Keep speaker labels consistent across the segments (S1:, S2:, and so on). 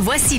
S1: Voici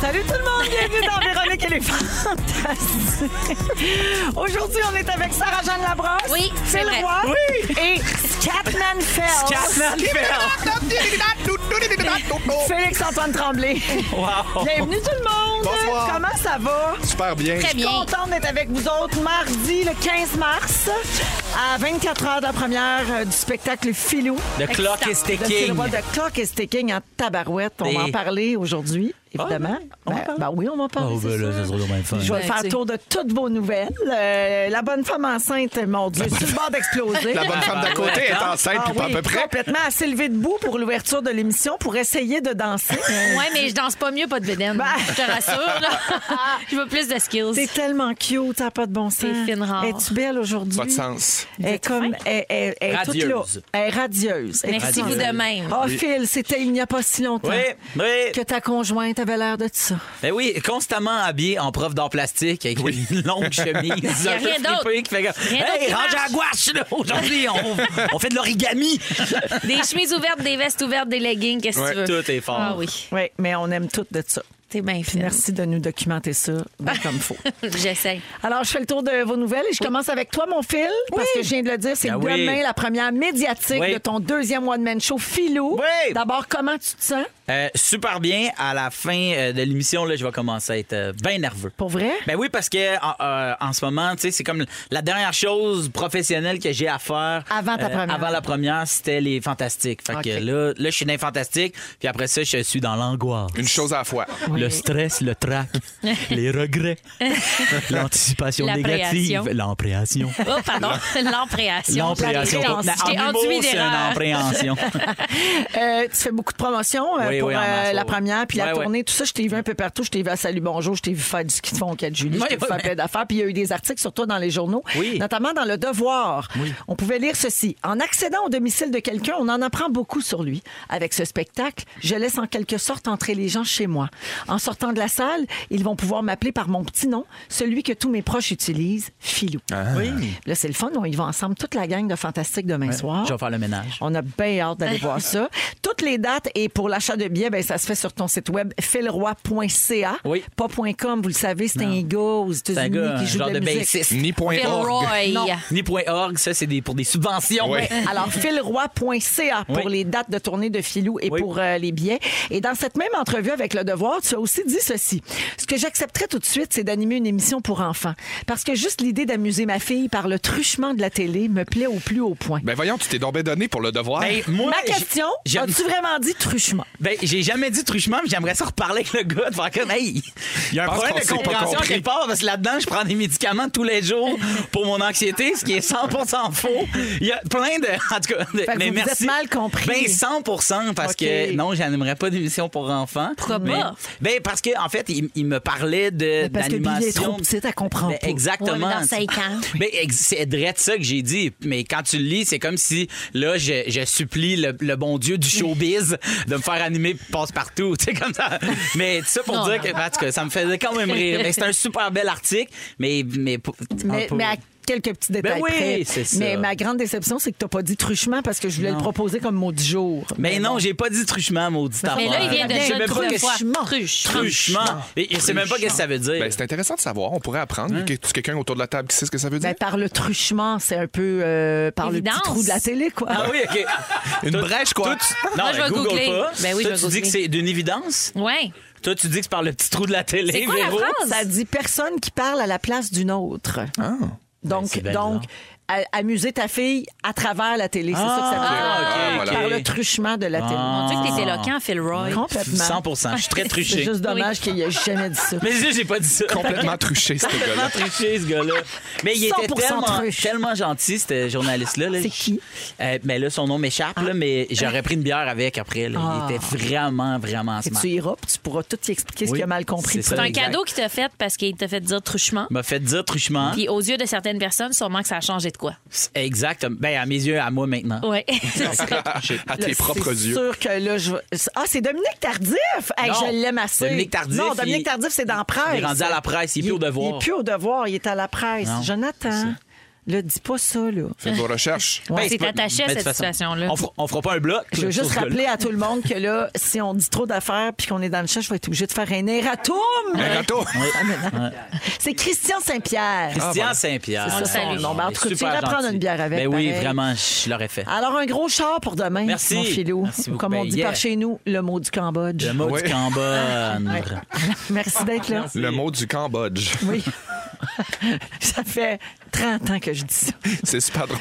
S2: Salut tout le monde, bienvenue dans Véronique et les Fantastiques. Aujourd'hui, on est avec Sarah-Jeanne Labrosse,
S3: Oui, c'est
S2: Phil
S3: vrai.
S2: Roy et Scatman Fell.
S4: Scatman Fell.
S2: Félix-Antoine Tremblay.
S4: Wow.
S2: Bienvenue tout le monde.
S4: Bonsoir.
S2: Comment ça va?
S4: Super bien.
S3: Très
S2: Je suis
S3: bien.
S2: contente d'être avec vous autres mardi le 15 mars à 24 h de la première euh, du spectacle Filou.
S4: The clock is
S2: Le Phil
S4: ticking.
S2: Roy de Clock is Ticking en tabarouette. On va
S4: Et-
S2: en parler aujourd'hui, évidemment.
S4: Ah, on va
S2: Ben-
S4: parler.
S2: ben oui, on va en parler.
S4: Oh,
S2: c'est
S4: ben là,
S2: sûr.
S4: ça sera dommage fun.
S2: Je vais
S3: Ben,
S2: faire
S3: tu sais.
S2: tour de toutes vos nouvelles. Euh, la bonne femme enceinte, mon Dieu, sur le bord
S5: Ben,
S2: d'exploser.
S5: La bonne femme d'à côté est enceinte,
S2: Ah
S5: puis pas à
S2: oui,
S5: peu près.
S2: Complètement à s'élever debout pour l'ouverture de l'émission pour essayer de danser.
S3: Ouais, mais je danse pas mieux, pas de bédaine.
S4: Ben.
S3: Je te rassure, là. Je veux plus de
S2: T'es
S3: skills.
S2: tellement cute, t'as pas de bon sens.
S3: T'es fine rare.
S2: Es-tu belle aujourd'hui?
S5: Pas de sens.
S2: Elle est comme. Elle, elle- elle est toute là.
S4: Radieuse.
S2: Elle est radieuse. Elle est
S3: Merci vous de même.
S2: Ah, Phil, c'était il n'y a pas si longtemps
S4: Oui, oui.
S2: que ta conjointe avait l'air de ça.
S4: Ben oui, constamment habillé en prof d'art plastique avec une longue chemise.
S3: Y a
S4: un peu
S3: rien d'autre.
S4: fripée Qui fait comme,
S3: Rien d'autre qui
S4: hey, range
S3: marche.
S4: à gouache, là. Aujourd'hui, on, on fait de l'origami.
S3: Des chemises ouvertes, des vestes ouvertes, des leggings, qu'est-ce que
S4: Ouais,
S3: tu veux?
S4: tout est fort.
S3: Ah oui,
S2: Oui, mais on aime toutes de ça.
S3: t'es bien fine.
S2: Merci de nous documenter ça bien comme faut.
S3: J'essaie.
S2: Alors, je fais le tour de vos nouvelles et je commence avec toi, mon Phil, parce que je viens de le dire, c'est
S4: Ben oui.
S2: demain la première médiatique
S4: Oui.
S2: de ton deuxième One Man Show, Philou.
S4: Oui.
S2: D'abord, comment tu te sens?
S4: Euh, super bien. À la fin euh, de l'émission, là, je vais commencer à être euh, bien nerveux.
S2: Pour vrai?
S4: Ben oui, parce que en, euh, en ce moment, tu sais, c'est comme la dernière chose professionnelle que j'ai à faire. euh,
S2: Avant ta première.
S4: Avant la première, c'était les fantastiques. Fait
S2: OK.
S4: que là, là, je suis dans les fantastiques, puis après ça, je suis dans l'angoisse.
S5: Une chose à la fois.
S4: Le stress, le trac, les regrets, l'anticipation
S3: L'appréhension.
S4: négative, l'ampréhension.
S3: Oh, pardon, l'empréhension.
S4: L'ampréhension.
S3: J'étais en- J'étais
S4: Ben, En
S3: enduit
S4: humour, c'est une
S3: d'erreur.
S4: ampréhension.
S2: Euh, tu fais beaucoup de promotions euh,
S4: Oui,
S2: pour
S4: oui, en
S2: euh,
S4: masse,
S2: la
S4: oui.
S2: première, puis la
S4: Ouais,
S2: tournée, tout ça. Je t'ai vu un peu partout. Je t'ai vu à Salut Bonjour, je t'ai vu faire du ski de fond au 4 juillet, je
S4: Oui,
S2: t'ai vu
S4: oui,
S2: faire
S4: mais-
S2: plein d'affaires. Puis il y a eu des articles sur toi dans les journaux,
S4: Oui.
S2: notamment dans Le Devoir. On pouvait lire ceci. En accédant au domicile de quelqu'un, on en apprend beaucoup sur lui. Avec ce spectacle, je laisse en quelque sorte entrer les gens chez moi. En sortant de la salle, ils vont pouvoir m'appeler par mon petit nom, celui que tous mes proches utilisent, Philou.
S4: Ah. Oui.
S2: Là, c'est le fun. On y va ensemble, toute la gang de Fantastique demain soir.
S4: Je vais faire le ménage.
S2: On a bien hâte d'aller voir ça. Toutes les dates et pour l'achat de billets, ben, ça se fait sur ton site web philroy.ca.
S4: Oui.
S2: Pas .com, vous le savez, c'est un gars aux
S4: C'est un
S2: États-Unis
S4: gars, un
S2: qui joue
S4: genre
S2: de la
S4: de
S2: musique.
S4: bassiste.
S5: Ni point
S3: Phil
S5: org.
S3: Roy.
S4: Ni point .org, ça, c'est des, pour des subventions.
S5: Ouais.
S2: Alors, philroy.ca pour
S4: Oui.
S2: les dates de tournée de Filou et
S4: Oui.
S2: pour euh, les billets. Et dans cette même entrevue avec Le Devoir, tu as aussi dit ceci. Ce que j'accepterais tout de suite, c'est d'animer une émission pour enfants. Parce que juste l'idée d'amuser ma fille par le truchement de la télé me plaît au plus haut point.
S5: Ben voyons, tu t'es donc bien donné pour le devoir.
S4: Ben, moi,
S2: Ma question,
S4: j'ai-
S2: as-tu vraiment dit truchement?
S4: Ben, j'ai jamais dit truchement, mais j'aimerais ça reparler avec le gars de faire comme, hey, il y a un
S5: Je pense
S4: problème
S5: qu'on
S4: de
S5: s'est pas
S4: compréhension
S5: compris.
S4: quelque part, parce que là-dedans, je prends des médicaments tous les jours pour mon anxiété, ce qui est 100% faux. Il y a plein de. En tout cas, de-
S2: que vous vous êtes mal compris.
S4: Ben, 100 parce
S2: OK.
S4: que non, j'aimerais pas d'émission pour enfants.
S3: Pourquoi
S4: Mais-
S3: pas?
S4: Ben, parce que, en fait, il, il me parlait de.
S2: Mais parce que Billy est
S4: d'animation.
S2: trop petite, elle comprend
S4: Ben,
S2: pas.
S4: Exactement.
S3: Ouais, mais dans cinq ans.
S4: Ben, ex- c'est vrai de ça que j'ai dit. Mais quand tu le lis, c'est comme si, là, je, je supplie le, le bon Dieu du showbiz de me faire animer passe-partout. Tu sais, comme ça. Mais ça pour
S3: Non,
S4: dire
S3: non.
S4: que, en tout cas, ça me faisait quand même rire. Mais c'est un super bel article, mais. Mais, pour- un
S2: Mais,
S4: peu-
S2: mais à quelques petits détails
S4: Ben oui,
S2: près.
S4: c'est ça.
S2: Mais ma grande déception, c'est que t'as pas dit truchement parce que je voulais le proposer comme mot du jour.
S4: Mais non, j'ai pas dit truchement, maudit
S3: Mais là, il vient de
S4: Je sais même
S3: le
S4: pas
S3: trouver
S4: que
S3: fois.
S2: Truchement.
S3: Truche.
S4: Truchement. Et Je sais même pas ce que ça veut dire.
S5: Ben, c'est intéressant de savoir. On pourrait apprendre. Y a-tu quelqu'un autour de la table qui sait ce que ça veut dire?
S2: Ben, par le truchement, c'est un peu euh, par le
S3: Évidence.
S2: petit trou de la télé, quoi.
S4: Ah oui, OK.
S5: Une
S4: Toi-
S5: brèche, quoi.
S4: toi, tu- Non,
S3: Moi, je vais
S4: Google
S3: googler.
S4: pas.
S3: Ben oui,
S4: Toi, tu
S3: je vais
S4: dis
S3: googler.
S4: que c'est d'une évidence.
S3: Ouais.
S4: Toi, tu dis que c'est par le petit trou de la télé.
S3: C'est quoi la
S4: Véro?
S3: phrase?
S2: Ça dit personne qui parle à la place d'une autre. Donc,
S4: Ah. Ben, c'est bien
S2: donc
S4: bizarre.
S2: à- amuser ta fille à travers la télé. C'est ça que ça veut dire.
S4: Ah, ok, Ah.
S5: voilà.
S2: Par le truchement de la
S3: On
S2: télé.
S3: dit que t'es éloquent, Phil Roy.
S2: Complètement.
S4: 100 Je suis très
S2: C'est
S4: truché.
S2: juste dommage qu'il ait jamais dit ça.
S4: Mais je j'ai pas dit ça.
S5: Complètement truché, ce
S4: Complètement
S5: gars-là.
S4: truché, ce gars-là. Mais il était
S2: 100%
S4: tellement,
S2: truche.
S4: tellement gentil, ce journaliste-là. là.
S2: C'est qui?
S4: Euh, mais là, son nom m'échappe, là, mais j'aurais pris une bière avec après. là.
S2: Ah.
S4: Il était vraiment, vraiment
S2: Et
S4: smart.
S2: tu iras, puis tu pourras tout y expliquer ce
S4: Oui.
S2: qu'il a mal compris.
S4: C'est
S3: C'est
S4: ça,
S3: un
S4: exact. Ben,
S3: cadeau qu'il t'a fait parce qu'il t'a fait dire truchement.
S4: m'a fait dire truchement.
S3: Puis aux yeux de certaines personnes, sûrement que ça a changé de quoi.
S4: Exact. Ben, à mes yeux, à moi maintenant.
S3: Oui. C'est
S4: Ah,
S3: ça.
S5: À
S2: Là,
S5: tes propres
S2: c'est
S5: yeux.
S2: sûr que là, je... Ah, c'est Dominique Tardif! Hey,
S4: Non.
S2: je l'aime assez.
S4: Dominique Tardif,
S2: Non, Dominique
S4: il-
S2: Tardif, c'est dans la presse.
S4: il est rendu à la presse, il est plus au devoir.
S2: Il est plus au devoir, il est à la presse.
S4: Non,
S2: Jonathan, le dis pas ça, là.
S5: Faites vos recherches.
S4: Ben,
S3: c'est
S4: pas-
S3: attaché à
S4: mais de
S3: cette
S4: toute façon,
S3: situation-là.
S4: On, fera- on fera pas un bloc.
S2: Je veux
S4: là,
S2: juste
S4: sur ce
S2: rappeler à tout le monde que là, si on dit trop d'affaires puis qu'on est dans le chat, je vais être obligé de faire un erratum.
S5: Un râteau!
S2: Ah, mais non. C'est Christian Saint-Pierre.
S4: Christian
S3: ben.
S5: Ah, bon.
S4: Saint-Pierre.
S3: On le salue.
S4: Son
S3: Non,
S2: mais Ben, en
S4: Il est
S2: tout cas, tu
S4: super
S2: iras prendre
S4: gentil.
S2: une bière avec,
S4: Ben oui,
S2: pareil. Ah.
S4: vraiment, je l'aurais fait.
S2: Alors, un gros char pour demain,
S4: Merci.
S2: mon filou.
S4: Merci
S2: Ou
S4: beaucoup.
S2: Comme on
S4: Ben,
S2: dit
S4: yeah.
S2: par chez nous, le mot du Cambodge.
S4: Le mot
S5: Oui.
S4: du Cambodge.
S2: Merci d'être là.
S5: Le mot du Cambodge.
S2: Oui. ça fait 30 ans que je dis ça.
S5: C'est super drôle.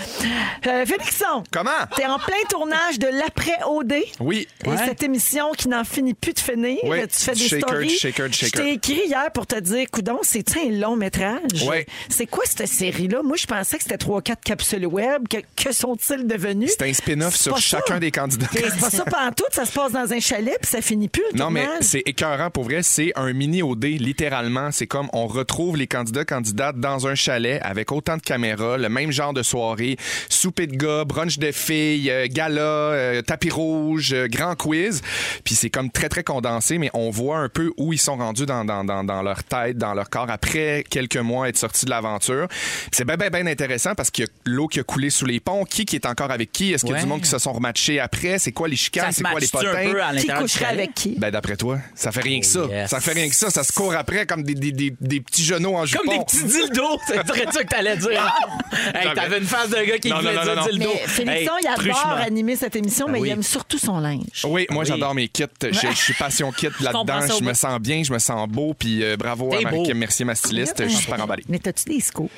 S2: Euh, Félixon,
S5: Comment?
S2: t'es en plein tournage de l'après-OD.
S5: Oui.
S2: Et cette émission qui n'en finit plus de finir,
S5: Oui,
S2: tu fais
S5: du
S2: des
S5: shaker,
S2: stories.
S5: du shaker, du shaker.
S2: Je t'ai écrit hier pour te dire, coudon, c'est un long métrage.
S5: Oui.
S2: C'est quoi cette série-là? Moi, je pensais que c'était 3-4 capsules web. Que, que sont-ils devenus?
S5: C'est un spin-off
S2: C'est
S5: sur
S2: pas ça.
S5: chacun des candidats.
S2: C'est pas ça pantoute, ça se passe dans un chalet puis ça finit plus. le
S5: Non, mais
S2: tournage.
S5: c'est écœurant pour vrai. C'est un mini OD, littéralement. C'est comme on retrouve les candidats, candidates dans un chalet avec autant de caméras, le même genre de soirée, souper de gars, brunch de filles, euh, gala, euh, tapis rouge, euh, grand quiz. Puis c'est comme très, très condensé, mais on voit un peu où ils sont rendus dans, dans, dans, dans leur tête, dans leur corps après quelques mois être sortis de l'aventure. Puis C'est bien, bien, bien intéressant parce qu'il y a l'eau qui a coulé sous les ponts. Qui, qui est encore avec qui? Est-ce qu'il y a
S4: Ouais.
S5: du monde qui se sont rematchés après? C'est quoi les
S4: Ça
S5: chicanes?
S4: se
S5: C'est quoi les
S4: matche-tu un
S5: potins?
S4: peu à
S2: qui
S4: l'intérieur du
S2: coucherait
S4: chalet?
S2: avec qui?
S5: Ben d'après toi, ça fait rien que ça.
S4: Oh, yes.
S5: Ça fait rien que ça. Ça se court après comme des, des, des, des petits genoux en jupon.
S4: Comme des petits dildos, c'est dirait ça que t'allais dire. hey,
S5: Non,
S4: t'avais
S5: mais-
S4: une face d'un gars qui
S5: Non,
S4: voulait
S5: non, non,
S4: dire
S5: non, non.
S4: dildo.
S2: Mais Félixon,
S4: Hey,
S2: il
S4: truchement. Ah
S2: adore animer cette émission, mais
S4: oui.
S2: il aime surtout son linge.
S5: Oui, moi
S4: Oui.
S5: j'adore mes kits. Je, je suis passion kit là-dedans.
S3: comprends ça,
S5: Je me
S3: oui.
S5: style. sens bien, je me sens beau. Puis euh, bravo
S4: T'es
S5: à
S4: beau.
S5: Marie Mercier, ma styliste. Je suis super emballé.
S2: Mais t'as-tu des scoops?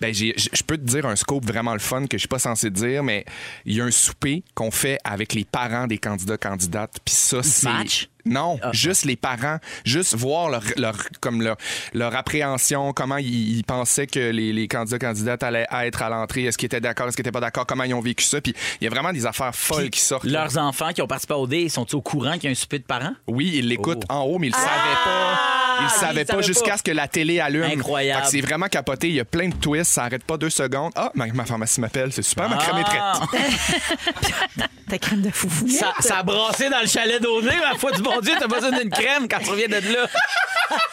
S5: Ben, j'ai- j- je peux te dire un scope vraiment le fun que je suis pas censé te dire, mais il y a un souper qu'on fait avec les parents des candidats candidates. Puis ça, c'est
S4: matchent?
S5: non, juste les parents, juste voir leur, leur comme leur, leur appréhension, comment ils, ils pensaient que les, les candidats candidates allaient être à l'entrée, est-ce qu'ils étaient d'accord, est-ce qu'ils étaient pas d'accord, comment ils ont vécu ça. Puis il y a vraiment des affaires folles qui sortent.
S4: Leurs enfants qui ont participé au dé, sont-ils au courant qu'il y a un souper de parents?
S5: Oui, ils l'écoutent
S4: Oh.
S5: en haut, mais ils le savaient pas. Ils le savaient
S4: ils
S5: pas
S4: savaient
S5: jusqu'à
S4: pas.
S5: ce que la télé allume.
S4: Incroyable.
S5: Fait que C'est vraiment capoté. Il y a plein de twists. Ça arrête pas deux secondes. Ah, ma, ma pharmacie m'appelle. C'est super, ma crème est
S4: Ah!
S5: traite.
S2: Ta crème de foufou.
S4: Ça, ça a brassé dans le chalet d'Audrey, ma foi du bon Dieu, t'as besoin d'une crème quand tu reviens de là.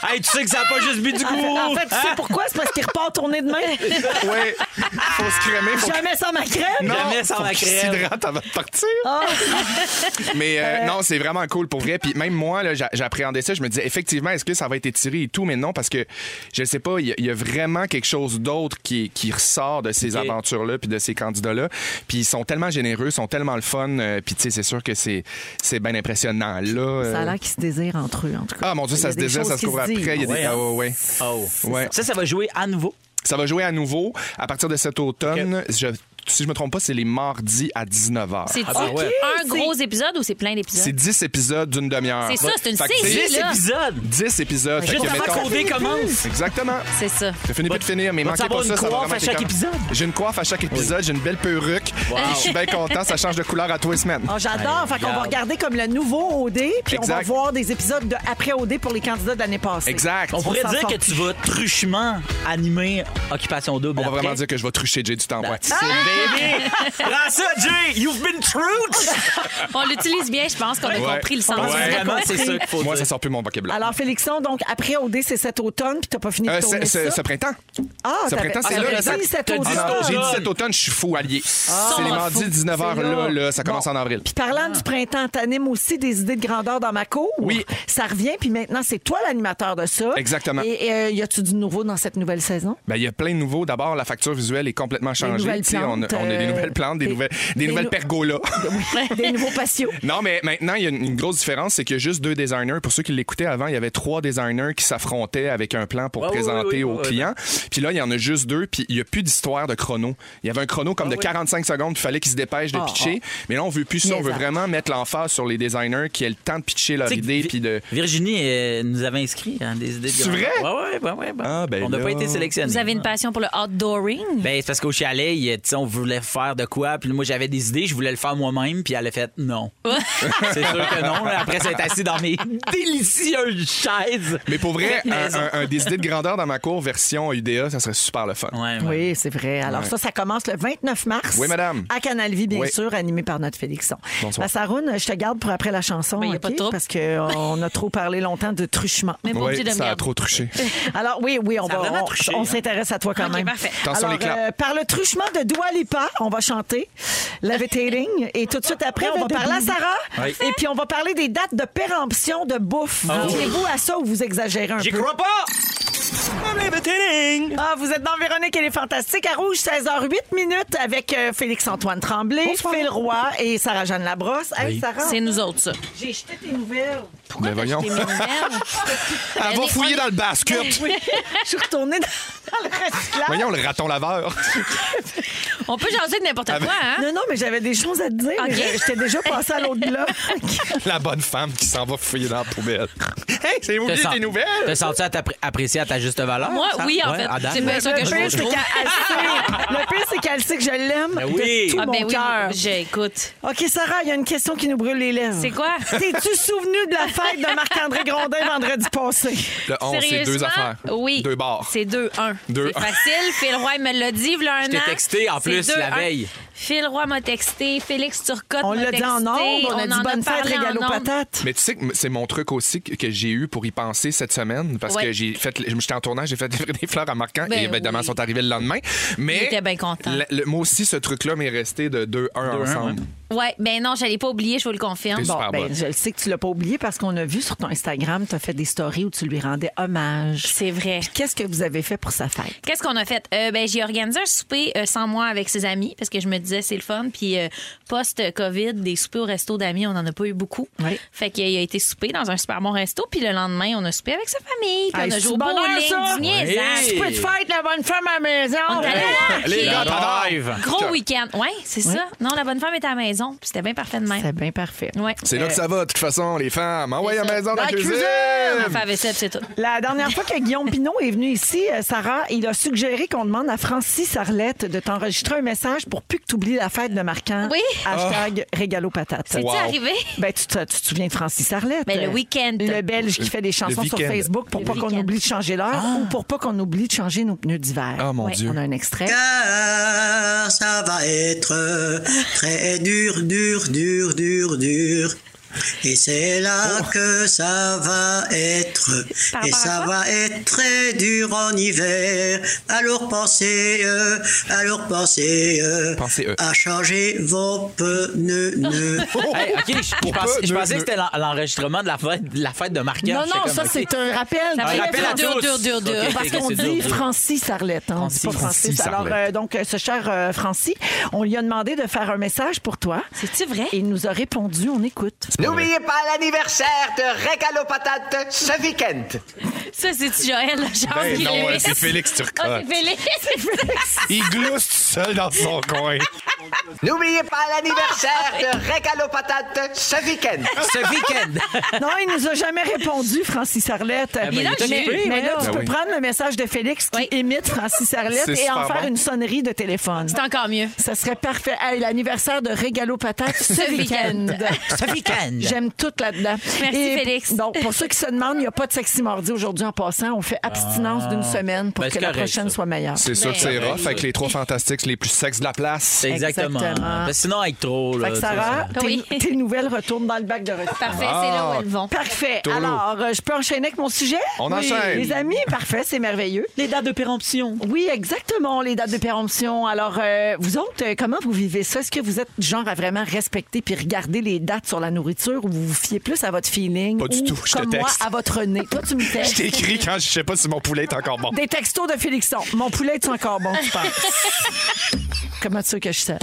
S4: hey, tu sais que ça n'a pas juste bu du goût.
S2: En fait, tu
S5: hein?
S2: sais pourquoi? C'est parce qu'il repart tourner demain.
S5: Ouais. Faut se crémer. Faut
S2: Jamais sans ma crème.
S5: non,
S4: Jamais sans
S5: faut
S4: la
S5: qu'il
S4: crème.
S5: s'hydrate avant de partir.
S2: Ah.
S5: Mais euh, non, c'est vraiment cool pour vrai. Puis même moi, là, j'a- j'appréhendais ça. Je me disais, effectivement, est-ce que ça va être étiré et tout? Mais non, parce que je ne sais pas, il y a- il y, a vraiment quelque chose d'autre qui, qui ressort de ces
S4: Ok.
S5: aventures-là puis de ces candidats-là. Puis ils sont tellement généreux, ils sont tellement le fun. Euh, Puis tu sais, c'est sûr que c'est c'est bien impressionnant. Là, euh,
S2: Ça a l'air qu'ils se désirent entre eux, en tout cas.
S5: Ah mon Dieu,
S2: Il y a
S5: ça se
S2: des
S5: désire, ça
S2: choses
S5: se court après.
S2: qui
S5: Il y a
S4: disent.
S5: des...
S4: Ouais,
S5: ah,
S4: hein.
S5: ouais, ouais.
S4: Oh.
S5: Ouais.
S4: Ça, ça va jouer à nouveau.
S5: Ça va jouer à nouveau à partir de cet automne. Je, si je me trompe pas, c'est les mardis à 19h.
S3: C'est
S4: Ah, ben ouais.
S3: un
S2: C'est-
S3: gros épisode ou c'est plein
S5: C'est
S3: d'épisodes?
S5: 10 épisodes d'une demi-heure.
S3: Hein? C'est ça, c'est une
S5: Fait que
S3: série,
S5: dix-
S4: Dix
S3: là.
S4: épisodes.
S5: 10 épisodes. Fait
S4: Juste
S5: que,
S4: avant
S5: mettons-
S4: que l'OD commence.
S5: Exactement.
S3: C'est ça.
S5: Ça finit plus de finir, mais
S4: Va-tu
S5: manquez
S4: avoir
S5: pas ça,
S4: une
S5: ça va
S4: coiffe
S5: vraiment
S4: à chaque
S5: être écœurant.
S4: épisode?
S5: J'ai une coiffe à chaque épisode, j'ai une belle perruque. Je suis bien content, ça change de couleur à tous les semaines.
S2: Ah, J'adore.
S4: Hey,
S2: Fait qu'on va
S4: regarde.
S2: regarder comme le nouveau OD, puis on va
S5: Exact.
S2: voir des épisodes de après OD pour les candidats de l'année passée.
S5: Exact.
S4: On pourrait
S2: s'en
S4: dire
S2: sort
S4: que tu vas truchement animer Occupation Double.
S5: On va
S4: après.
S5: vraiment dire que je vais trucher Jay du temps. ouais.
S4: That's it, baby! Prends ça, Jay! You've been truth!
S3: On l'utilise bien, je pense qu'on a
S5: Ouais.
S3: compris le sens.
S2: Ouais.
S4: Vraiment, Ah, c'est ça qu'il faut
S5: Moi, ça
S4: dire.
S5: sort plus mon vocabulaire.
S2: Alors, Félixon, donc, après OD, c'est cet automne, puis t'as pas fini de
S5: Euh,
S2: tourner
S5: c'est- c'est-
S2: ça.
S5: ce printemps.
S2: Ah,
S5: ce
S2: t'avais-
S5: printemps, c'est
S2: ah,
S5: là,
S2: t'avais
S5: là, ça-
S2: dit cet
S4: t'as dit
S5: Ah
S2: automne.
S4: ça
S5: non, j'ai dit
S4: automne.
S5: cet automne, je suis fou, allié. c'est les
S3: on
S5: mardis
S3: fout.
S5: 19h,
S2: C'est
S5: là,
S2: là.
S5: là, ça commence en avril.
S2: Puis parlant du printemps, t'animes aussi des idées de grandeur dans ma cour.
S5: Oui.
S2: Ça revient, puis maintenant, c'est toi l'animateur de ça.
S5: Exactement.
S2: Et euh, y a-tu du nouveau dans cette nouvelle saison?
S5: Ben, il y a plein de nouveaux. D'abord, la facture visuelle est complètement changée.
S2: nouvelles
S5: Tu sais,
S2: planches.
S5: on on, a,
S2: plantes,
S5: on a des
S2: euh,
S5: nouvelles plantes, des,
S2: des-
S5: nouvelles, des
S2: des
S5: nouvelles
S2: nou-
S5: pergolas.
S2: des nouveaux patios.
S5: Non, mais maintenant, il y a une, une grosse différence, c'est qu'il y a juste deux designers. Pour ceux qui l'écoutaient avant, il y avait trois designers qui s'affrontaient avec un plan pour
S4: Ah oui,
S5: présenter
S4: oui, oui,
S5: aux
S4: oui,
S5: clients. Puis là, il y en a juste deux, puis il n'y a plus d'histoire de chrono. Il y avait un chrono
S4: Ah
S5: comme de 45 secondes, il fallait qu'ils se dépêchent de
S2: Ah,
S5: pitcher. Mais là, on veut plus ça. On veut
S2: Niaisage.
S5: vraiment mettre l'emphase sur les designers qui aient le temps de pitcher leur
S4: Tu sais que
S5: idée,
S4: Vi-
S5: puis de...
S4: Virginie euh, nous avait inscrit hein, des idées. de
S5: C'est
S4: grand-
S5: vrai?
S4: Ouais, ouais, ouais, ouais, ouais.
S5: Ah, ben
S4: on n'a
S5: là.
S4: pas été sélectionnés.
S3: Vous avez une passion pour le outdooring?
S4: Ben, c'est parce qu'au chalet, il y a- tu sais, on voulait faire de quoi. Puis moi, j'avais des idées, je voulais le faire moi-même. Puis elle a fait non. c'est sûr que non. là. Après, c'est assis dans mes délicieuses chaises.
S5: Mais pour vrai, un,
S4: Maison.
S5: un- un des idées de grandeur dans ma cour version UDA, ça serait super le fun.
S4: Ouais, ouais.
S2: Oui, c'est vrai. Alors ça, ça commence le 29 mars.
S5: Oui, madame.
S2: À Canal Vie, bien
S5: Oui.
S2: sûr, animé par notre Félixon.
S5: Bonsoir.
S2: Massaroun, je te garde pour après la chanson,
S3: Mais il y a
S2: OK?
S3: pas de trouble.
S2: parce qu'on a trop parlé longtemps de truchement.
S3: Mais mon
S5: Ouais,
S3: petit
S5: ça a
S3: demi
S5: trop truché.
S2: Alors oui, oui, on
S4: Ça a
S2: va,
S4: vraiment
S2: on,
S4: touché,
S2: on
S4: hein.
S2: s'intéresse à toi quand
S3: Ok,
S2: même.
S3: parfait.
S5: Attention,
S2: Alors, euh,
S5: les claps.
S2: par le truchement de Dua Lipa, on va chanter Levitating et tout de suite après, on va parler à Sarah
S4: Oui.
S2: et puis on va parler des dates de péremption de bouffe.
S5: Oh.
S2: Tirez-vous à ça ou vous exagérez un
S4: J'y
S2: peu?
S4: crois pas!
S2: Ah, vous êtes dans Véronique et les Fantastiques à Rouge, 16h08 minutes avec euh, Félix-Antoine Tremblay, Phil Roy et Sarah-Jeanne Labrosse. Hey, Sarah,
S3: C'est nous autres, ça.
S2: j'ai jeté tes nouvelles.
S5: Mais voyons,
S3: Des
S5: elle
S3: mineurs.
S5: va fouiller dans le basket.
S2: Je suis retournée dans le recyclage.
S5: Voyons, le raton laveur.
S3: On peut jaser de n'importe quoi, hein?
S2: Non, non, mais j'avais des choses à te dire.
S3: Ok.
S2: Je- J'étais déjà passée à l'autre bloc.
S5: La bonne femme qui s'en va fouiller dans la poubelle. Hey, c'est oublié
S4: sens-
S5: tes nouvelles?
S4: T'as senti à t'appré- apprécier à ta juste valeur?
S3: Moi,
S4: ça?
S3: oui, en
S4: Ouais,
S3: fait.
S4: à date?
S3: C'est bien ça
S2: Le
S3: que je
S2: pire, c'est
S3: trouve.
S2: qu'elle sait. Le pire, c'est qu'elle sait que je l'aime
S4: Ben oui.
S2: de tout
S4: Ah,
S2: mon cœur.
S3: j'écoute.
S2: OK, Sarah, il y a une question qui nous brûle les lèvres.
S3: C'est quoi?
S2: T'es-tu souvenu de la fête de Marc-André Grondin vendredi passé?
S5: Le 11, c'est deux
S3: Sérieusement?
S5: affaires.
S3: Oui.
S5: Deux bars.
S3: C'est 2-1.
S5: Deux,
S3: C'est
S5: un.
S3: facile. Phil Roy me l'a dit, il y a un an.
S4: Je t'ai texté, en
S3: C'est
S4: plus, la
S3: 2-1.
S4: veille.
S3: Phil Roy m'a texté. Félix Turcotte
S2: On
S3: m'a
S2: l'a dit
S3: texté.
S2: en ondes, on a
S3: en
S2: dit bonne fête,
S3: parlé en
S2: régale aux
S3: ondes.
S2: patates.
S5: Mais tu sais que c'est mon truc aussi que, que j'ai eu pour y penser cette semaine parce que
S3: Ouais.
S5: j'ai fait j'étais en tournage, j'ai fait livrer des fleurs à Marquant
S3: Ben
S5: et évidemment
S3: oui.
S5: sont arrivées le lendemain. Mais
S3: Il était bien content.
S5: la- le- moi aussi ce truc là m'est resté de 2-1 ensemble.
S3: Ouais, ben non, j'allais pas oublier, je vous le confirme.
S5: T'es
S2: Bon,
S4: ah
S5: Super
S2: ben,
S5: bonne.
S2: je le sais que tu l'as pas oublié parce qu'on a vu sur ton Instagram, tu as fait des stories où tu lui rendais hommage.
S3: ben, C'est vrai.
S2: Puis Qu'est-ce que vous avez fait pour sa fête?
S3: Qu'est-ce qu'on a fait? Euh, ben, j'ai organisé un souper euh, sans moi avec ses amis parce que je me disais c'est le fun. Puis euh, post-COVID, des soupers au resto d'amis, on n'en a pas eu beaucoup.
S2: Oui.
S3: Fait qu'il a été soupé dans un super bon resto. Puis le lendemain, on a soupé avec sa famille. Puis
S2: Hey,
S3: on a
S2: c'est
S3: joué au
S2: du bonheur, ça!
S3: bowling, du niaisage.
S4: Oui. Tu peux te
S2: fête, la bonne femme à la maison!
S3: On est allé au
S5: Les
S3: hockey.
S5: gars,
S4: drive!
S3: Gros week-end. Oui, c'est ça. Non, la bonne femme était à la maison. Puis c'était bien parfait de même.
S2: C'est bien parfait.
S3: Ouais.
S5: C'est là que ça va de toute façon les femmes. Envoyez à
S3: ça.
S5: la maison dans
S2: Dans
S5: la
S2: la
S5: cuisine.
S3: On a fait la vaisselle, puis c'est tout.
S2: La dernière fois que Guillaume Pinot est venu ici, euh, Sarah, il a suggéré qu'on demande à Francis Arlette de t'enregistrer un message pour plus que tu oublies la fête de Marquant.
S3: Oui.
S2: Hashtag régalo patate.
S3: C'est
S5: Wow.
S3: arrivé?
S2: Ben, tu, te, tu te souviens de Francis Arlette?
S3: Ben, le
S2: euh,
S3: week-end.
S2: Le Belge qui fait des chansons sur
S5: week-end.
S2: Facebook pour pas qu'on
S3: week-end.
S2: oublie de changer l'heure ou pour pas qu'on oublie de changer nos pneus d'hiver.
S5: Ah, mon Ouais. Dieu.
S2: On a un extrait.
S6: car ça va être très dur, dur, dur, dur, dur. Et c'est là que ça va être.
S3: Oh. Par
S6: Et
S3: rapport à
S6: ça
S3: quoi?
S6: va être très dur en hiver. Alors pensez, euh, alors pensez, euh,
S5: Pensez, euh.
S6: à changer vos pneus. pneus.
S5: Oh!
S4: Hey, OK, je- je, pensais, je pensais que c'était l'en- l'enregistrement de la fête, de la fête de Marquette.
S2: Non,
S4: J'étais
S2: non,
S4: comme,
S2: ça,
S4: OK.
S2: c'est un rappel.
S3: Ça
S4: Un
S2: Très
S4: rappel à
S3: dur,
S4: tous.
S3: dur, dur, dur.
S4: OK,
S2: Parce
S4: OK,
S2: qu'on
S4: c'est
S2: dit
S4: dur, dur.
S2: Francis Arlette, hein, on dit
S4: Francis.
S2: pas Francis.
S5: Francis
S2: Alors,
S5: Arlette.
S2: euh, donc, euh, ce cher euh, Francis, on lui a demandé de faire un message pour toi.
S3: C'est-tu vrai?
S2: Et il nous a répondu, on écoute.
S7: N'oubliez pas l'anniversaire de Régalo Patate ce week-end.
S3: Ça, c'est-tu Joël, le genre
S5: Ben
S3: qui
S5: non,
S3: le
S5: euh,
S3: laisse?
S5: c'est Félix
S3: Ah,
S5: Turcotte.
S3: c'est Félix.
S5: Il glousse tout seul dans son coin.
S7: N'oubliez pas l'anniversaire
S8: Ah,
S7: de Régalo Patate ce week-end.
S4: Ce week-end!
S2: Non, il nous a jamais répondu, Francis Arlette.
S4: ben, il est
S2: mais,
S4: occupé,
S2: mais là,
S4: voyons.
S2: tu
S5: Ben
S2: peux
S5: oui.
S2: prendre le message de Félix qui
S3: Oui.
S2: imite Francis Arlette
S5: C'est
S2: et en
S5: super
S2: faire
S5: bon.
S2: une sonnerie de téléphone.
S3: C'est encore mieux.
S2: Ça serait parfait. Hey, L'anniversaire de Régalo Patate ce
S3: Ce
S2: week-end.
S3: week-end.
S4: Ce week-end!
S2: J'aime tout là-dedans.
S3: Merci,
S2: Et
S3: Félix.
S2: Donc, pour ceux qui se demandent, il n'y a pas de sexy mardi aujourd'hui en passant. On fait abstinence d'une semaine pour
S4: Ben,
S2: que
S4: c'est
S2: la
S4: correct,
S2: prochaine
S4: ça.
S2: soit meilleure.
S5: C'est sûr que c'est
S3: Ben
S5: rough avec les trois fantastiques les plus sexes de la place.
S4: C'est exactement.
S2: Exactement.
S4: Parce que sinon, avec trop, là.
S2: Fait que
S4: tu sais,
S2: Sarah,
S4: ça-
S2: tes,
S3: Oui.
S2: tes nouvelles retournent dans le bac de retour.
S3: Parfait, c'est
S5: Ah.
S3: là où elles vont.
S2: Parfait.
S5: Tolo.
S2: Alors, euh, je peux enchaîner avec mon sujet?
S5: On enchaîne.
S2: Les amis, parfait, c'est merveilleux.
S4: Les dates de péremption.
S2: Oui, exactement, les dates de péremption. Alors, euh, vous autres, euh, comment vous vivez ça? Est-ce que vous êtes du genre à vraiment respecter puis regarder les dates sur la nourriture ou vous vous fiez plus à votre feeling?
S5: Pas du
S2: ou,
S5: tout, je te
S2: comme
S5: texte.
S2: moi, à votre nez. Toi, tu me
S5: Je
S2: textes. Ben,
S5: t'écris quand je sais pas si mon poulet est encore bon.
S2: Des textos de Félixon. Mon poulet est encore bon, tu penses? Comment tu veux que je sache?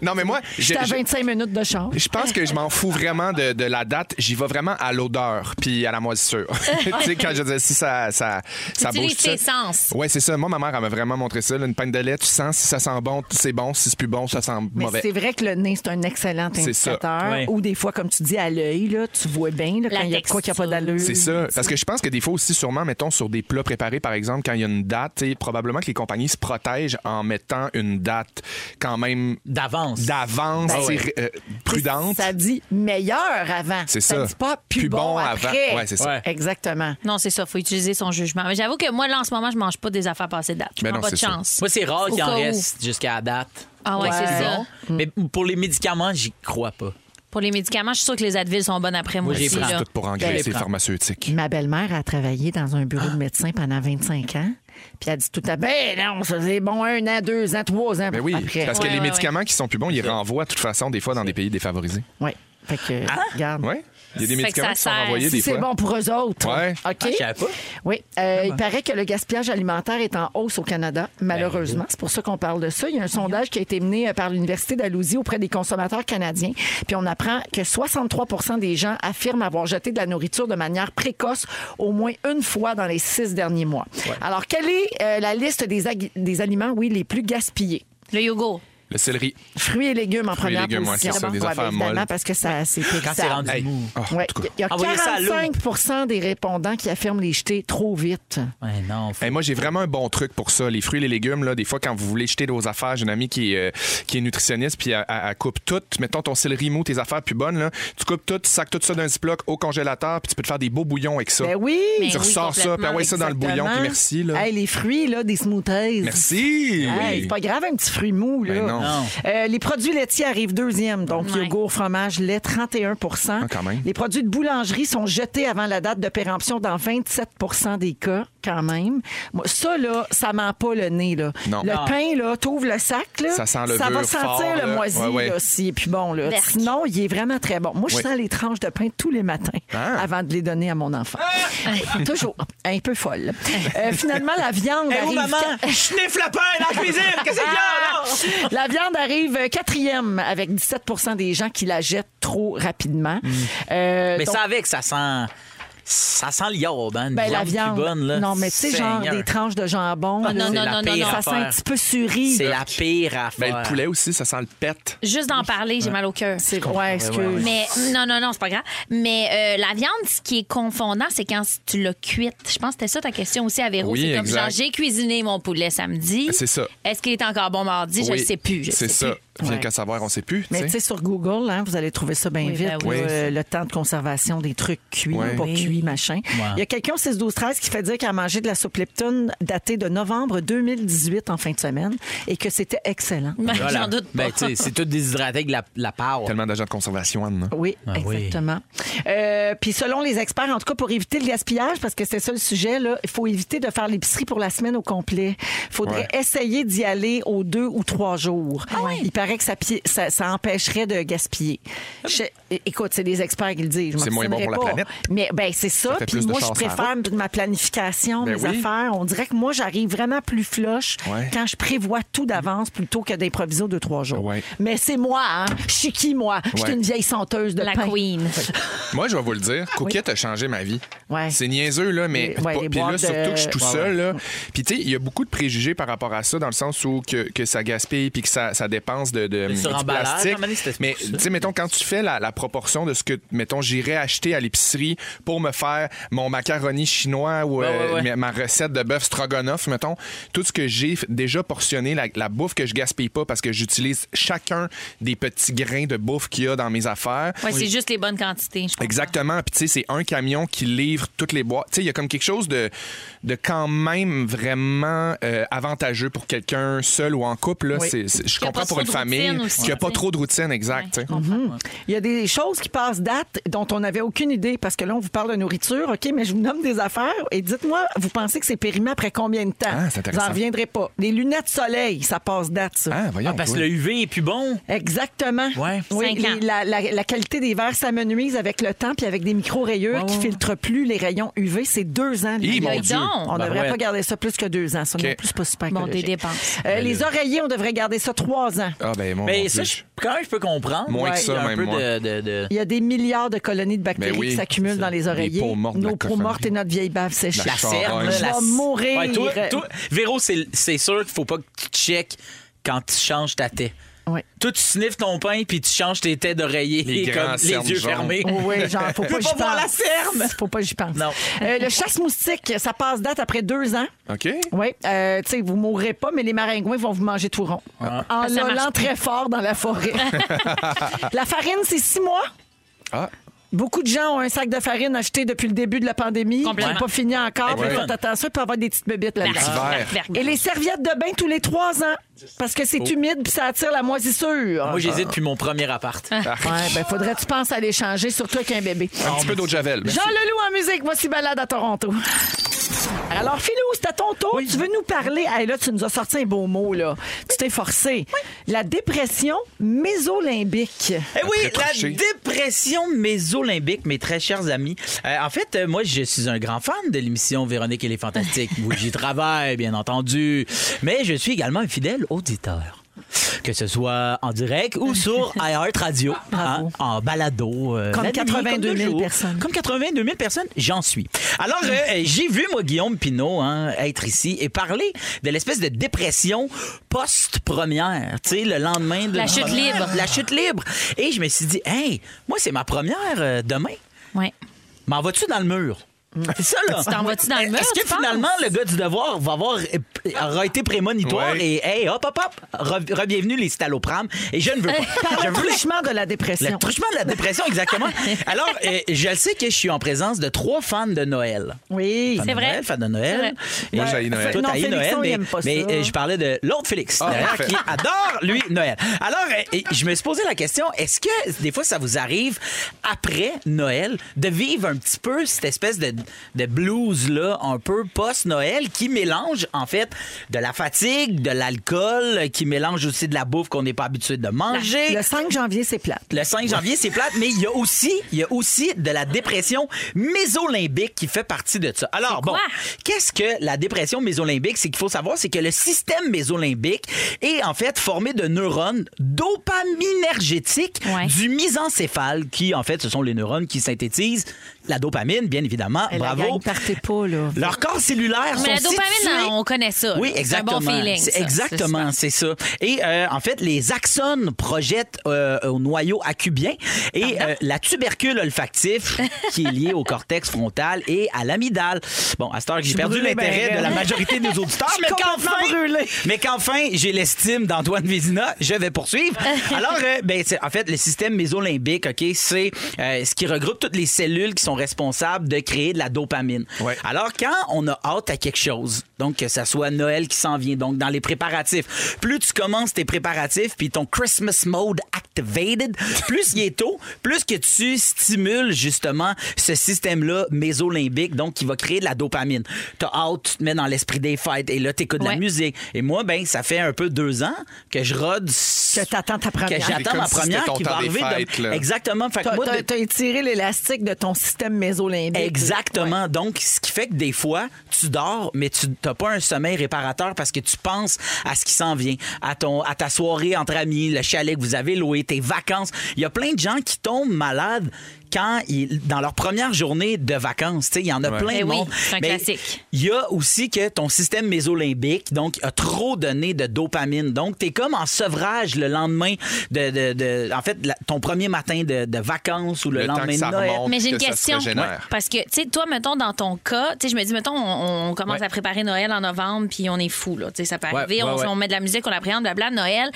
S5: Non, mais moi, je,
S2: J'étais à
S5: je-
S2: 25 minutes de char.
S5: je pense que je m'en fous vraiment de, de la date. J'y vais vraiment à l'odeur puis à la moisissure. tu sais, quand je dis si ça, ça, ça
S3: Tu
S5: bouge.
S3: utilises tes
S5: ça.
S3: sens.
S5: Ouais, c'est ça. Moi, ma mère, elle m'a vraiment montré ça. là, une panne de lait, tu sens si ça sent bon, c'est bon. Si c'est plus bon, ça sent
S2: Mais
S5: mauvais.
S2: c'est vrai que le nez, c'est un excellent
S5: C'est ça.
S2: indicateur.
S4: Ouais.
S2: Ou des fois, comme tu dis, à l'œil, là, tu vois bien là,
S3: La
S2: quand il y a de quoi qu'il n'y a pas
S3: texture.
S2: d'allure.
S5: C'est ça. Parce que je pense que des fois aussi, sûrement, mettons, sur des plats préparés, par exemple, quand il y a une date, tu sais, probablement que les compagnies se protègent en mettant une date quand même
S4: D'avance.
S5: d'avance,
S4: Ben
S5: c'est,
S4: ouais.
S5: euh, prudente.
S2: Ça dit meilleur avant.
S5: C'est ça.
S2: dit pas plus, bon,
S5: avant.
S2: après.
S5: Ouais, c'est ça.
S4: Ouais.
S2: Exactement.
S3: Non, c'est ça, faut utiliser son jugement. Mais j'avoue que moi, là, en ce moment, je mange pas des affaires passées de date. Je
S5: Ben
S3: prends
S5: non,
S3: pas de
S5: c'est ça.
S3: chance.
S4: Moi, c'est rare
S3: Au
S4: qu'il en
S3: cas où.
S4: reste jusqu'à la date.
S3: Ah ouais, c'est ça.
S4: Mais pour les médicaments, j'y crois pas.
S3: Pour les médicaments, je suis sûre que les Advil sont bonnes après moi,
S4: Moi, j'ai
S3: aussi.
S4: pris
S3: là.
S5: Tout pour engraisser
S4: Ben,
S5: pharmaceutique.
S2: Ma belle-mère a travaillé dans un
S5: Ah.
S2: bureau de médecin pendant 25 ans. Puis elle dit tout à ben non, ça c'est bon un an, deux ans, trois ans
S5: Ben oui,
S2: après.
S5: parce que
S3: Ouais,
S5: les
S3: ouais,
S5: médicaments qui sont plus bons, ils renvoient de toute façon des fois dans des pays défavorisés.
S2: Ouais. Fait que,
S5: Ah.
S2: regarde.
S5: Oui? Il y a des
S3: Fait que
S5: médicaments
S3: ça
S5: qui sont
S3: sert.
S5: renvoyés
S2: Si
S5: des
S2: c'est
S5: fois.
S2: bon pour eux autres.
S5: Ouais.
S2: OK.
S4: Ah, je savais pas. Ah,
S2: Oui, euh, il paraît que le gaspillage alimentaire est en hausse au Canada,
S4: Ben,
S2: malheureusement. C'est pour ça qu'on parle de ça. Il y a un sondage qui a été mené euh, par l'Université d'Alousie auprès des consommateurs canadiens. Puis on apprend que 63 des gens affirment avoir jeté de la nourriture de manière précoce au moins une fois dans les six derniers mois. Alors, quelle est euh, la liste des, ag- des aliments, oui, les plus gaspillés?
S3: Le yogourt.
S5: Le céleri.
S2: Fruits et légumes en
S5: Fruits et
S2: première
S5: légumes, ouais,
S2: position.
S5: c'est ça, des
S2: Ouais,
S5: affaires
S2: ben, évidemment,
S5: molles.
S2: parce que ça, c'est
S4: Quand c'est
S2: périssable.
S4: rendu
S5: Hey.
S4: mou.
S5: Oh, en
S2: Ouais,
S5: tout cas.
S2: Il y a
S4: Envoyez ça à l'eau.
S2: 45 des répondants qui affirment les jeter trop vite.
S4: Ouais, non, faut-
S5: Hey, moi, j'ai vraiment un bon truc pour ça. Les fruits et les légumes, là, des fois, quand vous voulez jeter vos affaires, j'ai une amie qui est, euh, qui est nutritionniste, puis elle, elle- elle coupe tout. Mettons ton céleri mou, tes affaires plus bonnes, là, tu coupes tout, tu sacs tout ça dans un ziploc au congélateur, puis tu peux te faire des beaux bouillons avec ça.
S2: Ben oui!
S3: Mais
S5: tu
S3: oui,
S5: ressors ça, puis
S3: complètement,
S5: envoie ça dans le bouillon, puis
S2: Exactement.
S5: merci. Là.
S2: Hey, les fruits, là, des smoothies.
S5: merci!
S2: Hey,
S5: Oui.
S2: c'est pas grave, un petit fruit mou. Là.
S5: Ben non.
S4: Non.
S2: Euh, les produits laitiers arrivent deuxième, donc
S3: Ouais.
S2: yogourt, fromage, lait, 31
S5: Ah, quand même.
S2: Les produits de boulangerie sont jetés avant la date de péremption dans 27 des cas, quand même. Moi, Ça, là, ça ment pas le nez. Là.
S5: Non.
S2: Le
S4: Non.
S2: pain, là, t'ouvres le sac, là,
S5: Ça sent le
S2: va
S5: beurre
S2: sentir
S5: fort,
S2: le
S5: là.
S2: moisi
S5: Ouais, ouais.
S2: là, aussi. Puis bon, là,
S3: Berk.
S2: sinon, il est vraiment très bon. Moi, je
S5: Oui.
S2: sens les tranches de pain tous les matins
S5: Ah.
S2: avant de les donner à mon enfant.
S4: Ah.
S2: Toujours un peu folle. Euh, finalement, la viande
S4: Hey, oh,
S2: arrive
S4: maman,
S2: quand-
S4: je sniffe la pain dans la cuisine. Qu'est-ce qu'il y a, là?
S2: Ah! la viande arrive quatrième avec 17 des gens qui la jettent trop rapidement. Euh,
S4: Mm. Mais
S2: donc,
S4: ça avec, ça sent. Ça sent l'iode, hein? une
S2: ben, la
S4: plus
S2: viande.
S4: bonne, là.
S2: Non, mais tu sais, genre
S4: Seigneur.
S2: des tranches de jambon.
S3: Ah,
S2: là,
S3: non, non,
S4: C'est la
S3: non, non,
S4: pire
S3: non.
S2: ça sent un
S4: affaire.
S2: petit peu suri.
S4: C'est la pire affaire.
S5: Ben, le poulet aussi, ça sent le pet.
S3: Juste d'en parler, j'ai mal au cœur.
S2: C'est ouais, excuse.
S4: ouais, ouais.
S3: Mais non, non, non, c'est pas grave. Mais euh, la viande, ce qui est confondant, c'est quand tu l'as cuite. Je pense que c'était ça ta question aussi à Véro.
S5: Oui,
S3: c'est comme
S5: exact.
S3: genre, j'ai cuisiné mon poulet samedi.
S5: C'est ça.
S3: Est-ce qu'il est encore bon mardi? Je
S5: Oui,
S3: le sais plus. je
S5: C'est
S3: sais
S5: ça.
S3: plus.
S5: Rien
S2: Ouais.
S5: qu'à savoir, on sait plus.
S2: Mais
S5: tu
S2: tu
S5: sais.
S2: sais, sur Google, hein, vous allez trouver ça bien
S3: Oui,
S2: vite,
S3: ben oui.
S2: là,
S5: Oui.
S2: euh, le temps de conservation des trucs cuits,
S5: Ouais.
S2: pas
S3: Oui.
S2: cuits, machin. Il y a quelqu'un, 6 12 13 qui fait dire qu'elle a mangé de la soupe Lipton datée de novembre 2018 en fin de semaine et que c'était excellent.
S3: Ben,
S4: Voilà.
S3: J'en doute pas.
S4: Ben, tu sais, c'est tout déshydraté avec la, la power.
S5: Tellement d'agents de conservation, Anne. hein?
S2: Oui,
S4: Ah oui.
S2: exactement. Euh, puis selon les experts, en tout cas pour éviter le gaspillage, parce que c'est ça le sujet, là, il faut éviter de faire l'épicerie pour la semaine au complet. Il faudrait essayer d'y aller aux deux ou trois jours.
S4: Ah
S2: Il paraît que ça, pi- ça, ça empêcherait de gaspiller. Je- écoute, c'est des experts qui le disent. je
S5: C'est moins bon
S2: m'obstinerai
S5: pour la
S2: pas.
S5: planète.
S2: Mais ben c'est ça.
S5: Ça fait
S2: Puis
S5: plus de
S2: moi, je
S5: chance sur la
S2: préfère ma planification,
S5: Ben
S2: mes
S5: oui.
S2: affaires. On dirait que moi, j'arrive vraiment plus floche
S5: Ouais.
S2: quand je prévois tout d'avance plutôt que d'improviser aux deux trois jours.
S5: Ouais.
S2: Mais c'est moi, hein. Je suis qui, moi? Je suis
S5: Ouais.
S2: une vieille senteuse de
S3: La
S2: pain.
S3: queen.
S5: Moi, je vais vous le dire, Coquette a changé ma vie.
S2: Ah Ouais.
S5: C'est niaiseux, là, mais.
S2: Les- ouais,
S5: pas-
S2: les
S5: Puis là,
S2: boîtes
S5: surtout
S2: de-
S5: que je suis tout
S2: Ouais,
S5: seul, là. Puis, tu sais, il y a beaucoup de préjugés par rapport à ça, dans le sens où que, que ça gaspille puis que ça, ça dépense de, de, du
S4: suremballage,
S5: plastique.
S4: à un moment donné, c'était
S5: Mais,
S4: pour ça.
S5: tu sais, mettons, quand tu fais la, la proportion de ce que, mettons, j'irais acheter à l'épicerie pour me faire mon macaroni chinois ou
S4: Ouais,
S5: euh,
S4: ouais, ouais.
S5: ma- ma recette de bœuf stroganoff, mettons, tout ce que j'ai f- déjà portionné, la, la bouffe que je gaspille pas parce que j'utilise chacun des petits grains de bouffe qu'il y a dans mes affaires.
S3: Ouais, C'est juste les bonnes quantités. je comprends.
S5: Exactement. Puis, tu sais, c'est un camion qui livre toutes les boîtes. Tu sais, il y a comme quelque chose de, de quand même vraiment euh, avantageux pour quelqu'un seul ou en couple. Là.
S2: Oui.
S5: C'est- c'est- je
S3: Qu'il y a
S5: comprends
S3: pas
S5: pour
S3: trop
S5: une
S3: de
S5: famille
S3: routine aussi,
S5: qui a pas
S3: tu sais.
S5: trop de routine, exact. tu sais.
S2: Mm-hmm. Il y a des choses qui passent date dont on n'avait aucune idée parce que là, on vous parle d'un nourriture, OK, mais je vous nomme des affaires et dites-moi, vous pensez que c'est périmé après combien de temps?
S5: Ah, c'est intéressant.
S2: Vous en reviendrez pas. Les lunettes soleil, ça passe date, ça.
S5: Ah, voyons.
S4: Ah, parce que
S5: toi.
S4: le UV est plus bon.
S2: Exactement.
S4: Ouais.
S2: Oui,
S3: Cinq
S2: les-
S3: ans.
S2: la, la- la qualité des verres s'amenuise avec le temps, puis avec des micro-rayures qui filtrent plus les rayons UV. C'est deux ans.
S5: Hi,
S2: l'UV.
S5: mon
S3: Dis
S5: Dieu.
S3: donc.
S2: On ne
S4: Ben
S2: devrait
S4: ouais.
S2: pas garder ça plus que deux ans. Ça
S5: OK.
S2: non plus, c'est pas super
S3: Bon,
S2: écologique.
S3: des dépenses.
S2: Euh, les oreillers, on devrait garder ça trois ans.
S5: Ah, ben, mon
S4: Mais
S5: Dieu.
S4: ça, je- quand même, je peux comprendre.
S5: Moins que
S4: Ouais,
S5: ça,
S4: il y a un
S5: même
S4: peu
S5: moins.
S4: de- de- de-
S2: Il y a des milliards de colonies de bactéries
S5: Ben oui,
S2: qui s'accumulent dans les oreillers.
S5: peaux mortes de la
S2: Nos peaux
S5: cochonnerie.
S2: mortes et notre vieille bave séchée.
S4: La
S5: charogne.
S4: cerne,
S5: Je
S4: la
S2: vais mourir.
S4: Ouais, toi, toi, Véro, c'est c'est sûr qu'il faut pas que tu checkes quand tu changes ta tête.
S2: Ouais.
S4: Toi, tu sniffes ton pain puis tu changes tes têtes d'oreiller
S5: Les grands
S4: comme les
S5: cernes
S4: yeux
S5: jaunes.
S4: fermés.
S2: Oh oui, genre, faut
S4: Je
S2: pas
S4: veux
S2: que j'y
S4: pas
S2: pense.
S4: voir la cerne.
S2: Faut pas que j'y pense.
S4: Non.
S2: Euh, le chasse-moustique, ça passe date après deux ans.
S5: OK.
S2: Oui, euh, tu sais, vous mourrez pas, mais les maringouins vont vous manger tout rond.
S4: Ah.
S2: En
S3: Ça marche
S2: l'allant
S3: plus.
S2: très fort dans la forêt. la farine, c'est six mois.
S5: Ah,
S2: Beaucoup de gens ont un sac de farine acheté depuis le début de la pandémie. Ils
S3: Complètement.
S2: n'ont pas fini encore.
S4: Ouais.
S2: mais Faites attention, il peut y avoir des petites bébites
S3: Ben,
S2: là-dedans.
S5: verre.
S2: Et les serviettes de bain tous les trois ans. Parce que c'est humide puis ça attire la moisissure.
S4: Moi, j'hésite depuis mon premier appart.
S2: Ouais, ben faudrait que tu penses à les changer, surtout avec un bébé.
S5: Ah. un petit peu d'eau de javel.
S2: Jean Leloup en musique, voici balade à Toronto. Alors, Philou, c'est à ton tour. Tu veux nous parler. Hey, là, tu nous as sorti un beau mot, là. Tu t'es forcé. La dépression mésolimbique.
S4: Eh oui,
S5: Très
S4: la
S5: touché.
S4: dépression mésolimbique, mes très chers amis. Euh, en fait, euh, moi, je suis un grand fan de l'émission Véronique et les Fantastiques. Oui, j'y travaille, bien entendu. Mais je suis également un fidèle auditeur. Que ce soit en direct ou sur iHeart Radio,
S2: Bravo.
S4: en balado. euh,
S2: Comme
S4: la nuit,
S2: 82 000
S4: le jour.
S2: personnes.
S4: Comme 82 000 personnes, j'en suis. Alors, euh, j'ai vu, moi, Guillaume Pinault, hein, être ici et parler de l'espèce de dépression post-première, tu sais, le lendemain de
S3: La chute
S4: première.
S3: libre.
S4: La chute libre. Et je me suis dit, hey, moi, c'est ma première euh, demain.
S3: Ouais.
S4: M'en vas-tu dans le mur? C'est ça, là.
S3: Mm. Tu t'en vas-tu dans le mur,
S4: Est-ce que
S3: tu penses?
S4: finalement, le gars du devoir va avoir, euh, aura été prémonitoire
S5: Ouais.
S4: et, hey, hop, hop, hop, re- re-bienvenue les staloprames. Et je ne veux pas. je
S2: Le
S4: veux
S2: truchement de la dépression.
S4: le truchement de la dépression, exactement. Alors, euh, je le sais que je suis en présence de trois fans de Noël.
S2: Oui.
S4: Fan
S3: C'est
S4: de
S3: vrai.
S4: Noël, fan de Noël. Et- euh,
S5: Moi, j'haïs Noël.
S4: Toi,
S2: Non,
S4: t'haïs
S2: Félixon,
S4: Noël,
S2: il
S4: mais,
S2: aime pas ça.
S4: mais, euh, je parlais de l'autre Félix,
S5: Ah,
S4: d'ailleurs,
S5: parfait.
S4: qui adore, lui, Noël. Alors, euh, et je me suis posé la question, est-ce que des fois, ça vous arrive, après Noël, de vivre un petit peu cette espèce de, de blues-là, un peu post-Noël, qui mélange, en fait, de la fatigue, de l'alcool, qui mélange aussi de la bouffe qu'on n'est pas habitué de manger.
S2: Le 5 janvier, c'est plate.
S4: Le 5 janvier, c'est plate, mais il y a aussi, il y a aussi de la dépression mésolimbique qui fait partie de ça. Alors bon,
S3: quoi?
S4: qu'est-ce que la dépression mésolimbique C'est qu'il faut savoir, c'est que le système mésolimbique est en fait formé de neurones dopaminergétiques
S3: Ouais.
S4: du misencéphale, qui en fait, ce sont les neurones qui synthétisent la dopamine, bien évidemment.
S2: Eh, la
S4: Bravo.
S2: gang, partez pas, là.
S4: Leurs corps cellulaires
S3: Mais la
S4: sont
S3: dopamine,
S4: situés-
S3: on connaît ça.
S4: Oui,
S3: C'est un
S4: exactement.
S3: bon feeling,
S4: C'est
S3: ça.
S4: Exactement, c'est ça. Et euh, en fait, les axones projettent euh, au noyau accubien et euh, la tubercule olfactif qui est liée au cortex frontal et à l'amygdale. Bon, à cette heure que j'ai perdu
S2: brûlée,
S4: l'intérêt
S2: ben,
S4: de la
S2: raide.
S4: majorité de nos auditeurs, mais
S2: complètement
S4: qu'enfin,
S2: brûlée.
S4: mais qu'enfin, j'ai l'estime d'Antoine Vézina, je vais poursuivre. Alors, euh, ben, c'est- en fait, le système mésolimbique, OK, c'est euh, ce qui regroupe toutes les cellules qui sont responsables de créer de la dopamine.
S5: Ouais.
S4: Alors, quand on a hâte à quelque chose, donc que ça soit Noël qui s'en vient, donc dans les préparatifs, plus tu commences tes préparatifs, puis ton Christmas mode activated, plus il est tôt, plus que tu stimules justement ce système-là mésolimbique, donc qui va créer de la dopamine. T'as hâte, tu te mets dans l'esprit des fêtes, et là, t'écoutes de la
S3: Ouais.
S4: musique. Et moi, ben, ça fait un peu deux ans que je rôde...
S2: Que t'attends ta première.
S4: Que
S5: C'est
S4: j'attends ma
S5: comme si
S4: première
S5: c'était ton
S4: qui va
S5: temps des
S4: arriver. de-
S5: fêtes, là.
S4: Exactement. Fait que
S2: T'as
S4: moi, de-
S2: t'as- t'as étiré l'élastique de ton système mésolimbique.
S4: Exactement. Donc, ce qui fait que des fois, tu dors, mais tu n'as pas un sommeil réparateur parce que tu penses à ce qui s'en vient, à, ton, à ta soirée entre amis, le chalet que vous avez loué, tes vacances. Il y a plein de gens qui tombent malades quand ils, dans leur première journée de vacances. Tu sais, Il y en a plein
S3: Eh
S4: de
S3: oui,
S4: monde.
S3: c'est un
S4: Mais
S3: classique.
S4: Il y a aussi que ton système mésolimbique, donc, a trop donné de dopamine. Donc, tu es comme en sevrage le lendemain de. de- de- en fait, la- ton premier matin de, de vacances ou le,
S5: Le temps
S4: lendemain
S5: que ça
S4: de Noël.
S5: remonte.
S3: Mais j'ai une
S5: que ça se
S3: question.
S5: régénère.
S3: Ouais. Parce que, tu sais, toi, mettons, dans ton cas, tu sais, je me dis, mettons, on, on commence à préparer Noël en novembre, puis on est fou, là. Tu sais, ça peut
S4: Ouais,
S3: arriver,
S4: ouais,
S3: on,
S4: ouais.
S3: on met de la musique, on appréhende, blabla. Noël,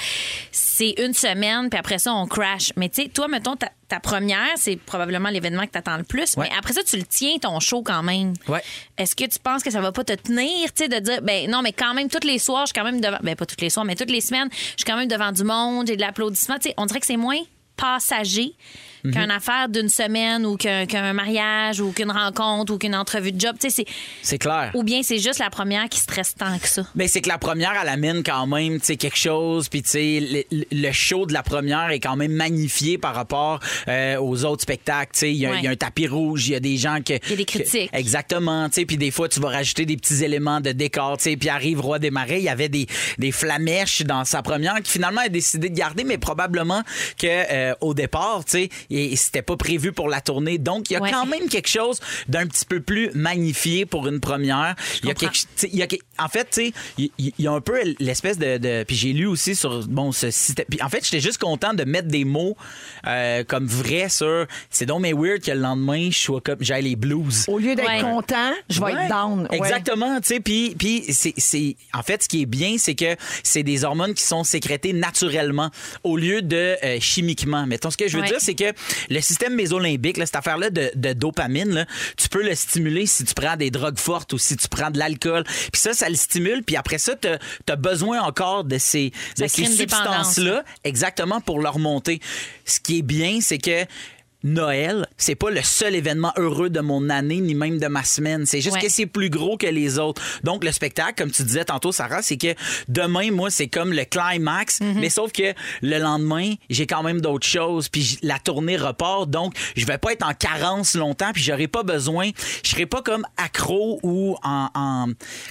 S3: c'est une semaine, puis après ça, on crash. Mais, tu sais, toi, mettons, ta, ta première, c'est probablement l'événement que t'attends le plus.
S4: Ouais.
S3: Mais après ça, tu le tiens, ton show, quand même.
S4: Ouais.
S3: Est-ce que tu penses que ça va pas te tenir, tu sais, de dire, ben non, mais quand même, tous les soirs, je suis quand même devant, ben pas tous les soirs, mais toutes les semaines, je suis quand même devant du monde, j'ai de l'applaudissement. Tu sais, on dirait que c'est moins passager qu'une affaire d'une semaine ou qu'un qu'un mariage ou qu'une rencontre ou qu'une entrevue de job. Tu sais, c'est-
S4: C'est clair.
S3: Ou bien c'est juste la première qui stresse tant que ça.
S4: Mais Ben, c'est que la première, elle amène quand même tu sais, quelque chose. Puis tu sais, le, le- le show de la première est quand même magnifié par rapport euh, aux autres spectacles. Tu sais, Il y, a-
S3: Ouais.
S4: il y a un tapis rouge, il y a des gens que.
S3: Il y a des
S4: que-
S3: critiques.
S4: exactement. tu sais, Puis des fois, tu vas rajouter des petits éléments de décor. tu sais. Puis arrive Roi des Marais, il y avait des, des flamèches dans sa première qui finalement a décidé de garder, mais probablement que euh, au départ, tu sais, et- c'était pas prévu pour la tournée. Donc, il y a
S3: Ouais.
S4: quand même quelque chose d'un petit peu plus magnifié pour une première. Il y a
S3: comprends.
S4: quelque tu sais, il y a que- en fait, tu sais, il il- il y, a un peu l'espèce de, de- Puis j'ai lu aussi sur bon ce site. Puis en fait, j'étais juste content de mettre des mots euh, comme vrai sur. C'est donc mais weird que le lendemain, je sois comme j'aille les blues.
S2: Au lieu d'être
S3: Ouais.
S2: content, je vais
S4: Ouais.
S2: être down. Ouais.
S4: Exactement, tu sais, puis puis c'est c'est en fait ce qui est bien c'est que c'est des hormones qui sont sécrétées naturellement au lieu de euh, chimiquement. Mettons ce que je veux
S3: Ouais.
S4: dire c'est que le système mésolimbique là, cette affaire là de, de dopamine là, tu peux le stimuler si tu prends des drogues fortes ou si tu prends de l'alcool. Puis ça ça le stimule puis après ça tu as besoin encore de ces de
S3: Ça crée
S4: ces
S3: une dépendance.
S4: substances là là, exactement pour leur monter. Ce qui est bien, c'est que Noël, c'est pas le seul événement heureux de mon année ni même de ma semaine. C'est juste
S3: Ouais.
S4: que c'est plus gros que les autres. Donc le spectacle, comme tu disais tantôt, Sarah, c'est que demain, moi, c'est comme le climax,
S2: Mhm.
S4: mais sauf que le lendemain, j'ai quand même d'autres choses. Puis j- la tournée repart, donc je vais pas être en carence longtemps. Puis j'aurai pas besoin, je serai pas comme accro ou en en-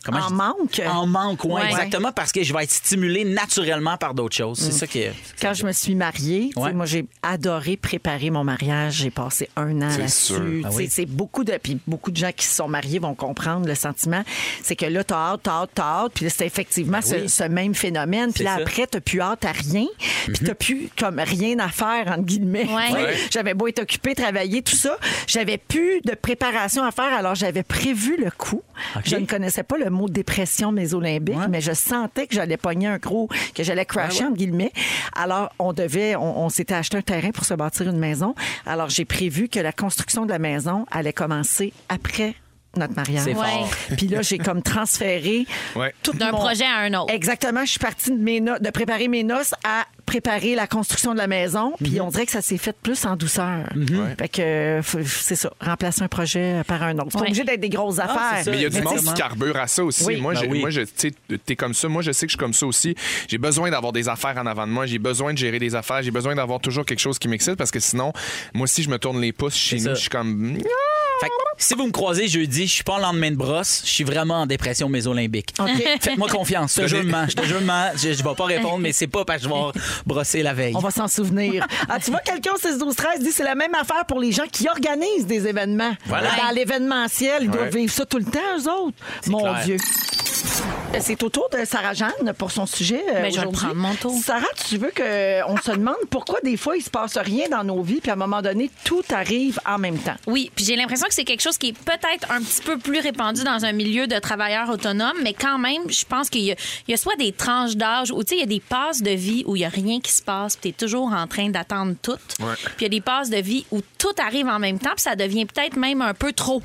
S4: comment
S2: En
S4: je dis-
S2: manque.
S4: En manque, ouais,
S3: Ouais.
S4: exactement, parce que je vais être stimulé naturellement par d'autres choses. C'est ça qui est.
S2: Quand je me suis mariée, tu sais,
S4: Ouais.
S2: moi j'ai adoré préparer mon mariage. J'ai passé un an
S5: C'est sûr.
S2: là-dessus.
S4: Ah
S2: Tu sais,
S4: oui.
S2: C'est beaucoup de puis beaucoup de gens qui se sont mariés vont comprendre le sentiment. C'est que là t'as hâte, t'as hâte, t'as hâte. Puis là, c'est effectivement ce,
S4: Ben oui.
S2: ce même phénomène. Puis
S4: C'est
S2: là
S4: ça. Mm-hmm.
S2: après t'as plus hâte à rien. Puis t'as plus comme rien à faire entre guillemets.
S3: Ouais.
S2: Tu sais,
S3: Ouais.
S2: J'avais beau être occupée, travailler tout ça, j'avais plus de préparation à faire. Alors j'avais prévu le coup.
S4: Ok.
S2: Je ne connaissais pas le mot dépression mésolimbique,
S4: Ouais. Ah
S2: mais je sentais que j'allais pogner un gros, que j'allais crasher, entre guillemets. Alors, on devait, on, on s'était acheté un terrain pour se bâtir une maison. Alors, j'ai prévu que la construction de la maison allait commencer après notre mariage.
S4: C'est fort.
S2: Puis là, j'ai comme transféré
S5: Ouais.
S2: tout
S3: D'un
S2: mon-
S3: projet à un autre.
S2: Exactement. Je suis partie de, mes no- de préparer mes noces à préparer la construction de la maison. Puis on dirait que ça s'est fait plus en douceur. Fait que euh, f- c'est ça, remplacer un projet par un autre. C'est
S3: Ouais. Ah,
S2: obligé d'être des grosses affaires.
S4: c'est ça.
S5: Mais il y a du monde
S4: Exactement.
S5: qui carbure à ça aussi.
S2: Oui.
S5: Moi,
S4: Ben
S5: j'ai-
S4: oui.
S5: moi, je, tu sais, t'es comme ça. Moi, je sais que je suis comme ça aussi. J'ai besoin d'avoir des affaires en avant de moi. J'ai besoin de gérer des affaires. J'ai besoin d'avoir toujours quelque chose qui m'excite parce que sinon, moi aussi, je me tourne les pouces chez
S4: C'est
S5: nous.
S4: ça.
S5: Je suis comme.
S4: Fait que, si vous me croisez jeudi, je suis pas en lendemain de brosse, je suis vraiment en dépression mésolimbique. Faites-moi confiance, je te jure, man, je te jure, man, je, je vais pas répondre, mais c'est pas parce que je vais avoir brossé la veille.
S2: On va s'en souvenir. Ah, tu vois, quelqu'un au 16 12 13 dit c'est la même affaire pour les gens qui organisent des événements.
S4: Voilà.
S2: Dans l'événementiel, ils doivent
S5: Ouais.
S2: vivre ça tout le temps, eux autres. Mon
S4: clair.
S2: Dieu. Euh, C'est au tour de Sarah Jeanne pour son sujet. euh,
S3: Mais Ben, je vais
S2: aujourd'hui.
S3: prendre mon tour.
S2: Sarah, tu veux qu'on se demande pourquoi des fois il se passe rien dans nos vies, puis à un moment donné, tout arrive en même temps.
S3: Oui, puis j'ai l'impression que c'est quelque chose qui est peut-être un petit peu plus répandu dans un milieu de travailleurs autonomes, mais quand même, je pense qu'il y, a- il y a soit des tranches d'âge où tu sais, il y a des passes de vie où il n'y a rien qui se passe, puis tu es toujours en train d'attendre tout. Puis il y a des passes de vie où tout arrive en même temps, puis ça devient peut-être même un peu trop.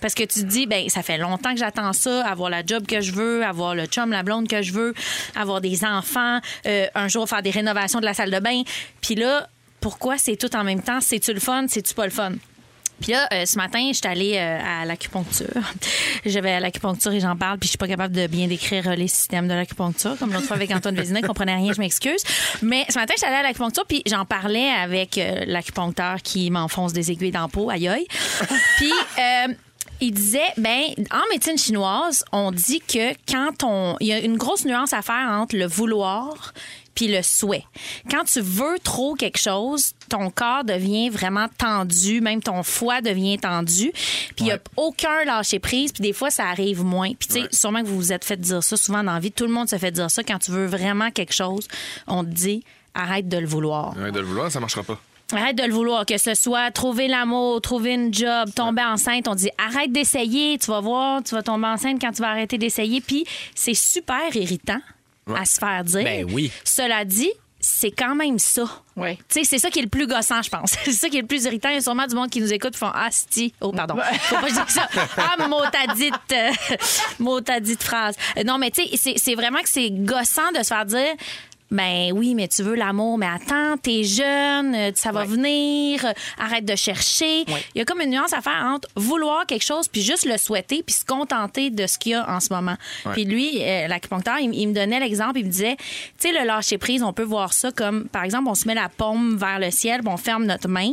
S3: Parce que tu te dis, ben ça fait longtemps que j'attends ça, avoir la job que je veux, avoir le chum, la blonde que je veux, avoir des enfants, euh, un jour faire des rénovations de la salle de bain. Puis là, pourquoi c'est tout en même temps? C'est-tu le fun? C'est-tu pas le fun? Puis là, euh, ce matin, j'étais allée euh, à l'acupuncture. Je vais à l'acupuncture et j'en parle, puis je suis pas capable de bien décrire euh, les systèmes de l'acupuncture, comme l'autre fois avec Antoine Vézina, ne comprenait rien, je m'excuse. Mais ce matin, j'étais allée à l'acupuncture, puis j'en parlais avec euh, l'acupuncteur qui m'enfonce des aiguilles dans le pot, aïe aïe. Puis... euh, il disait, ben, en médecine chinoise, on dit que quand on. Il y a une grosse nuance à faire entre le vouloir puis le souhait. Quand tu veux trop quelque chose, ton corps devient vraiment tendu, même ton foie devient tendu, puis il n'y a aucun lâcher-prise, puis des fois, ça arrive moins. Puis tu sais, sûrement que vous vous êtes fait dire ça souvent dans la vie, tout le monde se fait dire ça, quand tu veux vraiment quelque chose, on te dit, arrête de le vouloir.
S5: Ouais, de le vouloir, ça marchera pas.
S3: Arrête de le vouloir, que ce soit trouver l'amour, trouver une job, tomber enceinte. On dit arrête d'essayer, tu vas voir, tu vas tomber enceinte quand tu vas arrêter d'essayer. Puis c'est super irritant à se faire dire.
S4: Ben oui.
S3: Cela dit, c'est quand même ça.
S2: Ouais.
S3: Tu sais, c'est ça qui est le plus gossant, je pense. C'est ça qui est le plus irritant. Il y a sûrement du monde qui nous écoute et font Ah, sti. Oh, pardon. Faut pas que je dise ça. Ah, mot à dite, euh, mot à dite phrase. Euh, Non, mais tu sais, c'est- c'est vraiment que c'est gossant de se faire dire Ben oui, mais tu veux l'amour, mais attends, t'es jeune, euh, ça va venir, euh, arrête de chercher. Il y a comme une nuance à faire entre vouloir quelque chose puis juste le souhaiter puis se contenter de ce qu'il y a en ce moment. Puis lui, euh, l'acupuncteur, il, il me donnait l'exemple, il me disait, tu sais, le lâcher prise, on peut voir ça comme, par exemple, on se met la paume vers le ciel, puis on ferme notre main.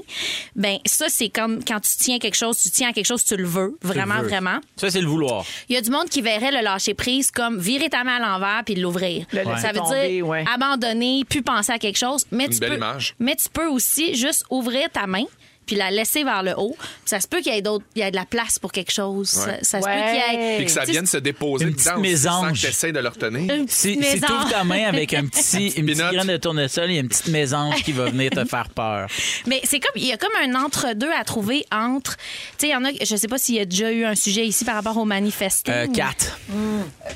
S3: Ben ça, c'est comme quand tu tiens quelque chose, tu tiens à quelque chose, tu le veux, vraiment,
S4: veux.
S3: vraiment.
S4: Ça, c'est le vouloir.
S3: Il y a du monde qui verrait le lâcher prise comme virer ta main à l'envers puis l'ouvrir.
S2: Le laisser
S3: Ça veut
S2: tomber,
S3: dire
S2: ouais.
S3: abandonner, plus penser à quelque chose. Mais
S5: Une
S3: tu
S5: belle
S3: peux,
S5: image.
S3: Mais tu peux aussi juste ouvrir ta main puis la laisser vers le haut. Ça se peut qu'il y ait d'autres, il y ait de la place pour quelque chose. Ça, ça se peut
S2: Ouais.
S3: qu'il y ait.
S5: Puis que ça
S3: tu sais,
S5: vienne se déposer
S4: Une petite
S5: dedans aussi, sans
S4: mésange.
S5: que t'essayes de le retenir.
S3: une petite
S4: Si, si
S3: maison.
S4: tu ouvres ta main avec un petit, une petite
S5: pinotte.
S4: graine de tournesol, il y a une petite mésange qui va venir te faire peur.
S3: Mais c'est comme il y a comme un entre-deux à trouver entre. Tu sais, il y en a. Je sais pas s'il y a déjà eu un sujet ici par rapport au manifesting.
S4: Euh, quatre.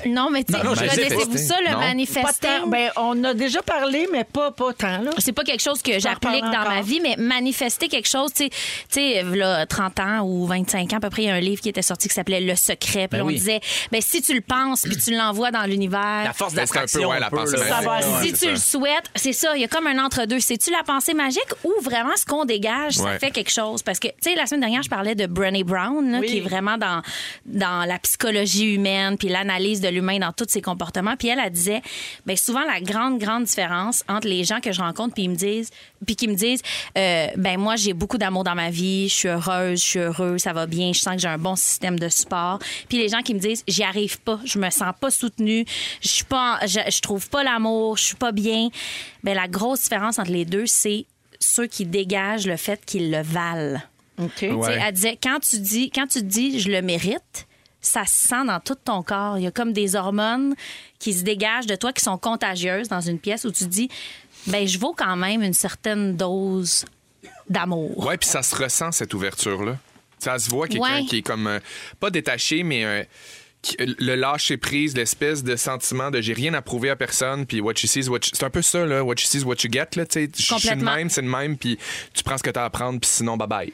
S3: Non, mais tu sais,
S4: Non, non, je sais,
S3: connaissez-vous
S5: festing.
S3: ça le
S5: Non.
S2: Pas tant.
S3: manifesting
S2: Ben, on a déjà parlé, mais pas, pas tant. Là.
S3: c'est pas quelque chose que j'applique
S2: reparle
S3: dans
S2: encore.
S3: ma vie, mais manifester quelque chose, tu sais, tu sais, là, 30 ans ou 25 ans, à peu près, il y a un livre qui était sorti qui s'appelait Le Secret. Puis
S4: Ben
S3: on
S4: oui.
S3: disait, ben, si tu le penses puis tu l'envoies dans l'univers,
S4: La force
S5: Mais Ben, c'est un peu,
S4: d'attraction.
S5: ouais, la
S4: un peu,
S5: pensée
S4: là.
S5: magique.
S2: Ça va,
S5: Ouais,
S3: si
S5: c'est
S3: tu le
S5: ça.
S3: souhaites, c'est ça, il y a comme un entre-deux. C'est-tu la pensée magique ou vraiment ce qu'on dégage, ça
S5: Ouais.
S3: fait quelque chose? Parce que, tu sais, la semaine dernière, je parlais de Brené Brown, là, qui est vraiment dans, dans la psychologie humaine, puis l'analyse de l'humain dans tous ses comportements. Puis elle, elle disait, ben souvent, la grande, grande différence entre les gens que je rencontre, puis ils me disent, puis qui me disent, euh, ben moi, j'ai beaucoup d'amour dans ma vie, je suis heureuse, je suis heureux, ça va bien, je sens que j'ai un bon système de support. Puis les gens qui me disent, j'y arrive pas, je me sens pas soutenue, je suis pas, en- je, je trouve pas l'amour, je suis pas bien. Ben la grosse différence entre les deux, c'est ceux qui dégagent le fait qu'ils le valent.
S2: OK.
S3: Tu sais,
S5: Ouais.
S3: Elle disait, quand tu dis, quand tu dis, je le mérite, ça se sent dans tout ton corps. Il y a comme des hormones qui se dégagent de toi, qui sont contagieuses dans une pièce où tu dis, ben je vaux quand même une certaine dose d'amour.
S5: Ouais, puis ça se ressent cette ouverture là. Ça se voit quelqu'un
S3: Ouais.
S5: qui est comme euh, pas détaché mais euh, qui- euh, le lâcher prise, l'espèce de sentiment de j'ai rien à prouver à personne, puis what you see is what you... C'est un peu ça, là. What you see is what you get, là. tu sais. Je suis le
S3: Complètement.
S5: même, c'est le même, puis tu prends ce que t'as à prendre, puis sinon, bye-bye.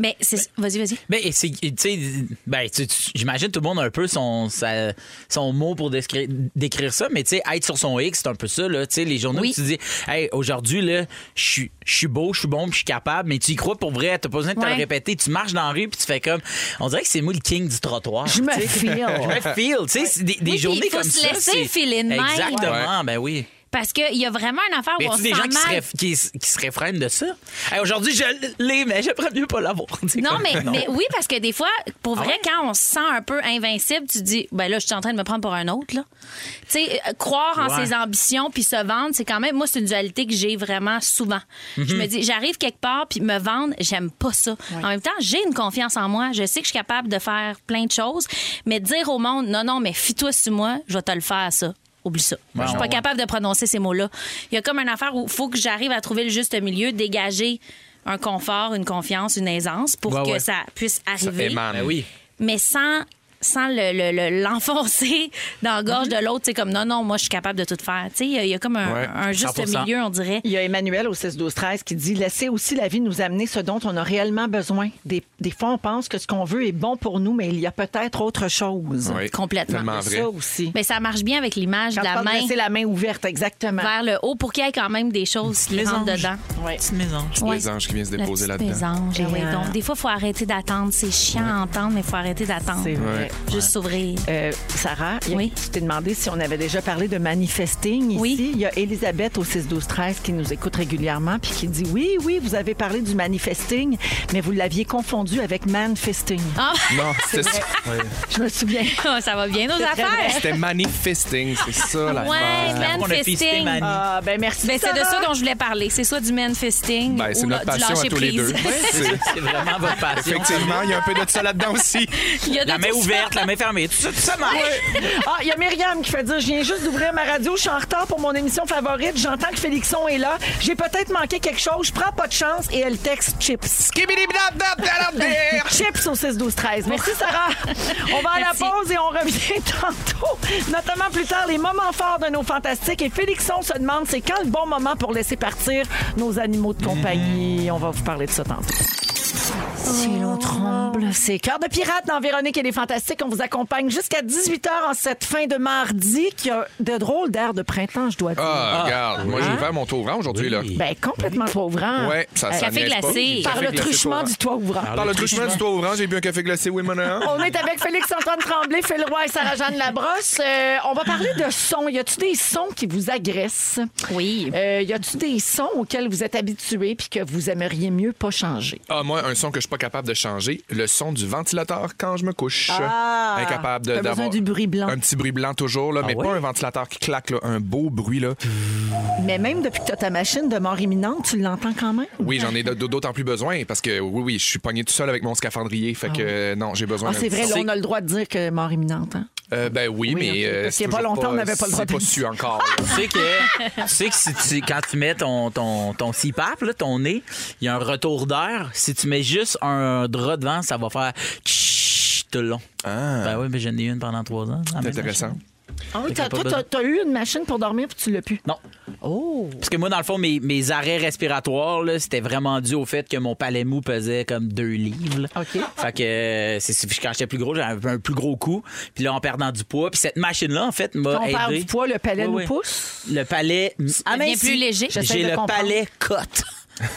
S3: Mais c'est, vas-y, vas-y.
S4: Ben, et c'est, et tu sais, ben, tu- tu- j'imagine tout le monde a un peu son, sa- son mot pour décrire, décrire ça, mais tu sais, être sur son X, c'est un peu ça, là. Tu sais, les journaux,
S3: Oui.
S4: où tu dis, hey, aujourd'hui, là, je suis- je suis beau, je suis bon, puis je suis capable, mais tu y crois pour vrai, t'as pas besoin de te
S3: Ouais.
S4: le répéter. Tu marches dans la rue, puis tu fais comme, on dirait que c'est moi le king du trottoir.
S2: Je me
S4: tu sais.
S2: feel.
S4: Je me feel, tu sais, c'est des, des
S3: puis
S4: journées
S3: il faut
S4: comme
S3: se
S4: ça.
S3: laisser
S4: c'est-
S3: filer de même.
S4: Exactement, ben oui.
S3: Parce qu'il y a vraiment une affaire où
S4: Mais
S3: on
S4: tu
S3: se
S4: des
S3: sent
S4: gens qui se,
S3: mal.
S4: réf- qui, s- qui se réfrènent de ça? Hey, aujourd'hui, je l'ai, mais j'aimerais mieux pas l'avoir. Tu sais,
S3: Non,
S4: comme-
S3: mais, mais oui, parce que des fois, pour vrai,
S4: Ah ouais?
S3: quand on se sent un peu invincible, tu te dis, ben là, je suis en train de me prendre pour un autre, là. Tu sais, euh, croire en
S4: Ouais.
S3: ses ambitions puis se vendre, c'est quand même, moi, c'est une dualité que j'ai vraiment souvent. Je
S4: Mhm.
S3: me dis, j'arrive quelque part puis me vendre, j'aime pas ça. En même temps, j'ai une confiance en moi. Je sais que je suis capable de faire plein de choses, mais dire au monde, non, non, mais fie-toi sur moi, je vais te le faire, ça. Oublie ça. je suis pas
S4: ouais.
S3: capable de prononcer ces mots-là. Il y a comme une affaire où il faut que j'arrive à trouver le juste milieu, dégager un confort, une confiance, une aisance pour
S4: Ouais,
S3: que
S4: ouais.
S3: ça puisse arriver,
S5: émane.
S4: Ben oui.
S3: mais sans sans le- le- le- l'enfoncer dans la gorge de l'autre, c'est comme non, non, moi je suis capable de tout faire. Tu sais, il y, a- il y a comme un,
S5: Ouais,
S3: un juste
S4: 100%.
S3: milieu, on dirait.
S2: Il y a Emmanuel au 6 12 13 qui dit laissez aussi la vie nous amener ce dont on a réellement besoin. Des, des fois on pense que ce qu'on veut est bon pour nous mais il y a peut-être autre chose.
S5: Oui,
S3: Complètement.
S5: tellement vrai.
S2: Ça aussi.
S3: Mais ça marche bien avec l'image de
S2: Quand
S3: la
S2: tu parles de
S3: main
S2: laisser la main ouverte exactement.
S3: vers le haut pour qu'il y ait quand même des choses qui rentrent
S4: mésange.
S3: dedans.
S2: Ouais.
S4: Petite mésange.
S3: Ouais.
S5: Mésange qui vient se
S3: La
S5: déposer
S3: petite
S5: là-dedans.
S3: mésange, eh oui.
S2: Euh,
S3: Donc, des fois, il faut arrêter d'attendre. C'est chiant à entendre, mais il faut arrêter d'attendre.
S2: C'est vrai.
S5: Ouais.
S3: Juste s'ouvrir.
S2: Euh, Sarah, il y a-
S3: Oui.
S2: tu t'es demandé si on avait déjà parlé de manifesting ici.
S3: Oui.
S2: Il y a Elisabeth au 6-12-13 qui nous écoute régulièrement puis qui dit Oui, oui, vous avez parlé du manifesting, mais vous l'aviez confondu avec manifesting.
S3: Ah,
S5: Non, c'était ça.
S2: Je me souviens.
S3: ça va bien, nos
S2: très
S3: affaires.
S5: C'était manifesting, c'est ça, la
S3: Ouais,
S5: base.
S4: On a pisté
S3: manifesting.
S4: Manu.
S2: Ah, ben merci.
S3: Ben, c'est de
S2: Sarah.
S3: ça dont je voulais parler. C'est soit du manifesting
S5: Ben, c'est
S3: ou
S5: notre
S3: la- du
S5: passion à
S3: lâcher
S5: tous les
S3: prise.
S5: deux. C'est-
S4: C'est vraiment votre passion.
S5: Effectivement, il y a un peu de ça là-dedans aussi.
S3: Il y a de
S4: La main
S3: tout ça.
S4: ouverte, la main fermée, tout ça, tout ça marche.
S2: Ah, il y a Myriam qui fait dire Je viens juste d'ouvrir ma radio, je suis en retard pour mon émission favorite, j'entends que Félixon est là, j'ai peut-être manqué quelque chose, je prends pas de chance et elle texte Chips. Chips au 6-12-13. Merci Sarah. On va à la
S3: Merci.
S2: pause et on revient tantôt, notamment plus tard, les moments forts de nos fantastiques. Et Félixon se demande c'est quand le bon
S5: Mm.
S2: moment pour laisser partir nos animaux de compagnie. On va vous parler de ça tantôt. Si l'on tremble, c'est Cœur de pirate dans Véronique et les Fantastiques. On vous accompagne jusqu'à 18h en cette fin de mardi qui a de drôles d'air de printemps, je dois dire.
S5: Ah, regarde, moi
S3: Hein?
S5: j'ai ouvert mon tour ouvrant aujourd'hui, là.
S2: Ben, complètement pas ouvrant.
S5: Ouais, ça, ça
S3: Café
S5: niaise pas.
S3: glacé.
S2: Par
S5: Café
S2: le
S5: glacé
S2: truchement
S5: pas.
S2: du toit ouvrant.
S5: Par le truchement du toit ouvrant, j'ai bu un café glacé Wimonahan.
S2: On est avec Félix-Antoine Tremblay, Phil Roy et Sarah-Jeanne Labrosse. Euh, on va parler de sons. Y a-tu des sons qui vous agressent?
S3: Oui.
S2: Euh, y a-tu des sons auxquels vous êtes habitués puis que vous aimeriez mieux pas changer?
S5: Ah, moi, un son que je suis pas capable de changer, le son du ventilateur quand je me couche.
S2: Ah!
S5: Incapable de-
S2: T'as besoin
S5: d'avoir.
S2: du bruit blanc. Ah
S5: Un petit bruit blanc toujours, là, mais
S4: ouais?
S5: pas un ventilateur qui claque, là, un beau bruit. là.
S2: Mais même depuis que tu as ta machine de mort imminente, tu l'entends quand même?
S5: Oui, j'en ai d- d'autant plus besoin parce que oui, oui, je suis pogné tout seul avec mon scaphandrier. Fait que euh, non, j'ai besoin
S2: Ah,
S5: d'un
S2: c'est
S5: petit
S2: vrai,
S5: son.
S2: là, on a le droit de dire que mort imminente. hein?
S5: Euh, ben oui, mais.
S2: ok,
S5: euh,
S2: parce
S5: c'est
S2: qu'il y a pas
S5: toujours
S2: longtemps, on n'avait pas le droit
S5: c'est
S2: de le
S5: pas su encore. là.
S4: Tu sais que, tu sais que si tu- quand tu mets ton, ton, ton CPAP, là, ton nez, il y a un retour d'air. Si tu mets juste un drap devant, ça va faire tch tout le long. Ben oui, mais j'en ai eu une pendant trois ans. Ah, mais
S5: C'est intéressant.
S2: Ah oui,
S4: Fait
S2: t'as-
S4: qu'il y
S2: toi,
S4: a pas
S2: t'as t'as eu une machine pour dormir puis tu l'as plus.
S4: Non.
S2: Oh!
S4: Parce que moi, dans le fond, mes, mes arrêts respiratoires, là, c'était vraiment dû au fait que mon palais mou pesait comme deux livres. là.
S2: OK.
S4: Fait que euh, c'est- c'est- quand j'étais plus gros, j'avais un plus gros coup. Puis là, en perdant du poids. Puis cette machine-là, en fait, m'a
S2: Quand on
S4: aidé.
S2: perd du poids, le palais
S4: Euh, Oui,
S2: nous
S4: oui.
S2: pousse.
S4: Le palais
S3: devient
S4: aminci.
S3: plus léger. J'essaie
S4: J'ai
S2: de
S4: le
S2: comprendre.
S4: palais cote.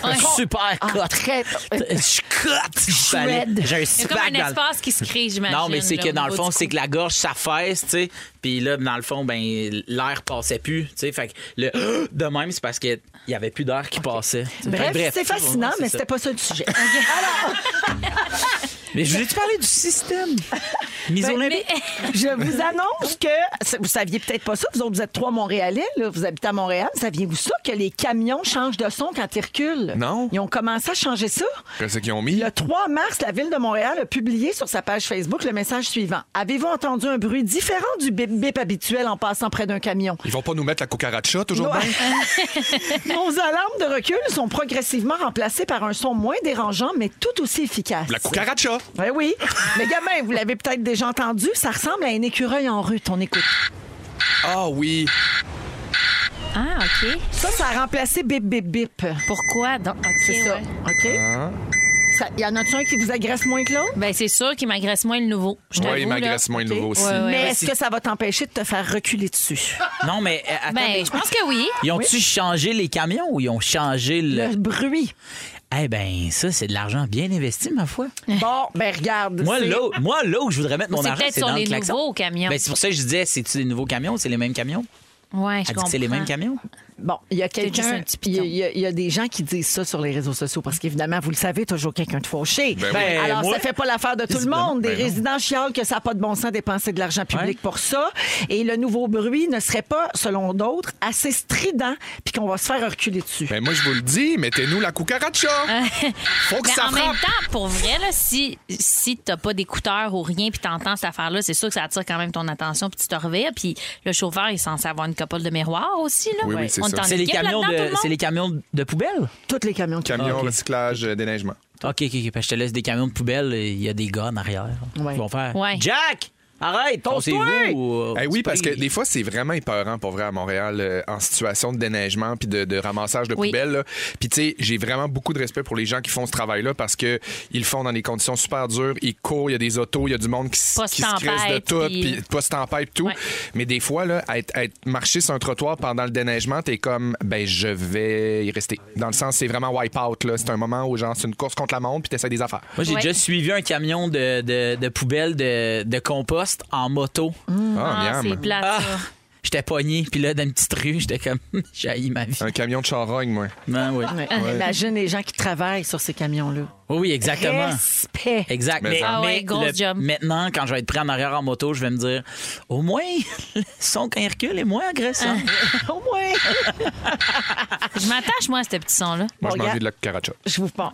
S4: Un super
S2: Ah,
S4: cote.
S2: très-
S4: Je cote du palais.
S2: Shred.
S4: J'ai un
S3: C'est
S4: six
S3: comme
S4: pack
S3: un
S4: dans le-
S3: espace qui se crée, j'imagine.
S4: Non, mais c'est
S3: là,
S4: que
S3: au
S4: dans le
S3: niveau
S4: fond,
S3: du
S4: c'est
S3: cou.
S4: que la gorge s'affaisse, tu sais. Puis là, dans le fond, ben l'air passait plus, tu sais. Fait que le de même, c'est parce qu'il y avait plus d'air qui passait. Fait que
S2: Bref, c'est
S4: ça,
S2: fascinant,
S4: ouais, c'est
S2: mais
S4: ça.
S2: c'était pas ça le sujet.
S4: Mais je voulais-tu parler du système? Mise
S3: Ben,
S4: olympique?
S2: Je vous annonce que vous saviez peut-être pas ça, vous autres, vous êtes trois Montréalais, là, vous habitez à Montréal, saviez-vous ça que les camions changent de son quand ils reculent?
S5: Non.
S2: Ils ont commencé à changer ça.
S5: Qu'est-ce qu'ils ont mis?
S2: Le 3 mars, la ville de Montréal a publié sur sa page Facebook le message suivant. Avez-vous entendu un bruit différent du bip-bip habituel en passant près d'un camion?
S5: Ils vont pas nous mettre la cucaracha toujours bien?
S2: Nos alarmes de recul sont progressivement remplacées par un son moins dérangeant, mais tout aussi efficace.
S5: La cucaracha!
S2: Oui, oui. Mais gamin, vous l'avez peut-être déjà entendu, ça ressemble à un écureuil en rut, on écoute.
S5: Ah oui!
S3: Ah, OK.
S2: Ça, ça a remplacé bip, bip, bip.
S3: Pourquoi? Donc, OK,
S2: C'est ça.
S3: ouais.
S5: Ah.
S2: OK? Ça- Y en a-tu un qui vous agresse moins que l'autre?
S3: Ben, c'est sûr qu'il m'agresse moins le nouveau. Je t'avoue,
S5: Oui, il
S3: là.
S5: m'agresse moins le nouveau aussi.
S3: Ouais, ouais.
S2: Mais
S4: Ben,
S2: est-ce
S4: si-
S2: que ça va t'empêcher de te faire reculer dessus?
S4: Non, mais euh, attends, mais-
S3: Ben, je pense que oui.
S4: Ils ont-tu changé les camions ou ils ont changé le.
S2: Le bruit.
S4: Eh ben, ça, c'est de l'argent bien investi, ma foi.
S2: Bon, ben regarde.
S4: Moi
S2: c'est-
S4: là, où- moi, là où je voudrais mettre mon
S3: C'est
S4: argent,
S3: peut-être
S4: c'est
S3: sur
S4: dans le
S3: les
S4: klaxon.
S3: nouveaux camions.
S4: Ben, c'est pour ça que je disais, c'est-tu des nouveaux camions ou c'est les mêmes camions?
S3: Ouais, je
S4: Elle dit que
S3: comprends.
S4: c'est les mêmes camions?
S2: Bon, il y a
S3: juste
S2: quelqu'un.
S3: un petit
S2: Il y,
S3: piton.
S2: a- il y a- il y a des gens qui disent ça sur les réseaux sociaux parce qu'évidemment, vous le savez, toujours quelqu'un de fauché.
S5: Ben
S4: oui.
S2: Alors,
S4: Ben, moi-
S2: ça fait pas l'affaire de tout le
S4: Visiblement,
S2: monde. Des
S5: ben non.
S2: résidents chialent que ça n'a pas de bon sens dépenser de l'argent public pour ça. Et le nouveau bruit ne serait pas, selon d'autres, assez strident puis qu'on va se faire reculer dessus.
S5: Ben moi, je vous le dis, mettez-nous la cucaracha! Faut que
S3: Mais
S5: ça
S3: Ben, en même
S5: frappe!
S3: temps, pour vrai, là, si, si t'as pas d'écouteurs ou rien, puis t'entends cette affaire-là, c'est sûr que ça attire quand même ton attention, puis tu te revires. Puis le chauffeur est censé avoir une copole de miroir aussi. Là.
S5: Oui, oui, c'est
S3: On
S5: ça.
S3: est en
S4: C'est les,
S3: équipe
S4: camions
S3: là-dedans, tout
S4: de,
S3: le monde?
S4: c'est les camions de poubelle?
S2: Tous les camions qui
S5: Camion,
S4: Ah, ok.
S5: recyclage, euh, déneigement.
S4: OK, OK, OK. parce que Je te laisse des camions de poubelle, et il y a des gars en arrière.
S2: Ouais.
S4: Ils vont faire.
S3: Ouais.
S4: Jack! Arrête! Pensez-vous! ou, euh,
S5: Eh oui, parce que
S4: c'est-
S5: des fois, c'est vraiment épeurant, pour vrai, à Montréal, euh, en situation de déneigement puis de, de ramassage de
S3: Oui.
S5: poubelles. là. Puis, tu sais, j'ai vraiment beaucoup de respect pour les gens qui font ce travail-là parce que ils le font dans des conditions super dures. Ils courent, il y a des autos, il y a du monde qui, s-
S3: Poste
S5: qui se crisse de
S3: tempête,
S5: tout,
S3: puis-
S5: puis post-tempête, tout.
S3: Ouais.
S5: Mais des fois, là, être, être- marcher sur un trottoir pendant le déneigement, t'es comme, ben, je vais y rester. Dans le sens, c'est vraiment wipe-out. là. C'est un moment où, genre, c'est une course contre la montre puis t'essaies des affaires.
S4: Moi, j'ai
S3: Ouais.
S4: déjà suivi un camion de, de, de poubelle de, de compost en moto.
S3: Ah,
S5: Ah, miam.
S3: c'est plate,
S4: Ah!
S3: ça.
S4: J'étais pogné, puis là, dans une petite rue, j'étais comme, j'ai haï ma vie.
S5: Un camion de charogne, moi.
S4: Ah, oui.
S2: Ouais. Imagine les gens qui travaillent sur ces camions-là.
S4: oui, oui, exactement.
S2: Respect.
S4: Exact.
S5: Mais
S4: Mais,
S5: ça-
S3: Ah ouais, grosse
S4: le-
S3: job.
S4: maintenant, quand je vais être pris en arrière en moto, je vais me dire au moins, le son quand il recule est moins agressant.
S2: Au moins.
S3: Je m'attache, moi, à ce petit son-là.
S5: Moi, je
S2: Bon,
S5: m'en
S2: gars.
S5: vais de la cucaracha.
S2: Je vous parle.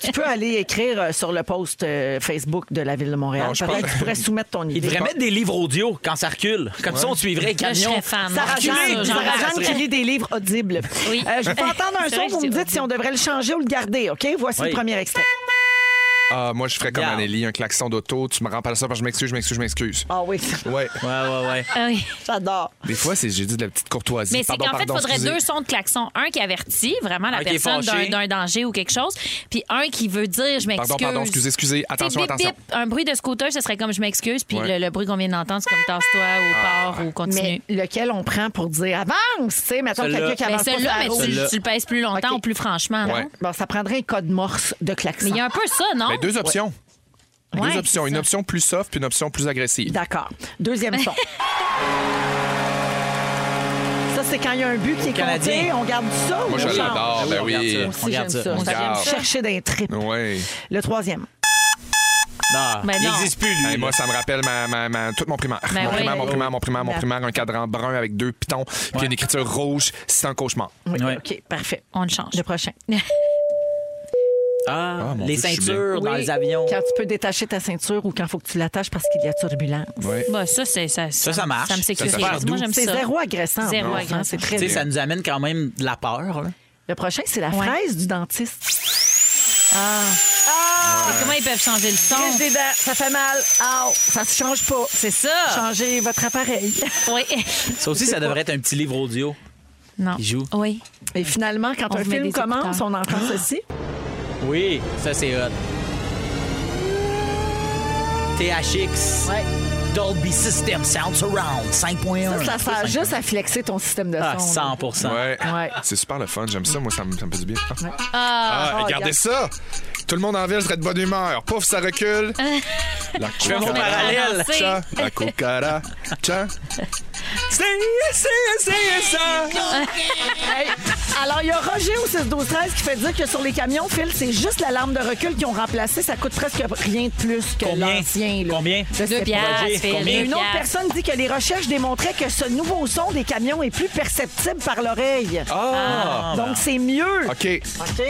S2: tu peux aller écrire euh, sur le post euh, Facebook de la Ville de Montréal.
S5: Non, je
S2: Peut-être
S5: pense-
S2: tu pourrais soumettre ton
S4: Il
S2: idée.
S4: devrait mettre des livres audio quand ça recule. Comme ça, on suivrait le
S3: Là, je
S4: camion.
S3: serais fan.
S2: Sarah
S3: Reculez,
S2: Jeanne,
S3: j'en
S2: Sarah
S3: rêve.
S2: Jeanne qui lit des livres audibles.
S3: Oui.
S2: Euh, je vous fais entendre un
S3: C'est vrai
S2: son,
S3: que
S2: vous me
S3: c'est
S2: dites si on devrait le changer ou le garder, OK? Voici
S4: Oui.
S2: le premier extrait.
S5: Ah, moi, je ferais comme
S4: Regarde.
S5: Anneli, un klaxon d'auto. Tu me rends pas ça parce que je m'excuse, je m'excuse, je m'excuse.
S2: Ah oui,
S5: Ouais.
S4: Ouais, ouais, ouais.
S3: Ah oui.
S2: j'adore.
S5: Des fois, c'est j'ai dit de la petite courtoisie.
S3: Mais c'est
S5: Pardon,
S3: qu'en fait, il
S5: pardon,
S3: faudrait
S5: excusez.
S3: deux sons de klaxon. Un qui avertit vraiment la
S4: Un qui est
S3: personne d'un
S4: fâché.
S3: d'un danger ou quelque chose, puis un qui veut dire je m'excuse.
S5: Pardon, pardon, excusez, excusez.
S3: Tu sais,
S5: Attention,
S3: bip,
S5: attention.
S3: bip, un bruit de scooter, ce serait comme je m'excuse, puis
S5: Ouais. Ah.
S3: le, le bruit qu'on vient d'entendre, c'est comme tasse-toi ou pars ou continue.
S2: Mais lequel on prend pour dire avance, tu sais, mettons
S4: Celui-là.
S2: quelqu'un qui
S3: Mais,
S2: avance pas sur
S3: celui-là,
S2: la
S3: mais
S2: route.
S3: tu,
S4: Celui-là.
S3: tu le pèses plus longtemps
S2: Ok.
S3: ou plus franchement. non?
S5: Ouais.
S2: Bon, ça prendrait un code morse de klaxon.
S3: Mais il y a un peu ça, non?
S5: Mais deux options.
S3: Ouais,
S5: deux options.
S3: c'est
S5: Une
S3: ça.
S5: option plus soft puis une option plus agressive.
S2: D'accord. Deuxième son. ça, c'est quand il y a un but qui est
S4: Canadien.
S2: compté, on garde ça ou
S5: Moi,
S2: on
S5: je
S2: change?
S5: l'adore. Ben
S4: on
S5: oui.
S4: regarde
S2: Aussi, j'aime ça.
S4: On
S2: Ça vient me
S5: regarde.
S2: chercher d'un trip.
S5: Ouais.
S2: Le troisième.
S4: Non,
S3: Mais
S4: il
S3: non.
S4: n'existe plus, lui.
S5: Hey, moi, ça me rappelle ma, ma- ma- tout mon primaire.
S3: Ben
S5: mon,
S3: oui.
S5: primaire mon primaire, mon primaire, mon
S2: Ben.
S5: primaire, un cadran brun avec deux pitons, puis une écriture rouge, c'est un cauchemar.
S2: Oui,
S4: Ouais.
S2: OK, parfait.
S3: On le change.
S2: Le prochain.
S4: Ah,
S5: Ah, mon Dieu,
S4: les
S5: je suis
S4: ceintures dans
S2: Oui,
S4: les avions.
S2: Quand tu peux détacher ta ceinture ou quand il faut que tu l'attaches parce qu'il y a turbulence.
S3: Bah, ça, c'est- ça,
S4: Ça, ça marche.
S3: Ça me
S4: Ça, ça
S3: sécurise.
S4: fait
S3: Moi,
S4: doux.
S3: j'aime ça.
S2: C'est zéro agressant.
S3: Zéro
S2: non,
S3: agressant.
S2: hein, C'est très
S4: Tu sais,
S2: bien.
S4: ça nous amène quand même de la peur. hein. là.
S2: Le prochain, c'est la
S3: Ouais.
S2: fraise du dentiste.
S3: Mais Comment ils peuvent changer le son?
S2: Crèche des dents, ça fait mal. Au, ça se change pas.
S3: C'est
S2: Ah.
S3: ça.
S2: Changez votre appareil.
S3: Oui.
S4: Ça aussi, ça devrait être un petit livre audio.
S3: Non.
S4: Ils jouent.
S3: Oui.
S2: Et finalement, quand
S3: On
S2: un
S3: vous met
S2: film
S3: des
S2: commence,
S3: écouteurs.
S2: on entend ceci.
S4: Oui, ça, c'est hot. THX.
S2: Ouais.
S4: Dolby System Sound Surround 5.1.
S2: Ça, ça sert juste à flexer ton système de son.
S4: Hein. Ah,
S2: là.
S4: 100
S5: Ouais.
S2: Ouais.
S5: C'est super le fun, j'aime ça. Moi, ça me, ça me fait du bien. Ah,
S3: Ah,
S5: Ah, regardez ça! Tout le monde en ville serait de bonne humeur. Pouf, ça recule. La
S4: fais mon
S5: cucaracha,
S4: parallèle.
S5: la cucaracha. C'est c'est- c'est ça!
S2: Hey, Alors, il y a Roger au 6 12 13 qui fait dire que sur les camions, Phil, c'est juste la lame de recul qu'ils ont remplacée. Ça coûte presque rien de plus que
S4: Combien?
S2: l'ancien. là.
S4: Combien?
S2: Je sais
S3: deux
S2: pas.
S3: piastres,
S4: Roger,
S3: Phil,
S4: combien?
S3: deux
S2: Une autre
S3: piastres.
S2: personne dit que les recherches démontraient que ce nouveau son des camions est plus perceptible par l'oreille.
S5: Ah!
S2: Donc, c'est mieux.
S5: OK.
S2: OK?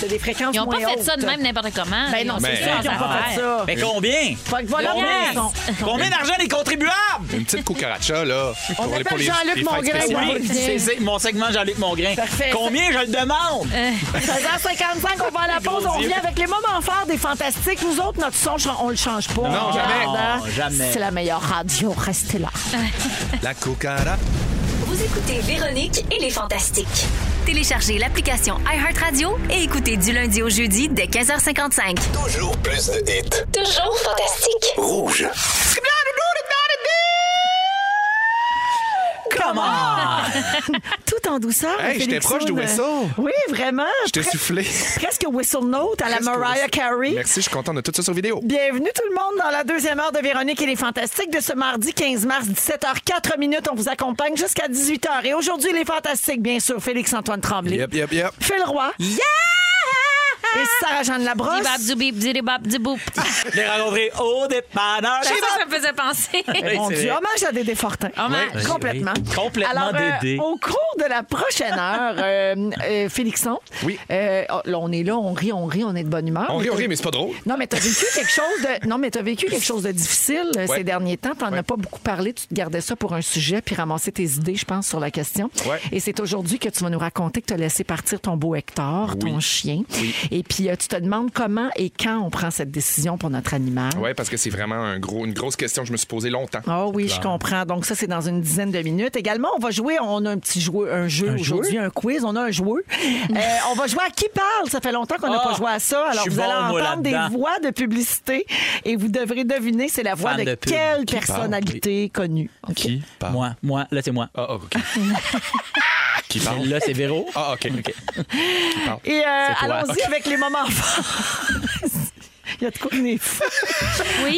S2: C'est des fréquences
S3: Ils n'ont
S2: moins
S3: pas fait ça de
S2: hautes.
S3: même n'importe comment.
S2: Ben non,
S5: Mais-
S2: c'est
S5: sûr
S2: sûr qu'ils n'ont pas fait ça.
S4: Eh, Mais combien?
S2: Fait que voilà
S3: Combien?
S2: raison.
S4: Combien d'argent des contribuables?
S5: Une petite cucaracha, là.
S2: On
S5: pour les-
S2: appelle
S5: pour les-
S2: Jean-Luc
S5: les fêtes
S2: Mongrain.
S5: spéciales.
S2: Ouais.
S4: Oui, c'est c'est mon segment Jean-Luc Mongrain.
S2: Parfait. Euh.
S4: Combien je le demande?
S2: 16h55, on va à la pause, on revient avec les moments forts des fantastiques. Nous autres, notre son, on le change pas.
S5: Non,
S2: On
S5: jamais.
S2: hein?
S4: Non, jamais.
S2: C'est la meilleure radio, restez là.
S5: La cucaracha.
S1: Vous écoutez Véronique et les Fantastiques. Téléchargez l'application iHeartRadio et écoutez du lundi au jeudi dès 15h55.
S9: Toujours plus de hits.
S1: Toujours fantastique.
S9: Rouge.
S4: Comment?
S2: Tout en douceur.
S5: Hey,
S2: mais
S5: j'étais
S2: Félixon,
S5: proche du
S2: euh,
S5: whistle.
S2: Oui, vraiment.
S5: J'étais
S2: Pre-
S5: soufflé.
S2: Presque whistle note à la
S5: Presque
S2: Mariah
S5: whistle.
S2: Carey.
S5: Merci, je suis content de tout ça sur vidéo.
S2: Bienvenue tout le monde dans la deuxième heure de Véronique et les Fantastiques de ce mardi 15 mars 17h04 minutes. On vous accompagne jusqu'à 18h. Et aujourd'hui, les Fantastiques, bien sûr, Félix-Antoine Tremblay.
S5: Yep, yep, yep.
S2: Phil Roy. Et Sarah-Jeanne Labrosse.
S3: Dibab, dibib, dibab, diboub.
S4: Je l'ai rencontré au dépanneur.
S3: C'est ça que ça me faisait penser.
S4: Oui,
S2: Mon
S4: c'est
S2: Dieu,
S4: vrai.
S2: hommage à Dédé Fortin.
S3: Hommage. Oui,
S2: Complètement.
S4: oui. Complètement
S2: Alors, euh,
S4: Dédé.
S2: au cours de la prochaine heure, euh, euh, Félixon,
S5: Oui.
S2: euh, oh, là, on est là, on rit, on rit, on est de bonne humeur.
S5: On rit, on
S2: t'as-
S5: rit, mais c'est pas drôle.
S2: Non, mais t'as vécu quelque chose de. Non, mais t'as vécu quelque chose de difficile euh,
S5: Ouais.
S2: ces derniers temps. T'en
S5: Ouais.
S2: as pas beaucoup parlé. Tu te gardais ça pour un sujet puis ramasser tes idées, je pense, sur la question.
S5: Ouais.
S2: Et c'est aujourd'hui que tu vas nous raconter que t'as laissé partir ton beau Hector, ton chien. Et puis euh, tu te demandes comment et quand on prend cette décision pour notre animal.
S5: Oui, parce que c'est vraiment un gros, une grosse question que je me suis posée longtemps.
S2: Ah oui, je comprends. Donc ça, c'est dans une dizaine de minutes. Également, on va jouer, on a un petit jeu, un jeu aujourd'hui, un quiz, on a un joueur. Euh, on va jouer à qui parle. Ça fait longtemps qu'on n'a
S4: Ah,
S2: pas joué à ça.
S4: je
S2: Alors
S4: suis
S2: vous allez
S4: bon, moi,
S2: entendre des
S4: là-dedans.
S2: voix de publicité et vous devrez deviner c'est la voix
S4: Fan
S2: de,
S4: de pub.
S2: quelle
S4: Qui
S2: personnalité connue. OK.
S5: Qui parle?
S4: Moi, moi, là, c'est moi.
S5: Ah, ah, OK. Qui parle?
S4: Là, c'est Véro.
S5: Ah, OK.
S2: Et euh,
S4: C'est toi.
S2: allons-y
S4: OK.
S2: avec les moments forts. Il y a de quoi on est fou.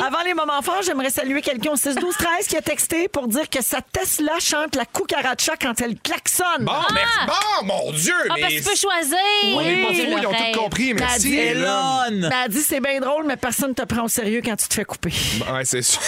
S3: Ah,
S2: Avant les moments forts, j'aimerais saluer quelqu'un au 6 12 13 qui a texté pour dire que sa Tesla chante la cucaracha quand elle klaxonne.
S5: Bon, merci. Bon, mon Dieu,
S3: Ah, parce que
S5: mais...
S3: tu peux choisir.
S5: on est pas
S3: Oui.
S5: fous, ils ont
S3: L'oreille.
S5: tout compris, merci.
S2: dit-
S5: là.
S4: Elon!
S2: Ben, Elle a dit c'est bien drôle, mais personne ne te prend au sérieux quand tu te fais couper.
S5: Ouais, c'est sûr.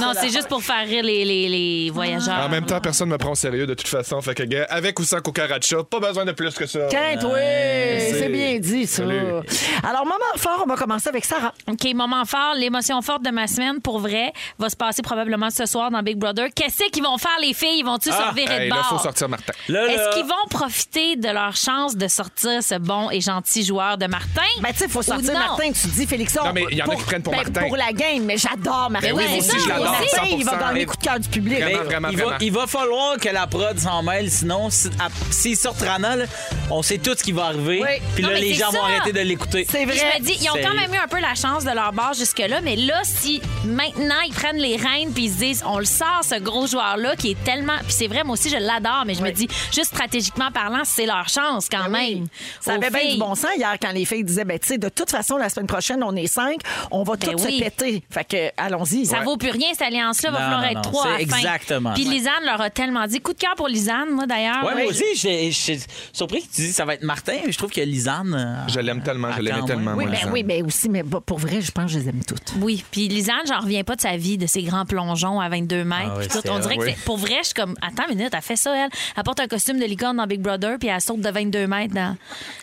S3: Non, c'est juste pour faire rire les, les, les voyageurs.
S5: En même temps, personne ne me prend au sérieux de toute façon. Fait que, gars, avec ou sans cucaracha, pas besoin de plus que ça.
S2: Quinte, oui, c'est bien dit, ça.
S5: ben, Salut.
S2: Alors, moment fort, on va commencer avec Sarah. Voilà.
S3: OK, moment fort, l'émotion forte de ma semaine, pour vrai, va se passer probablement ce soir dans Big Brother. Qu'est-ce qu'ils vont faire, les filles? Ils vont-tu se revirer de
S5: Hey, là,
S3: bord?
S5: faut sortir Martin.
S4: Là, là.
S3: Est-ce qu'ils vont profiter de leur chance de sortir ce bon et gentil joueur de Martin?
S2: Mais Ben, tu sais, il faut
S3: Ou
S2: sortir
S3: non?
S2: Martin, tu dis Félixon.
S5: Non, mais il y en a qui prennent pour
S2: ben,
S5: Martin.
S2: Pour la game, mais j'adore Martin.
S5: Ben oui,
S3: Ouais, moi aussi, ça, je l'adore, moi aussi.
S2: Martin, il va
S5: 100%.
S2: gagner coup de cœur du public.
S5: Vraiment,
S3: Ben
S4: Mais
S5: vraiment,
S4: il,
S5: vraiment.
S4: Va, il va falloir que la prod s'en mêle, sinon, si- à- s'ils sortent Rana, là, on sait tout ce qui va arriver.
S2: Oui.
S4: Puis
S3: Non,
S4: là,
S3: mais
S4: les
S3: c'est
S4: gens
S3: ça.
S4: vont arrêter de l'écouter.
S2: C'est
S3: Puis
S2: vrai.
S3: Je me dis, ils ont quand
S4: Sérieux.
S3: même eu un peu la chance de leur bord jusque-là, mais là, si maintenant ils prennent les rênes puis ils se disent, on le sort, ce gros joueur-là qui est tellement. Puis c'est vrai, moi aussi, je l'adore, mais je me dis, juste stratégiquement parlant, c'est leur chance
S4: Ben
S3: quand même.
S2: Ça
S3: Aux
S2: avait bien
S3: filles.
S2: du bon sens hier quand les filles disaient, ben, tu sais, de toute façon, la semaine prochaine, on est cinq, on va
S3: Ben
S2: toutes
S3: oui.
S2: se péter. Fait que, allons-y.
S3: Ça vaut plus rien, cette alliance-là. Va
S4: Non,
S3: falloir
S4: non,
S3: être
S4: non,
S3: trois à
S4: c'est
S3: la fin.
S4: exactement.
S3: Puis
S4: Ouais.
S3: Lisanne leur a tellement dit. Coup de cœur pour Lisanne, moi, d'ailleurs.
S4: Ouais,
S3: Oui.
S4: moi aussi, j'ai- je suis surpris que tu dis ça va être Martin, mais je trouve que Lisanne. euh,
S5: Je l'aime tellement, je
S4: ah,
S5: l'aimais
S4: quand
S5: tellement,
S4: même.
S2: Oui,
S5: moi.
S2: ben,
S5: Lisanne.
S2: oui, mais aussi, mais bah, pour vrai, je pense que je les aime toutes.
S3: Oui, puis Lisanne, j'en reviens pas de sa vie, de ses grands plongeons à 22 mètres.
S4: Ah oui,
S3: puis tout.
S4: c'est
S3: on
S4: vrai.
S3: dirait que
S5: Oui.
S3: c'est- pour vrai, je suis comme, attends une minute, elle fait ça, elle. Elle porte un costume de licorne dans Big Brother, puis elle saute de 22 mètres dans.
S4: En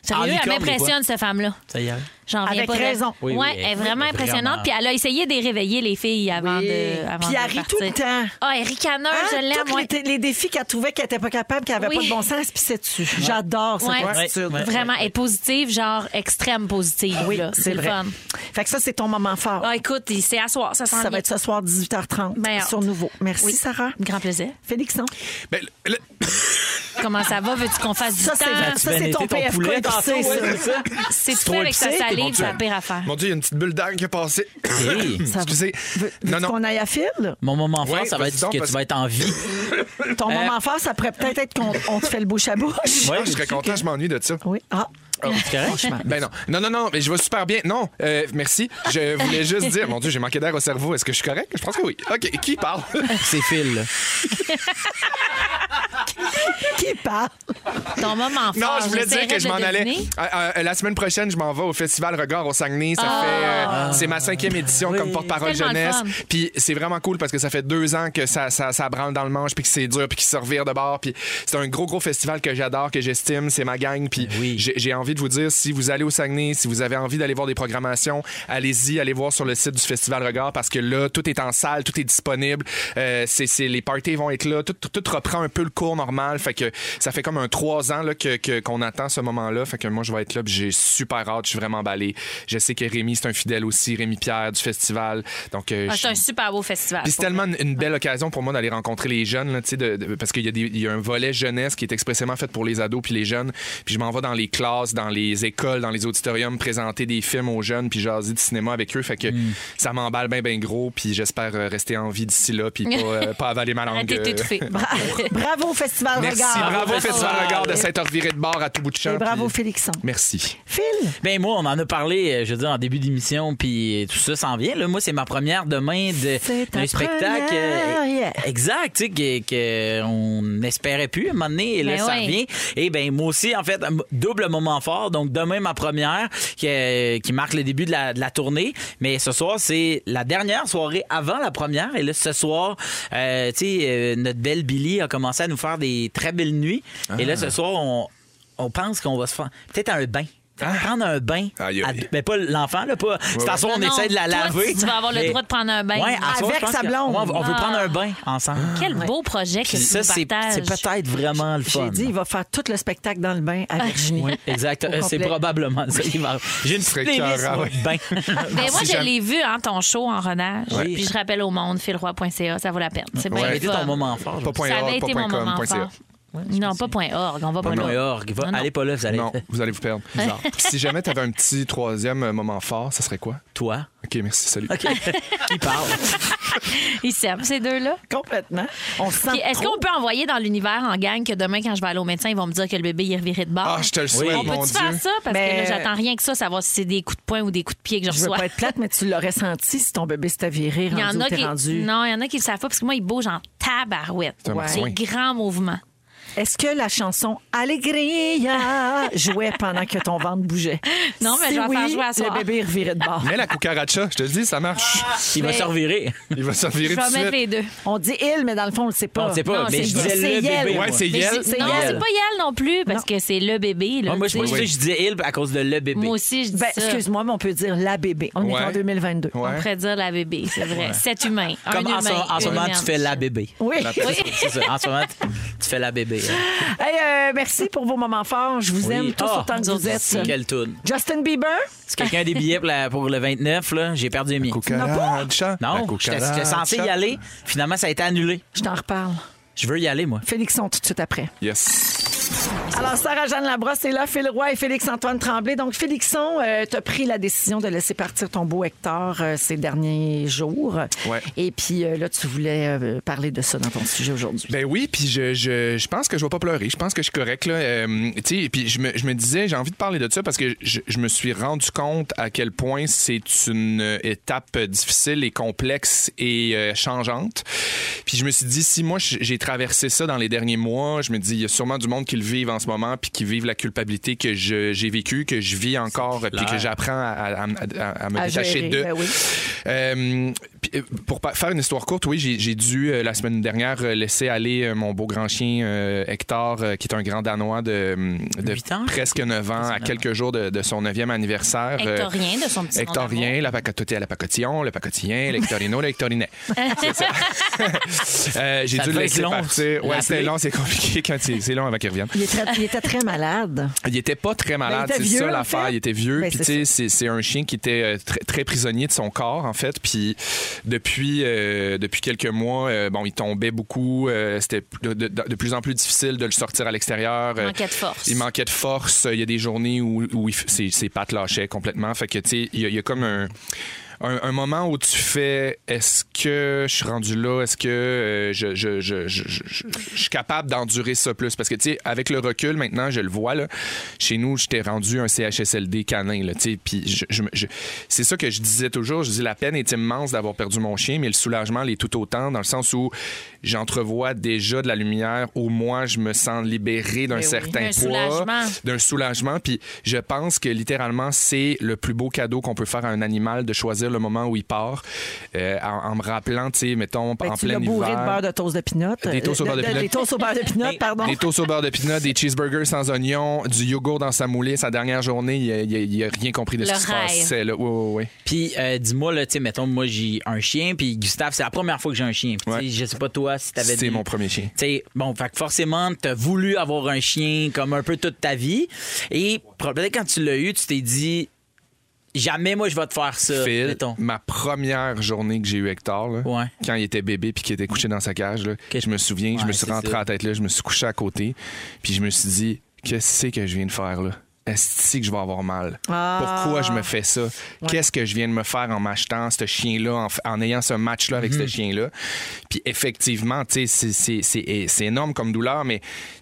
S3: Sérieux, elle
S4: licorne ou
S3: m'impressionne, cette femme-là.
S4: Ça y est.
S3: J'en reviens
S2: Avec
S3: pas. d'elle.
S2: raison.
S4: Oui, oui,
S3: ouais, elle est vraiment
S4: elle est
S3: impressionnante.
S4: vraiment-
S3: Puis elle a essayé de les réveiller, les filles, avant
S2: Oui.
S3: de. Avant
S2: Puis
S3: de
S2: elle rit
S3: partir.
S2: tout le temps.
S3: Ah, elle ricaneur,
S2: Hein?
S3: je l'aime.
S2: Toutes
S3: ouais.
S2: les, t- les défis qu'elle trouvait qu'elle n'était pas capable, qu'elle n'avait
S3: Oui.
S2: pas de bon sens, elle se pissait dessus. J'adore cette
S3: Ouais.
S2: attitude.
S4: Ouais.
S3: Vraiment, elle est positive, genre extrême positive.
S2: Oui,
S3: là.
S2: c'est
S3: le
S2: vrai.
S3: fun.
S2: Fait que ça, c'est ton moment fort.
S3: Ah, écoute, il- c'est à soir, ça s'en
S2: Ça
S3: vient.
S2: va être ce soir, 18h30,
S3: Ben,
S2: sur
S3: hâte.
S2: Nouveau. Merci,
S3: Oui.
S2: Sarah.
S3: Grand plaisir.
S2: Félixon.
S5: Ben, le-
S3: Comment ça va? Veux-tu qu'on fasse du
S2: Ça, c'est
S3: temps?
S4: Ah,
S2: vrai. Ça, c'est ton PFK
S4: poulet
S2: épicé,
S4: tantôt,
S2: ça.
S4: ouais, c'est ça.
S3: C'est tout
S4: trop
S3: fait avec sa
S4: épicé, t'es
S3: salive,
S4: bon
S3: c'est la
S4: Dieu.
S3: pire affaire.
S5: Mon Dieu, il y a une petite bulle d'air qui est passée.
S4: Hey,
S2: Ça va.
S5: Excusez.
S2: Veux-
S5: Non,
S2: veux-tu
S5: non.
S2: qu'on aille à fil?
S4: Mon moment fort,
S5: Ouais,
S4: ça va
S5: vas-y
S4: être
S5: donc,
S4: que
S5: parce-
S4: tu vas être en vie.
S5: Euh.
S2: Ton moment fort, ça pourrait peut-être être qu'on on te fait le bouche à bouche.
S5: Ah, je serais content, je m'ennuie de ça.
S2: Oui. Ah,
S4: C'est correct?
S5: Ben non, non, non, non, mais je vais super bien. Non, euh, merci. Je voulais juste dire, mon Dieu, j'ai manqué d'air au cerveau. Est-ce que je suis correct? Je pense que oui. OK, qui parle?
S4: Ben, C'est Phil. là.
S2: qui parle?
S3: Ton moment fort.
S5: Non, je voulais dire
S3: j'essaierai
S5: que je
S3: de
S5: m'en allais.
S3: deviner.
S5: Euh, euh, la semaine prochaine, je m'en vais au Festival Regard au Saguenay. Ça fait, euh, c'est ma cinquième édition comme porte-parole
S3: Ah. Tellement le
S5: jeunesse.
S3: fun.
S5: Puis c'est vraiment cool parce que ça fait deux ans que ça, ça, ça branle dans le manche, puis que c'est dur, puis qu'ils se revirent de bord. Puis c'est un gros, gros festival que j'adore, que j'estime. C'est ma gang. Puis
S4: oui.
S5: j'ai- j'ai envie de vous dire, si vous allez au Saguenay, si vous avez envie d'aller voir des programmations, allez-y, allez voir sur le site du Festival Regard parce que là, tout est en salle, tout est disponible. Euh, c'est- c'est- les parties vont être là. Tout, tout- tout reprend un peu le cours normal. Fait que ça fait comme un trois ans là, que- que- qu'on attend ce moment-là. Fait que moi, je vais être là. puis J'ai super hâte. Je suis vraiment emballé. Je sais que Rémi, c'est un fidèle aussi. Rémi Pierre du festival. Donc, euh,
S3: Ah,
S5: je-
S3: C'est un super beau festival.
S5: puis c'est
S3: pour
S5: tellement une, une belle occasion pour moi d'aller rencontrer les jeunes, là, tu sais, de- de- parce qu'il y, a des- il y a un volet jeunesse qui est expressément fait pour les ados puis les jeunes. Puis je m'en vais dans les classes, dans les écoles, dans les auditoriums, présenter des films aux jeunes, puis jaser de cinéma avec eux. Fait que ça m'emballe bien, bien gros. Puis j'espère euh, rester en vie d'ici là, puis pas, euh, pas avaler ma langue.
S3: Arrêtez de
S5: euh.
S3: t'étouffer.
S2: Bra- Bravo, Festival
S5: Merci,
S2: Regard.
S5: bravo Festival
S4: Bravo.
S5: Regard de Saint-Orviré de bord à tout bout de champ.
S2: Et bravo,
S5: puis
S2: Félixon.
S5: Merci.
S2: Phil,
S4: Ben moi, on en a parlé, euh, je veux dire, en début d'émission, puis tout ça s'en vient. Là. Moi, c'est ma première demain de,
S2: C'est ta
S4: d'un spectacle. euh,
S2: première, yeah.
S4: Exact, tu sais, que- que on n'espérait plus à un moment donné, et là,
S3: Ben
S4: ça
S3: oui.
S4: revient. Et ben moi aussi, en fait, un double moment fort. Donc demain, ma première, qui, euh, qui marque le début de la, de la tournée. Mais ce soir, c'est la dernière soirée avant la première. Et là, ce soir, euh, tu sais, euh, notre belle Billy a commencé à nous faire des très belles nuits. Et là,
S5: Ah.
S4: ce soir, on, on pense qu'on va se faire peut-être un bain. Prendre un bain.
S5: Ah. Aïe, aïe.
S4: À- mais pas l'enfant, là. Pas... C'est à soi, on
S3: Non, non,
S4: essaie de la
S3: toi,
S4: laver.
S3: tu vas avoir le droit de prendre un bain.
S4: Ouais, à soir,
S2: Avec
S4: je pense
S2: sa
S4: que-
S2: blonde.
S4: ouais, on veut
S3: Ah.
S4: prendre un bain ensemble.
S3: Quel beau projet que
S4: Ah. Puis
S3: tu
S4: ça,
S3: nous
S4: c'est
S3: partages.
S4: c'est peut-être vraiment le fun.
S2: j'ai dit, il va faire tout le spectacle dans le bain
S3: Ah,
S2: avec Virginie.
S4: Oui, exact.
S2: Au
S4: Euh, C'est
S2: complet.
S4: probablement ça qui va. J'ai une
S5: serait
S4: petite playlist
S5: écœurant,
S4: moi,
S5: ah ouais.
S4: de bain.
S3: Ben moi,
S5: Si
S3: je
S5: jamais-
S3: l'ai vu, hein, ton show en renage.
S4: Oui.
S3: Puis je rappelle au monde, philroy.ca, ça vaut la peine. C'est bien
S4: Ça a
S3: le
S4: été
S3: fun.
S4: ton moment fort.
S5: Pas point
S3: Ça
S5: .org,
S3: avait
S5: pas
S3: été
S5: point
S3: mon
S5: .com,
S3: moment
S5: point .ca.
S3: fort. Non, pas point .org, on va pas
S4: Point
S3: là.
S4: org, va-
S3: Non, non.
S4: Allez pas là, vous allez. euh,
S5: Non, vous allez vous perdre. Bizarre. si jamais tu avais un petit troisième euh, moment fort, ça serait quoi?
S4: Toi.
S5: OK, merci, salut.
S4: OK. qui parle?
S3: Ils s'aiment, ces deux-là.
S2: Complètement. On se sent
S3: Puis est-ce
S2: trop.
S3: qu'on peut envoyer dans l'univers en gang que demain, quand je vais aller au médecin, ils vont me dire que le bébé, il est reviré de bord?
S5: Ah, je te le souhaite,
S4: On
S5: mon
S3: Peux-tu
S5: Dieu.
S3: faire ça? Parce que
S2: Mais-
S3: là, j'attends rien que ça, savoir si c'est des coups de poing ou des coups de pied que je
S2: Je veux
S3: reçois.
S2: pas être plate, mais tu l'aurais senti si ton bébé s'était viré, rendu
S3: Il y en
S2: où
S3: a
S2: t'es
S3: qui.
S2: rendu.
S3: Non, il y en a qui le savent pas parce que moi, il bouge en tabarouette.
S5: un
S3: C'est
S5: marsouin.
S3: grand mouvement.
S2: Est-ce que la chanson Allegria jouait pendant que ton ventre bougeait?
S3: Non, mais
S2: Si
S3: je vais la faire
S2: oui,
S3: jouer à soir.
S2: Le bébé revirait de bord.
S5: Mets la cucaracha, je te le dis, ça marche.
S4: Il va
S3: Mais-
S4: se revirer.
S5: Il va se
S3: Ah. Je
S5: virer tout
S3: vais
S5: de
S3: mettre
S5: suite.
S3: les deux.
S2: On dit il, mais dans le fond, on le sait pas.
S4: On ne sait pas,
S3: Non,
S4: mais
S3: c'est-
S4: je disais
S2: c'est
S4: le
S2: Yel.
S4: bébé.
S2: Ouais,
S4: moi.
S5: c'est
S3: Mais
S5: Yel.
S3: c'est-
S2: C'est
S3: non,
S2: Yel.
S3: c'est pas Yel non plus, parce que c'est le bébé. Là,
S4: Ah, moi, je,
S3: tu
S4: moi,
S3: sais.
S4: je- je disais il à cause de le bébé.
S3: Moi aussi, je dis
S2: Ben,
S3: ça.
S2: excuse-moi, mais on peut dire la bébé. On
S5: Ouais.
S2: est en 2022.
S3: On
S5: Ouais.
S3: pourrait dire la bébé, c'est vrai. C'est humain. Un
S4: Comme en, ce-
S3: humain,
S4: en ce
S3: une
S4: moment,
S3: humaine.
S4: tu fais la bébé.
S2: Oui.
S5: La-
S4: C'est ça, c'est ça. En ce moment, tu- tu fais la bébé. hein.
S2: Hey, euh, merci pour vos moments forts. Je vous
S4: Oui.
S2: aime tous
S4: Ah,
S2: autant que
S4: nous
S2: vous
S4: autres
S2: êtes.
S4: aussi. Quelle toune.
S2: Justin Bieber,
S4: Si quelqu'un a des billets pour, la- pour le 29, là, j'ai perdu un million.
S5: Cucaracha. La
S4: Non, j'étais
S5: cucaracha.
S4: j'étais censé y aller. Finalement, ça a été annulé.
S2: je t'en reparle.
S4: Je veux y aller, moi.
S2: Félixon, tout de suite après.
S5: Yes.
S2: Alors, Sarah-Jeanne Labrosse est là, Phil Roy et Félix-Antoine Tremblay. Donc, Félixon, euh, t'as pris la décision de laisser partir ton beau Hector euh, ces derniers jours.
S5: Ouais.
S2: Et puis, euh, là, tu voulais euh, parler de ça dans ton sujet aujourd'hui.
S5: Ben oui, puis je, je, je pense que je vais pas pleurer. Je pense que je suis correct. Là. Euh, tu sais, puis je me, je me disais, j'ai envie de parler de ça parce que je, je me suis rendu compte à quel point c'est une étape difficile et complexe et euh, changeante. Puis je me suis dit, si moi je- j'ai traversé ça dans les derniers mois, je me dis, il y a sûrement du monde qui le vivent en ce moment puis qui vivent la culpabilité que je- j'ai vécue, que je vis encore, puis que j'apprends à, à- à- à- à me
S2: À
S5: détacher
S2: gérer,
S5: de.
S2: ben oui.
S5: Euh, puis, euh, pour pa- faire une histoire courte, oui, j'ai j'ai dû euh, la semaine dernière euh, laisser aller euh, mon beau grand chien euh, Hector, euh, qui est un grand Danois de, de
S4: Huit ans?
S5: presque 9 ans, à quelques jours de, de son 9e anniversaire. Euh,
S3: Hectorien, de son petit nom
S5: Hectorien,
S3: d'amour.
S5: la pacototée, la pacotillon, le pacotillien, l'hectorino, l'hectorinet. C'est ça. Euh, j'ai
S4: Ça
S5: dû le
S4: devait être
S5: laisser
S4: long,
S5: partir. Ouais,
S4: l'appeler.
S5: c'était long, c'est compliqué quand il- c'est long avant qu'il revienne.
S2: Il, est très- il était très malade.
S5: Il était pas très malade,
S2: Ben, il
S5: c'est
S2: était
S5: ça
S2: vieux, en
S5: l'affaire.
S2: fait.
S5: Il était vieux.
S2: Ben,
S5: Puis
S2: c'est
S5: tu sais, c'est c'est un chien qui était euh, très, très prisonnier de son corps en fait. Puis depuis euh, depuis quelques mois, euh, bon, il tombait beaucoup. euh, C'était de, de- de plus en plus difficile de le sortir à l'extérieur.
S3: Il
S5: Euh,
S3: manquait de force.
S5: Il manquait de force. Il y a des journées où, où il f- ses, ses pattes lâchaient complètement. Fait que tu sais, il y, a- il y a comme un un, un moment où tu fais est-ce que je suis rendu là est-ce que euh, je, je, je, je, je- je- je suis capable d'endurer ça plus parce que tu sais avec le recul maintenant je le vois là chez nous j'étais rendu un CHSLD canin là tu sais puis je- je me- je- c'est ça que je disais toujours je dis la peine est immense d'avoir perdu mon chien mais le soulagement l'est tout autant dans le sens où j'entrevois déjà de la lumière où moi je me sens libéré d'un
S2: Ben oui.
S5: certain
S3: Un
S5: poids
S3: soulagement.
S5: d'un soulagement. Puis je pense que littéralement, c'est le plus beau cadeau qu'on peut faire à un animal de choisir le moment où il part. Euh, en, en me rappelant, tu sais, mettons,
S2: Ben,
S5: en
S2: tu
S5: plein
S2: l'as bourré de beurre
S5: hiver.
S2: de toast de pinot.
S5: Des toasts au beurre de pinot.
S2: Des toasts au beurre de pinot, pardon.
S5: Des toasts au beurre de pinot, des cheeseburgers sans oignons, du yogourt dans sa moulée. Sa dernière journée, il a- il a, il a rien compris de
S3: Le
S5: ce qui se
S3: rêve.
S5: passait. Là. Oui, oui, oui.
S4: Puis euh, dis-moi, là, tu sais, mettons, moi, j'ai un chien, puis Gustave, c'est la première fois que j'ai un chien. Puis, tu sais,
S5: Ouais.
S4: Je sais pas, toi, si t'avais
S5: C'était
S4: des-
S5: mon premier chien.
S4: Tu sais, bon, fait que forcément, t'as voulu avoir un chien comme un peu toute ta vie. Et probablement, quand tu l'as eu, tu t'es dit, jamais moi, je vais te faire ça.
S5: Phil,
S4: mettons.
S5: ma première journée que j'ai eu Hector, là,
S4: Ouais.
S5: quand il était bébé puis qu'il était couché dans sa cage, là,
S4: Que-
S5: je me souviens, je
S4: Ouais,
S5: me suis
S4: c'est
S5: rentré
S4: ça.
S5: à la tête là, je me suis couché à côté, puis je me suis dit, qu'est-ce que c'est que je viens de faire là? Est-ce que je vais avoir mal?
S2: Ah.
S5: Pourquoi je me fais ça? Qu'est-ce que je viens de me faire en m'achetant ce chien-là, en, f- en ayant ce match-là avec ce chien-là? Puis effectivement, tu sais, c'est- c'est- c'est c'est énorme comme douleur, mais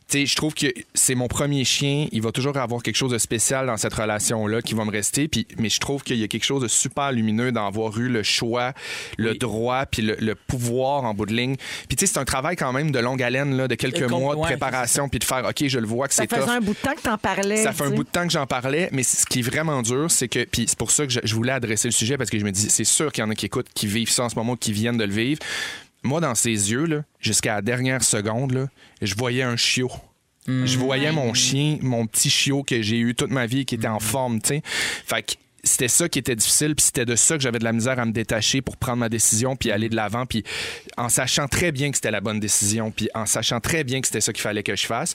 S5: tu sais, je trouve que c'est mon premier chien. Il va toujours avoir quelque chose de spécial dans cette relation-là qui va me rester. Puis, mais je trouve qu'il y a quelque chose de super lumineux d'avoir eu le choix, le droit, puis le, le pouvoir en bout de ligne. Puis tu sais, c'est un travail quand même de longue haleine, là, de quelques
S4: Le com-
S5: mois de
S4: ouais.
S5: préparation, puis de faire, OK, je le vois que
S2: Ça
S5: c'est
S2: faisait
S5: tough.
S2: un bout de temps que t'en parlais.
S5: Ça fait un
S2: tu sais.
S5: bout de temps que j'en parlais, mais ce qui est vraiment dur, c'est que. Puis c'est pour ça que je, je voulais adresser le sujet parce que je me dis, c'est sûr qu'il y en a qui écoutent, qui vivent ça en ce moment, qui viennent de le vivre. Moi, dans ses yeux, là, jusqu'à la dernière seconde, là, je voyais un chiot.
S2: Hmm.
S5: Je voyais mon chien, mon petit chiot que j'ai eu toute ma vie, qui
S2: Hmm.
S5: était en forme, tu sais. Fait que c'était ça qui était difficile, puis c'était de ça que j'avais de la misère à me détacher pour prendre ma décision, puis aller de l'avant, puis en sachant très bien que c'était la bonne décision, puis en sachant très bien que c'était ça qu'il fallait que je fasse.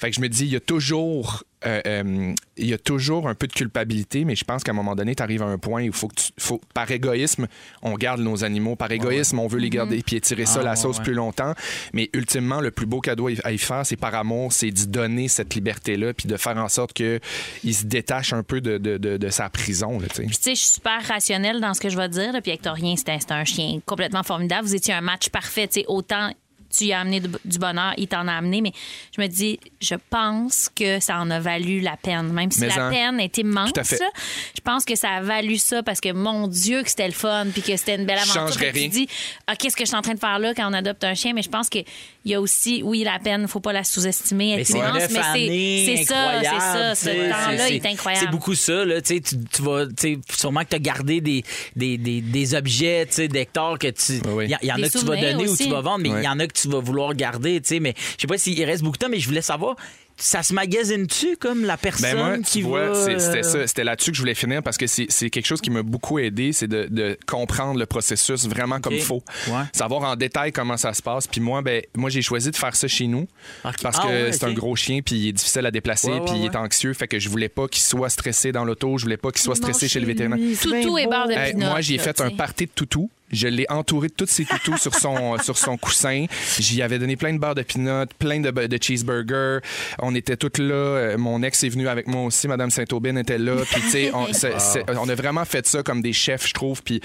S5: Fait que je me dis, il y a toujours, euh, euh, il y a toujours un peu de culpabilité, mais je pense qu'à un moment donné, tu arrives à un point où il faut que tu, faut, par égoïsme, on garde nos animaux, par égoïsme, on veut les garder, puis étirer ça
S4: Ah,
S5: la
S4: ouais,
S5: sauce
S4: ouais.
S5: plus longtemps. Mais ultimement, le plus beau cadeau à y- à y faire, c'est par amour, c'est d'y donner cette liberté-là, puis de faire en sorte que il se détache un peu de, de- de- de sa prison, là, tu sais.
S3: Puis, tu sais, je suis super rationnelle dans ce que je vais dire. là. Puis Hectorien, c'était c'était un chien complètement formidable. Vous étiez un match parfait. tu sais, autant tu y as amené de- du bonheur, il t'en a amené, mais je me dis, je pense que ça en a valu la peine, même si
S5: Mais
S3: la
S5: en-
S3: peine est immense.
S5: Tout à fait.
S3: là, Je pense que ça a valu ça parce que mon Dieu que c'était le fun, puis que c'était une belle
S5: Je
S3: aventure.
S5: changerais
S3: Puis tu
S5: rien.
S3: dis, ah, qu'est-ce que je suis en train de faire là quand on adopte un chien, mais je pense qu'il y a aussi, oui, la peine, faut pas la sous-estimer, elle
S4: Mais
S3: est
S4: c'est
S3: immense,
S4: neuf
S3: mais
S4: années,
S3: c'est- c'est ça, c'est
S4: incroyable,
S3: ça,
S4: tu sais,
S3: ce temps-là
S4: c'est-
S3: il est
S4: c'est-
S3: incroyable.
S4: C'est beaucoup ça, là. Tu, sais, tu, tu vas, tu sais, sûrement que tu as gardé des, des, des, des objets, tu sais, d'hectares que tu. Il
S5: Oui, oui.
S4: y, en
S3: Des
S4: a que tu vas
S3: souvenirs
S4: donner
S3: aussi.
S4: ou tu vas vendre, mais il
S5: Oui.
S4: y en a que tu vas vouloir garder, tu sais. Mais je sais pas s'il reste beaucoup de temps, mais je voulais savoir, ça se magasine-tu comme la personne
S5: Ben moi,
S4: qui
S5: tu vois,
S4: va,
S5: c'est- c'était
S4: euh,
S5: ça, c'était là-dessus que je voulais finir parce que c'est c'est quelque chose qui m'a beaucoup aidé, c'est de, de comprendre le processus vraiment comme faut.
S4: Ouais.
S5: Savoir en détail comment ça se passe. Puis moi, ben moi j'ai choisi de faire ça chez nous
S4: Ok.
S5: parce
S4: Ah
S5: que
S4: ouais,
S5: c'est
S4: ok.
S5: un gros chien puis il est difficile à déplacer
S4: Ouais, ouais,
S5: puis il
S4: ouais.
S5: est anxieux, fait que je voulais pas qu'il soit stressé dans l'auto, je voulais pas qu'il soit stressé chez le vétérinaire.
S3: Toutou et barre de
S5: Hey,
S3: pinot.
S5: Euh, moi, j'ai
S3: là,
S5: fait
S3: tu
S5: un
S3: sais.
S5: party de toutou. Je l'ai entouré de tous ses toutous sur son euh, sur son coussin. J'y avais donné plein de barres de peanuts, plein de, de cheeseburgers. On était toutes là. Euh, Mon ex est venu avec moi aussi. Madame Saint-Aubin était là. Puis tu sais, on, c'est- c'est- on a vraiment fait ça comme des chefs, je trouve. Puis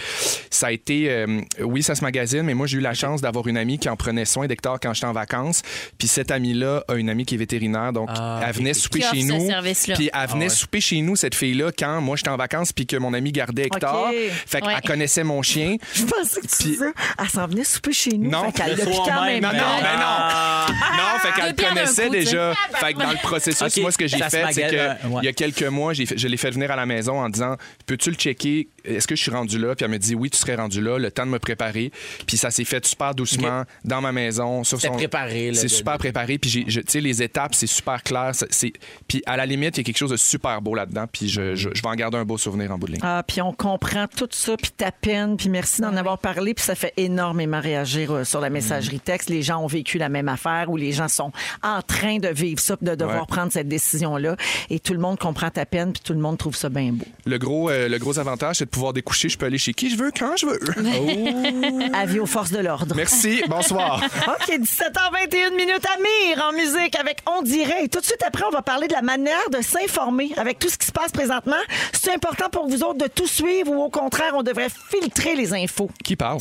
S5: ça a été, euh, oui, ça se magazine, mais moi j'ai eu la chance d'avoir une amie qui en prenait soin d'Hector quand j'étais en vacances. Puis cette amie-là a une amie qui est vétérinaire, donc elle venait souper
S3: Qui offre
S5: chez
S3: ce
S5: nous.
S3: service-là.
S5: Puis elle venait
S4: Ah ouais.
S5: souper chez nous cette fille-là quand moi j'étais en vacances puis que mon ami gardait Hector.
S2: Ok.
S5: Fait qu'elle
S3: Ouais.
S5: connaissait mon chien.
S2: Je pensais que tu
S5: Puis-
S2: disais, elle s'en venait souper chez nous.
S5: Non,
S2: fait qu'elle l'a
S4: le soir
S2: piqué en
S4: même,
S2: même
S5: Non, ben non,
S4: Ah.
S2: temps.
S5: mais non. Non, fait
S3: Deux
S5: qu'elle
S3: pierres d'un
S5: connaissait
S3: coup, tu sais.
S5: déjà. Fait que dans le processus,
S4: Ok,
S5: moi, ce que j'ai
S4: ça se
S5: fait, c'est que
S4: magane- ouais.
S5: il y a quelques mois, j'ai fait- je l'ai fait venir à la maison en disant Peux-tu le checker Est-ce que je suis rendu là Puis elle me dit Oui, tu serais rendu là, le temps de me préparer. Puis ça s'est fait super doucement dans ma maison. sur
S4: C'était
S5: son...
S4: préparé, là,
S5: C'est
S4: de-
S5: super préparé. Puis j'ai- je- tu sais, les étapes, c'est super clair. c'est- c'est- Puis à la limite, il y a quelque chose de super beau là-dedans. Puis je, je- je vais en garder un beau souvenir en bout de ligne.
S2: Ah, puis on comprend tout ça, puis ta peine, puis merci d'en avoir parlé, puis ça fait énormément réagir euh, sur
S5: Mm.
S2: la messagerie texte. Les gens ont vécu la même affaire ou les gens sont en train de vivre ça, puis de devoir
S5: Ouais.
S2: prendre cette décision-là. Et tout le monde comprend ta peine, puis tout le monde trouve ça bien beau.
S5: Le gros, euh, le gros avantage, c'est de pouvoir découcher. Je peux aller chez qui je veux, quand je veux.
S2: Avis aux forces de l'ordre.
S5: Mm. Merci, bonsoir.
S2: OK, 17h21 minutes à mire en musique avec On dirait. Et tout de suite après, on va parler de la manière de s'informer avec tout ce qui se passe présentement. C'est important pour vous autres de tout suivre ou au contraire, on devrait filtrer les infos.
S5: Qui parle?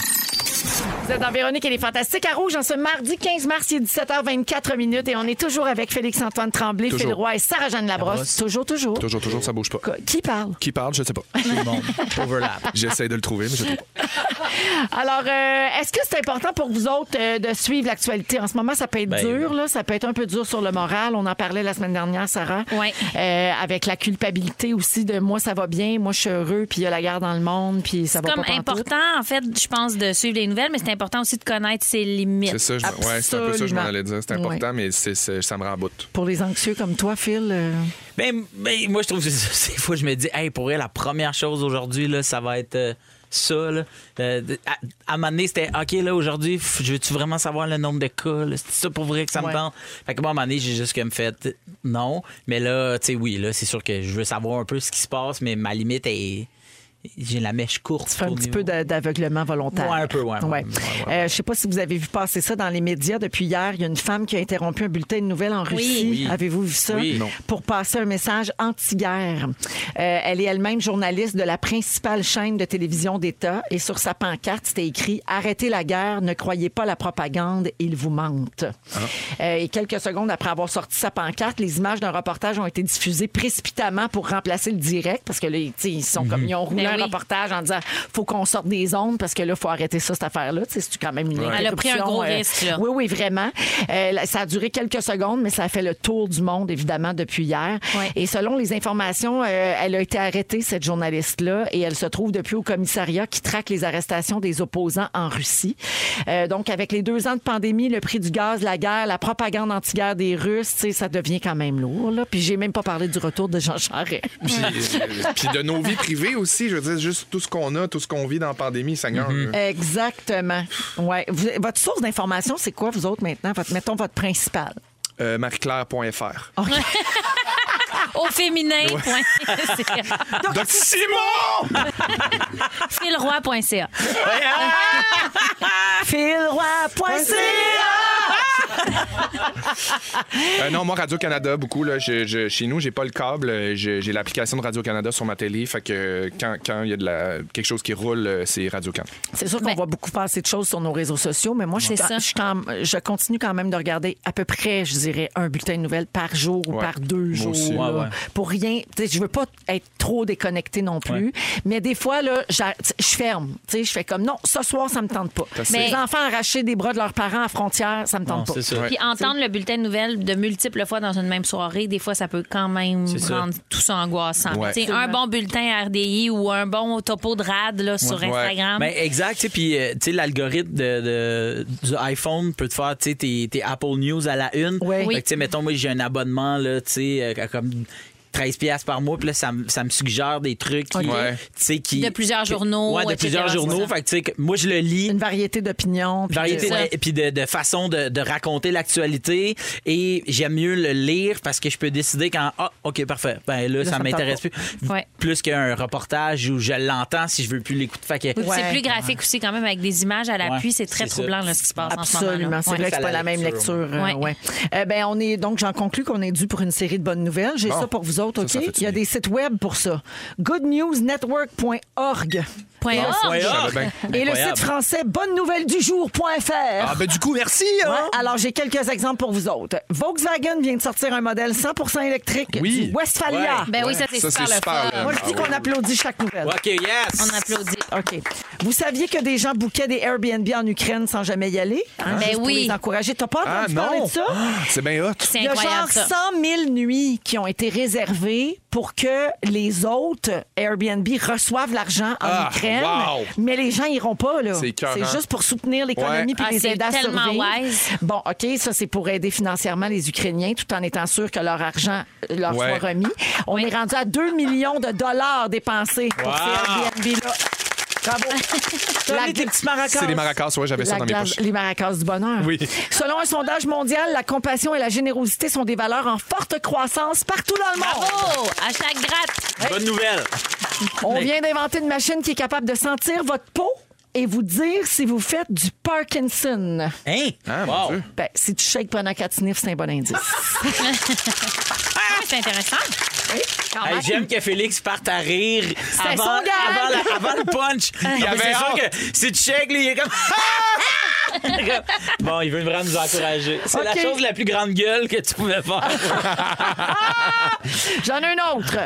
S2: Vous êtes dans Véronique et les Fantastiques à Rouge en ce mardi 15 mars, il est 17h24 minutes et on est toujours avec Félix-Antoine Tremblay,
S5: Toujours.
S2: Phil Roy et Sarah-Jeanne Labrosse. Toujours, toujours.
S5: Toujours, toujours, ça bouge pas.
S2: Qui parle?
S5: Qui parle? Je sais pas.
S4: Bon, overlap.
S5: J'essaie de le trouver, mais je trouve pas.
S2: Alors, euh, est-ce que c'est important pour vous autres euh, de suivre l'actualité? En ce moment, ça peut être
S4: Ben,
S2: dur, là, ça peut être un peu dur sur le moral. On en parlait la semaine dernière, Sarah,
S3: Ouais.
S2: Euh, avec la culpabilité aussi de moi, ça va bien, moi, je suis heureux, puis il y a la guerre dans le monde, puis ça va
S3: comme
S2: pas pantoute.
S3: important, en fait, je pense, de suivre les nouvelles, mais c'est important aussi de connaître ses limites.
S5: C'est ça, je- ouais, c'est un peu ça que je m'en allais dire. C'est important, mais c'est- c'est- ça me remboute.
S2: Pour les anxieux comme toi, Phil, euh,
S4: Ben, ben, moi, je trouve que c'est ça. Des fois, je me dis, hey, pour elle, la première chose aujourd'hui, là, ça va être euh, ça. Là. Euh, de- à, à un moment donné, c'était, OK, là, aujourd'hui, f- je veux-tu vraiment savoir le nombre de cas? là? C'est ça pour vrai que ça
S2: Ouais.
S4: me tente? Fait que moi, à un moment donné, j'ai juste comme fait, non. Mais là, tu sais, oui, là, c'est sûr que je veux savoir un peu ce qui se passe, mais ma limite est. J'ai la mèche courte.
S2: tu fais un
S4: au
S2: petit
S4: niveau-
S2: peu d'a- d'aveuglement volontaire.
S4: Ouais, un peu, ouais, ouais, ouais, ouais,
S2: Euh, je sais pas si vous avez vu passer ça dans les médias depuis hier. Il y a une femme qui a interrompu un bulletin de nouvelles en Russie.
S4: Oui.
S2: Avez-vous vu ça?
S4: Oui. Non.
S2: Pour passer un message anti-guerre. Euh, elle est elle-même journaliste de la principale chaîne de télévision d'État et sur sa pancarte, c'était écrit Arrêtez la guerre, ne croyez pas la propagande, ils vous mentent.
S4: Ah.
S2: Euh, et quelques secondes après avoir sorti sa pancarte, les images d'un reportage ont été diffusées précipitamment pour remplacer le direct parce que là, tu sais, ils
S4: Mm-hmm.
S2: sont comme ils ont roulé
S3: Ben
S2: un
S3: oui.
S2: reportage en disant faut qu'on sorte des ondes parce que là, faut arrêter ça, cette affaire-là. Tu sais, C'est quand même une
S3: Elle a pris un gros
S2: interruption,
S3: risque, là.
S2: Oui, oui, vraiment. Euh, là, ça a duré quelques secondes, mais ça a fait le tour du monde, évidemment, depuis hier.
S3: Ouais.
S2: Et selon les informations, euh, elle a été arrêtée, cette journaliste-là, et elle se trouve depuis au commissariat qui traque les arrestations des opposants en Russie. Euh, donc, avec les deux ans de pandémie, le prix du gaz, la guerre, la propagande anti-guerre des Russes, tu sais, ça devient quand même lourd. Là. Puis, j'ai même pas parlé du retour de Jean Charest.
S5: Puis, euh, puis de nos vies privées aussi, je veux dire, juste tout ce qu'on a, tout ce qu'on vit dans la pandémie, Seigneur.
S2: Mm-hmm.
S5: euh,
S2: Exactement. Ouais. Vous- votre source d'information, c'est quoi, vous autres, maintenant? Votre, mettons votre principale.
S5: euh, Marie-Claire.fr.
S3: Au féminin, point. c'est
S5: Doc Simon!
S3: philroy.ca.
S2: Philroy.ca.
S5: Euh, non, moi, Radio-Canada, beaucoup. Là, je- je- chez nous, j'ai pas le câble. euh, J'ai j'ai l'application de Radio-Canada sur ma télé. Fait que euh, quand quand il y a de la, quelque chose qui roule, euh, c'est Radio-Canada.
S2: C'est sûr qu'on
S3: Ben-
S2: voit beaucoup passer de choses sur nos réseaux sociaux, mais moi, je, suis
S3: C'est
S2: quand-
S3: ça.
S2: je, suis quand- je continue quand même de regarder à peu près, je dirais, un bulletin de nouvelles par jour ou
S5: Ouais.
S2: par deux
S5: Moi
S2: jours.
S5: aussi.
S2: là,
S4: Ouais, ouais.
S2: Pour rien. Tu sais, Je veux pas être trop déconnectée non plus. Mais des fois, là, j'a- tu sais, je ferme. Tu sais, Je fais comme non, ce soir, ça me tente pas.
S5: T'as
S3: Mais-
S2: Les enfants arrachés des bras de leurs parents à frontière, ça me
S4: Non,
S2: tente pas.
S4: c'est ça.
S3: Puis entendre le bulletin de nouvelles de multiples fois dans une même soirée, des fois, ça peut quand même
S4: C'est ça.
S3: rendre tout ça angoissant.
S5: Ouais.
S3: Tu sais, Un bon bulletin RDI ou un bon topo de rad là, sur
S5: Ouais.
S3: Instagram.
S4: Ben, exact, tu sais, puis euh, tu sais, l'algorithme de, de- du iPhone peut te faire, tu sais, tes, tes Apple News à la une.
S2: Ouais.
S4: Fait que, tu sais, mettons, moi, j'ai un abonnement, là, tu sais, euh, comme 13 piastres par mois, puis là, ça, me- ça me suggère des trucs qui,
S5: Ouais.
S4: tu sais, qui...
S3: De plusieurs
S4: qui-
S3: journaux,
S4: Ouais, de
S3: etc.,
S4: plusieurs
S3: c'est
S4: journaux.
S3: ça.
S4: Fait que, tu sais, que moi, je le lis.
S2: Une variété d'opinions. puis
S4: Variété
S2: de-
S3: ça.
S4: de- puis de, de façon de, de raconter l'actualité et j'aime mieux le lire parce que je peux décider quand ah ok parfait ben là, ça
S2: ça me
S4: m'intéresse plus
S2: tente
S3: Ouais.
S4: plus qu'un reportage où je l'entends si je veux plus l'écouter fait que
S3: Ou puis
S2: Ouais.
S3: C'est plus graphique aussi quand même avec des images à l'appui.
S4: Ouais,
S3: c'est très
S4: c'est ça.
S3: troublant là, ce qui se passe en ce moment.
S2: Absolument. C'est vrai que c'est pas la même lecture. euh,
S3: Ouais.
S2: ouais. Euh, ben, on est, donc, j'en conclus qu'on est dû pour une série de bonnes nouvelles. J'ai
S5: Bon.
S2: ça pour vous autres, OK?
S5: Ça, ça fait du
S2: Il y a
S5: bien.
S2: des sites web pour ça. goodnewsnetwork.org.
S3: Point
S4: Ah,
S3: org.
S4: point
S5: savais
S4: org.
S5: bien.
S2: oh! Et le
S4: Incroyable.
S2: site français bonne-nouvelle-du-jour.fr.
S5: Ah, ben du coup, merci! hein.
S2: Ouais, alors, j'ai quelques exemples pour vous autres. Volkswagen vient de sortir un modèle 100 électrique
S5: Oui.
S2: du Westphalia. Ben,
S3: Ben oui, ça, c'est
S5: Ça,
S3: super,
S5: c'est
S3: le
S5: super,
S3: fun.
S5: là.
S2: Moi, je dis
S5: Ah,
S2: qu'on
S5: oui.
S2: applaudit chaque nouvelle.
S4: ok yes
S3: On applaudit.
S2: OK. Vous saviez que des gens bouquaient des Airbnb en Ukraine sans jamais y aller? Hein,
S3: Ben
S2: juste pour
S3: oui.
S2: les encourager. T'as pas
S5: Ah
S2: entendu parler
S5: non!
S2: de ça?
S5: C'est bien hot.
S3: C'est
S2: Il y a
S3: incroyable.
S2: genre
S3: ça.
S2: 100 000 nuits qui ont été réservées pour que les autres Airbnb reçoivent l'argent en
S5: Ah,
S2: Ukraine.
S5: wow.
S2: Mais les gens iront pas, là.
S5: C'est écœurant.
S2: juste pour soutenir l'économie
S5: Ouais.
S2: puis
S3: Ah,
S2: les
S3: c'est
S2: aider à
S3: tellement
S2: survivre.
S3: wise.
S2: Bon, OK, ça, c'est pour aider financièrement les Ukrainiens tout en étant sûr que leur argent euh, leur
S5: Ouais.
S2: soit remis. On est rendu à 2 millions de dollars dépensés pour
S4: Wow.
S2: ces Airbnb-là. Bravo. La-
S4: T'as des petits maracas.
S5: C'est des maracas, ouais, j'avais ça
S2: la
S5: dans mes
S2: glace-
S5: poches.
S2: les maracas du bonheur.
S5: Oui.
S2: Selon un sondage mondial, la compassion et la générosité sont des valeurs en forte croissance partout dans le monde.
S3: Bravo! Hashtag gratte.
S4: Bonne nouvelle.
S2: On
S4: Mais-
S2: vient d'inventer une machine qui est capable de sentir votre peau et vous dire si vous faites du Parkinson.
S4: Hein?
S5: Ah, mon Dieu.
S2: Ben, si tu shakes pendant quatre sniffs, c'est un bon indice.
S3: Ah, c'est intéressant. Quand
S4: Hey,
S3: même.
S4: J'aime que Félix parte à rire avant,
S2: Ah, son gag.
S4: avant, la- avant le punch. Il
S5: avait
S4: c'est sûr
S5: hâte.
S4: que si tu shakes, lui, il est comme. bon, il veut vraiment nous encourager. C'est la
S2: OK. Ah,
S4: chose la plus grande gueule que tu pouvais faire.
S2: J'en ai un autre.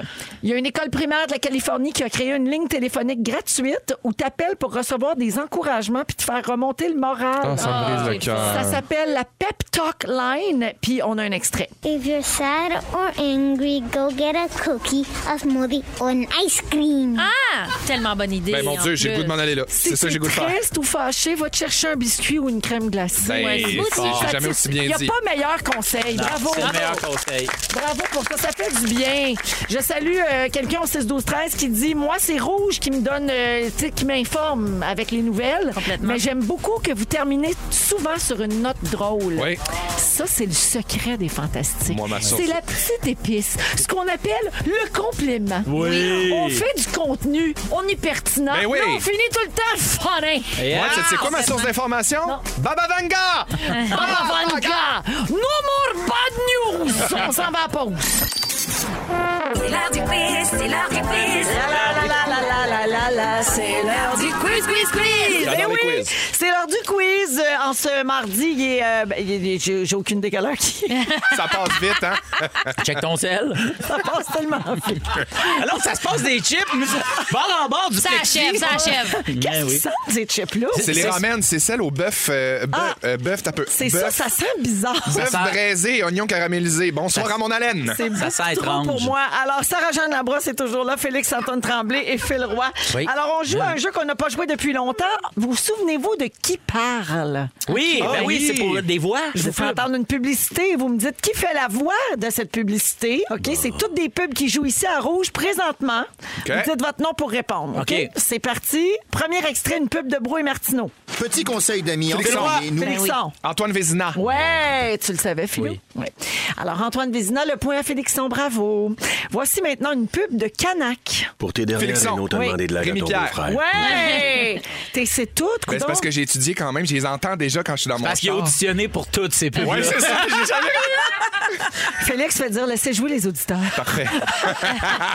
S2: Il y a une école primaire de la Californie qui a créé une ligne téléphonique gratuite où tu appelles pour recevoir des encouragements puis te faire remonter le moral.
S5: Ah, ça me brise le
S2: Ça
S5: cœur.
S2: s'appelle la Pep Talk Line, puis on a un extrait.
S10: If you're sad or angry, go get a cookie, a smoothie, or an ice cream.
S3: Ah! Tellement bonne idée.
S5: Ben mon
S3: en
S5: Dieu, j'ai le
S3: plus.
S5: goût de m'en aller là.
S2: Si
S5: C'est ça que
S2: t'es
S5: j'ai le goût de faire.
S2: triste ou fâché, va te chercher un biscuit ou une crème glacée.
S5: Ben,
S3: Ouais,
S5: c'est
S3: c'est
S5: fort.
S3: beau,
S5: J'ai jamais aussi
S2: Il n'y
S5: bien
S2: a
S5: dit.
S2: pas meilleur conseil.
S4: Non,
S2: Bravo.
S4: C'est le meilleur
S2: Bravo.
S4: conseil.
S2: Bravo pour ça. Ça fait du bien. Je salue euh, quelqu'un au 6-12-13 qui dit Moi, c'est rouge qui me donne, euh, tu sais, qui m'informe avec les nouvelles.
S3: Complètement.
S2: Mais j'aime beaucoup que vous terminez souvent sur une note drôle.
S5: Oui.
S2: Ça, c'est le secret des fantastiques.
S5: Moi, ma source.
S2: c'est la petite épice, ce qu'on appelle le complément.
S4: Oui.
S2: On fait du contenu, on est pertinent,
S5: Ben oui.
S2: mais on finit tout le temps funny.
S4: Yeah.
S5: Ouais, c'est- c'est quoi ma source d'information? Baba Vanga!
S2: Ben Baba
S5: Ah,
S2: Vanga! Ah, No more bad news! On s'en va à pause.
S1: C'est l'heure du quiz, c'est l'heure du quiz.
S2: c'est l'heure
S1: Du quiz, quiz, quiz.
S5: J'adore les quiz.
S2: C'est l'heure du quiz. Euh, En ce mardi, il est, euh, ben, il est- j'ai j'ai aucune décaleur qui
S5: Ça passe vite, hein?
S4: Check ton sel.
S2: ça passe tellement vite.
S4: Alors, ça se passe des chips. mais c'est- Bord en bord du
S3: Ça
S4: plexi.
S3: achève, ça achève.
S4: Ben
S2: Qu'est-ce
S4: oui.
S2: que ça, ces chips-là?
S5: C'est les
S4: C'est-
S5: ramen, c'est celle au bœuf. euh, bœuf,
S2: Ah.
S5: euh, bœuf, t'as peu.
S2: C'est ça,
S5: Bœuf-
S2: ça sent bizarre.
S5: Bœuf
S4: Ça sent-
S5: braisé, oignon caramélisé. Bonsoir à mon haleine.
S2: C'est
S4: Ça
S2: beaucoup
S4: sent
S2: trop
S4: étrange.
S2: pour moi. Alors, Sarah-Jeanne Labrosse est toujours là, Félix-Antoine Tremblay et Phil Roy.
S4: Oui.
S2: Alors, on joue à un jeu qu'on n'a pas joué depuis longtemps. Vous souvenez-vous de qui parle?
S4: Oui, ben
S5: Ah
S4: oui,
S5: oui.
S4: c'est pour des voix.
S2: Je vous fais entendre une publicité et vous me dites qui fait la voix de cette publicité.
S4: Bah.
S2: OK? C'est toutes des pubs qui jouent ici à Rouge présentement.
S5: OK.
S2: Vous dites votre nom pour répondre. OK?
S4: OK.
S2: C'est parti. Premier extrait, une pub de Brou et Martineau. Ben
S11: Petit conseil d'amis,
S5: Félixon.
S11: nous
S2: Félixon.
S5: Antoine Vézina.
S2: Ouais, tu le savais, Philou.
S4: Oui.
S2: Ouais. Alors, Antoine Vézina, le point à Félixon, bravo. Voici maintenant une pub de Canac.
S11: Pour tes dernières
S5: Félixon.
S11: réunions, t'as
S2: Oui.
S11: demandé de la à
S4: Ben.
S5: Rémi
S11: ton
S5: Pierre.
S11: beau-frère.
S2: Ouais! T'es, c'est tout,
S5: Ben, c'est
S2: coudonc.
S5: parce que j'ai étudié quand même. Je les entends déjà quand je suis dans mon
S4: Parce qu'il a
S5: char.
S4: auditionné pour toutes ces pubs.
S5: Ouais, c'est ça. J'ai jamais
S2: Félix fait dire laissez jouer les auditeurs.
S5: Parfait.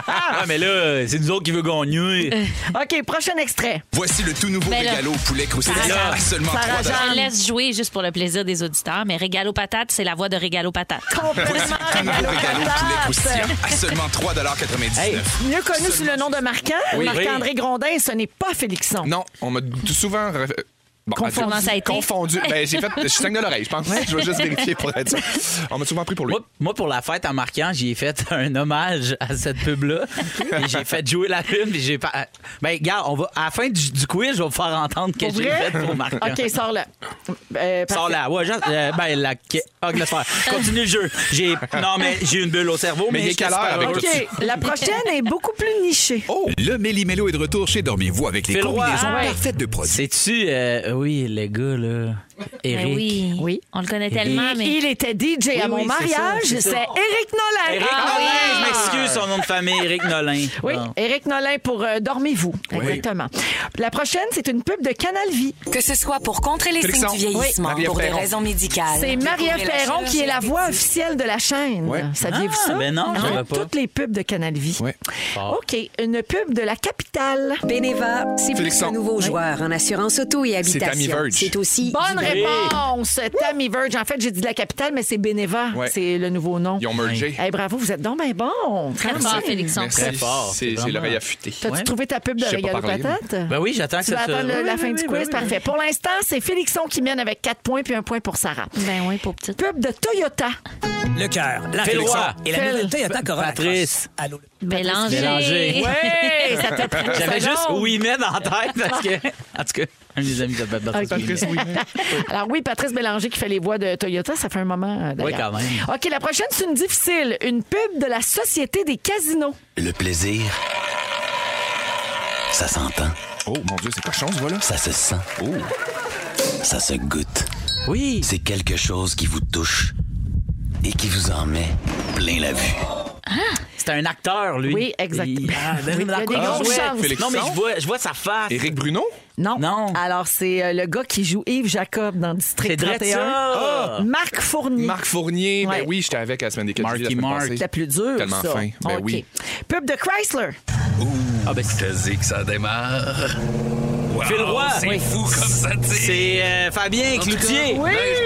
S4: Ah, mais là, c'est nous autres qui veut gagner.
S2: Euh. OK, prochain extrait.
S9: Voici le tout nouveau
S3: Ben là.
S9: régalo poulet croustillant
S3: Ça
S9: à seulement
S2: Ça
S9: 3
S2: rajoute.
S3: Je laisse jouer juste pour le plaisir des auditeurs, mais Régalo Patate, c'est la voix de Régalo Patate.
S2: Complètement
S9: Tout nouveau
S2: régalo
S9: régalo
S2: patate.
S9: poulet croustillant à seulement 3,99
S4: Hey.
S2: Mieux connu sous le nom de Marquant,
S4: Oui.
S2: Marc-André Grondin, ce n'est pas Félixon.
S5: Non, on m'a d- souvent. re- Bon,
S2: Confondu.
S5: attends,
S3: Comment ça a été?
S5: Confondu. Ben, j'ai fait. Je suis cinq de l'oreille, je pense. Je vais juste vérifier pour être sûr. On m'a souvent pris pour lui.
S4: Moi, moi, pour la fête en marquant, j'ai fait un hommage à cette pub-là. Et j'ai fait jouer la pub. Et j'ai pas. Ben, gars, on va... à la fin du, du quiz, je vais vous faire entendre que
S2: Pour
S4: j'ai
S2: vrai?
S4: fait pour marquant.
S2: OK, sors-le. Euh, parfait.
S4: Sors là, ouais, genre, euh, ben la que- ah, laisse faire. Continue le jeu. J'ai non mais j'ai une bulle au cerveau, mais,
S5: Mais il est
S4: je te
S5: quelle heure
S4: super
S5: avec
S4: heureux.
S2: OK, la prochaine est beaucoup plus nichée.
S9: Le Méli-Mélo est de retour chez Dormez-vous avec les
S4: Fais le roi.
S9: combinaisons
S4: Ah ouais.
S9: parfaites de produits.
S4: C'est-tu euh, oui, le gars là, Eric.
S3: Ben oui.
S2: Oui.
S3: On le connaît tellement, mais.
S2: Il était DJ à
S4: Oui,
S2: mon
S4: oui, c'est
S2: mariage.
S4: ça, c'est
S2: C'est
S4: ça.
S2: Éric Nolin.
S4: Eric Nolin, je m'excuse son nom de famille Eric Nolin.
S2: Ah, Oui,
S4: Bon.
S2: Éric Nolin pour euh, Dormez-vous. Exactement. La prochaine, c'est une pub de Canal Vie.
S4: Oh,
S11: Que ce soit pour contrer les
S5: Félixon.
S11: signes du vieillissement,
S5: Oui, Maria
S11: pour des
S5: Perron.
S11: raisons médicales.
S2: C'est Maria
S11: Découvrez la
S2: Perron qui est la voix officielle de la chaîne.
S5: Ouais.
S2: Saviez-vous
S4: Ah,
S2: ça?
S4: ben non, je
S2: Dans
S4: savais pas.
S2: Toutes les pubs de Canal Vie.
S5: Ouais.
S2: OK, une pub de la capitale.
S11: Beneva, c'est plus
S5: Félixon.
S11: un nouveau joueur en assurance auto et
S5: C'est Tammy
S11: habitation.
S5: Verge.
S11: C'est aussi
S2: Bonne réponse, Tammy Verge. En fait, j'ai dit la capitale, mais c'est Beneva.
S5: Ouais.
S2: C'est le nouveau nom.
S5: Ils ont mergé.
S2: Eh, bravo, vous êtes donc ben bon.
S3: Très
S2: Merci.
S3: fort, Félixon.
S5: Merci.
S4: Très fort.
S5: C'est
S4: Vraiment.
S5: j'ai l'oreille affûtée.
S2: T'as-tu
S4: Ouais.
S2: trouvé ta pub de
S5: Je sais pas
S2: Régalo
S5: parler,
S2: Patate?
S4: Ben oui, j'attends que
S2: Tu vas
S4: ça se-
S2: attendre le-
S4: Oui,
S2: la
S4: oui,
S2: fin du
S4: oui,
S2: quiz,
S4: oui, oui.
S2: parfait. Pour l'instant, c'est Félixon qui mène avec 4 points puis un point pour Sarah.
S3: Ben oui, pour petite.
S2: Pub de Toyota.
S8: Le cœur, la
S4: Fais le
S8: réflexion
S4: roi.
S8: et la
S2: Fais le-
S8: nouvelle Toyota Corolla
S4: Patrice.
S8: Cross. Allô.
S3: Mélanger.
S4: Mélanger.
S2: Oui, ça t'a pris une
S4: J'avais juste
S2: seconde.
S4: oui mais dans la tête parce que en tout cas, un des amis de Patrice
S2: Ok.
S4: Ouimet.
S2: Alors oui, Patrice Bélanger qui fait les voix de Toyota, ça fait un moment euh, d'ailleurs.
S4: Oui, quand même.
S2: OK, la prochaine, c'est une difficile. Une pub de la Société des casinos.
S8: Le plaisir, ça s'entend,
S5: Oh mon Dieu, c'est cochon ce voix-là.
S8: ça se sent, ça se goûte.
S4: Oui.
S8: C'est quelque chose qui vous touche et qui vous en met plein la vue.
S4: C'est un acteur lui.
S2: Oui, exactement.
S4: Il- Ah, ben,
S2: Oui, il y a des
S4: d'accord.
S2: grosses
S4: Ouais,
S2: chances.
S4: Félixon. Non mais je vois je vois sa face.
S5: Éric Bruno?
S2: Non.
S4: Non.
S2: Alors, c'est euh, le gars qui joue Yves Jacob dans District
S4: C'est vrai
S2: 31.
S4: ça. Ah.
S2: Marc Fournier.
S5: Marc Fournier.
S2: Ouais.
S5: Ben oui, j'étais avec à la semaine des
S4: Marky
S5: Catholiques.
S4: Mark.
S2: la plus dure,
S5: Tellement
S2: ça. Ah,
S5: fin. Ben
S2: OK.
S5: oui.
S2: Pub de Chrysler.
S4: Ah ben c'est
S8: Vas-y que ça démarre.
S4: Fais le roi.
S8: C'est fou comme ça tire.
S4: C'est euh, Fabien Cloutier.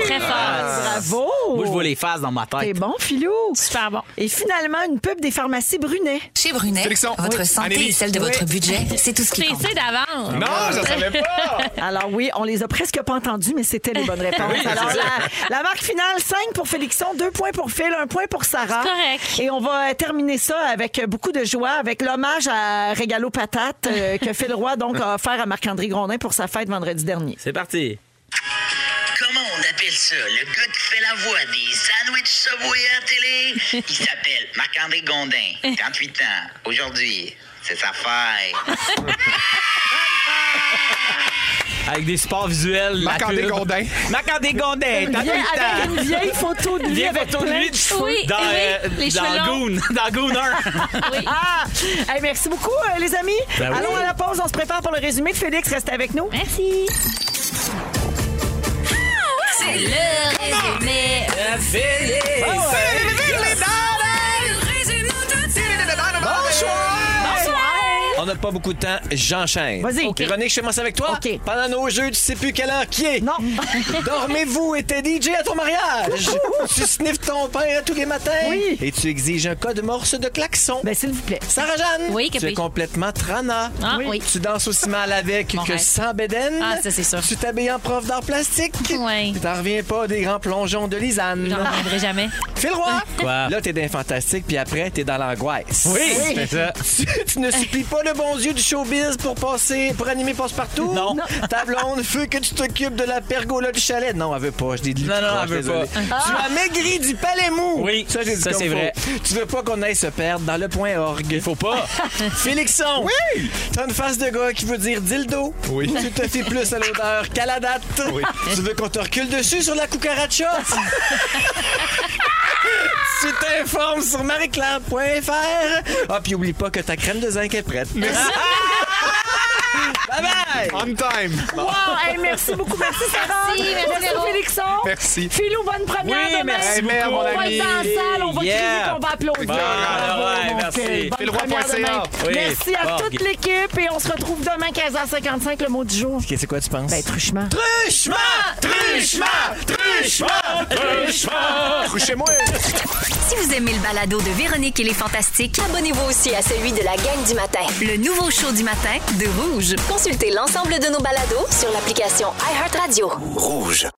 S3: Très fort.
S5: Ah.
S2: Bravo.
S4: Moi, je vois les faces dans ma
S2: T'es
S4: tête.
S2: bon, Philou.
S3: Super bon.
S2: Et finalement, une pub des pharmacies Brunet.
S11: Chez Brunet,
S5: Félixon.
S11: votre
S5: Oui.
S11: santé
S5: Anneli.
S11: et celle de votre budget, Ben, c'est tout ce qui compte.
S3: PC d'avance.
S5: Non, je savais pas!
S2: Alors oui, on les a presque pas entendus, mais c'était les bonnes réponses. Alors la, la marque finale, 5 pour Félixon, 2 points pour Phil, 1 point pour Sarah.
S3: C'est correct.
S2: Et on va euh, terminer ça avec euh, beaucoup de joie, avec l'hommage à Régalo Patate euh, que Phil Roy donc, a offert à Marc-André Grondin pour sa fête vendredi dernier.
S4: C'est parti.
S6: Comment on appelle ça? Le gars qui fait la voix des sandwichs Subway à la télé? Il s'appelle Marc-André Gondin, 38 ans. Aujourd'hui, c'est sa fête.
S8: Ah,
S4: Avec des supports visuels. la
S5: Marc-André
S4: pub.
S5: Gondin.
S4: Marc-André Gondin. T'as
S2: Vieille- avec une vieille photo de lui avec
S4: photo de
S2: plein
S4: lui.
S2: de cheveux.
S3: Oui,
S4: Dans,
S3: oui,
S4: euh,
S3: les cheveux
S4: dans
S3: longs.
S4: Goon. Dans Goon 1.
S3: Oui.
S2: Ah! Hey, merci beaucoup, euh, les amis.
S4: Ben oui.
S2: Allons à la pause. On se prépare pour le résumé. Félix, restez avec nous.
S3: Merci.
S11: C'est le résumé.
S8: On n'a pas beaucoup de temps, j'enchaîne.
S2: Vas-y. OK.
S8: Véronique, je commence avec toi.
S2: OK.
S8: Pendant nos jeux, tu sais plus quelle heure qui est.
S2: Non.
S8: Dormez-vous et t'es DJ à ton mariage. tu sniffes ton pain tous les matins.
S2: Oui.
S8: Et tu exiges un code morse de klaxon.
S2: Ben, s'il vous plaît.
S8: Sarah-Jeanne,
S3: Oui, que
S8: tu es
S3: puis-
S8: complètement trana.
S3: Ah, oui.
S8: Tu danses aussi mal avec
S3: Mon
S8: que
S3: rêve.
S8: sans bédaine.
S3: Ah, ça, c'est sûr.
S8: Tu t'habilles en prof d'art plastique.
S3: Ouais.
S8: Tu t'en reviens pas des grands plongeons de Lisanne.
S3: J'en reviendrai jamais.
S8: Fais le roi.
S4: Quoi?
S8: Là, t'es dans le fantastique, puis après, t'es dans l'angoisse.
S4: Oui, c'est ça.
S8: Tu, tu ne supplies pas le bon Dieu du showbiz pour passer, pour animer passe-partout.
S4: Non.
S8: Ta blonde veut que tu t'occupes de la pergola du chalet. Non, elle veut pas. Je dis
S4: Non, non, elle veut pas.
S8: Tu as maigri du palais mou.
S4: Oui,
S8: ça, j'ai dit
S4: ça,
S8: comme
S4: c'est
S8: faut.
S4: vrai.
S8: Tu veux pas qu'on aille se perdre dans le point orgue.
S4: Faut pas.
S8: Félixon. Oui. T'as une face de gars qui veut dire dildo.
S5: Oui.
S8: Tu te fais plus à l'odeur qu'à la date.
S5: Oui.
S8: Tu veux qu'on te recule dessus sur la cucaracha? tu t'informes sur marieclaire.fr. Ah, puis oublie pas que ta crème de zinc est prête.
S4: Bye
S5: bye! On time!
S2: Wow! Hey, merci beaucoup, merci Sarah.
S3: Merci, merci, Véro.
S2: Félixon.
S5: Merci.
S2: Philou, bonne première
S4: Oui,
S2: demain.
S4: merci
S5: Hey, merde,
S4: beaucoup.
S5: mon
S2: On va
S5: ami.
S2: être dans la salle, on va
S4: Yeah.
S2: crier qu'on va applaudir.
S4: Bon,
S2: Bravo,
S4: ouais,
S2: mon
S4: merci.
S2: Phil. Bonne
S5: Philroy.ca.
S2: première demain.
S4: Oui.
S2: Merci à
S4: Bon.
S2: toute l'équipe et on se retrouve demain 15h55, le mot du jour.
S8: C'est quoi, tu penses?
S2: Ben, truchement.
S4: Truchement! Truchement! Truchement! Truchement!
S5: Couchez-moi!
S1: Si vous aimez le balado de Véronique et les Fantastiques, abonnez-vous aussi à celui de la gang du matin. Le nouveau show du matin de Rouge. Consultez l'ensemble de nos balados sur l'application iHeartRadio.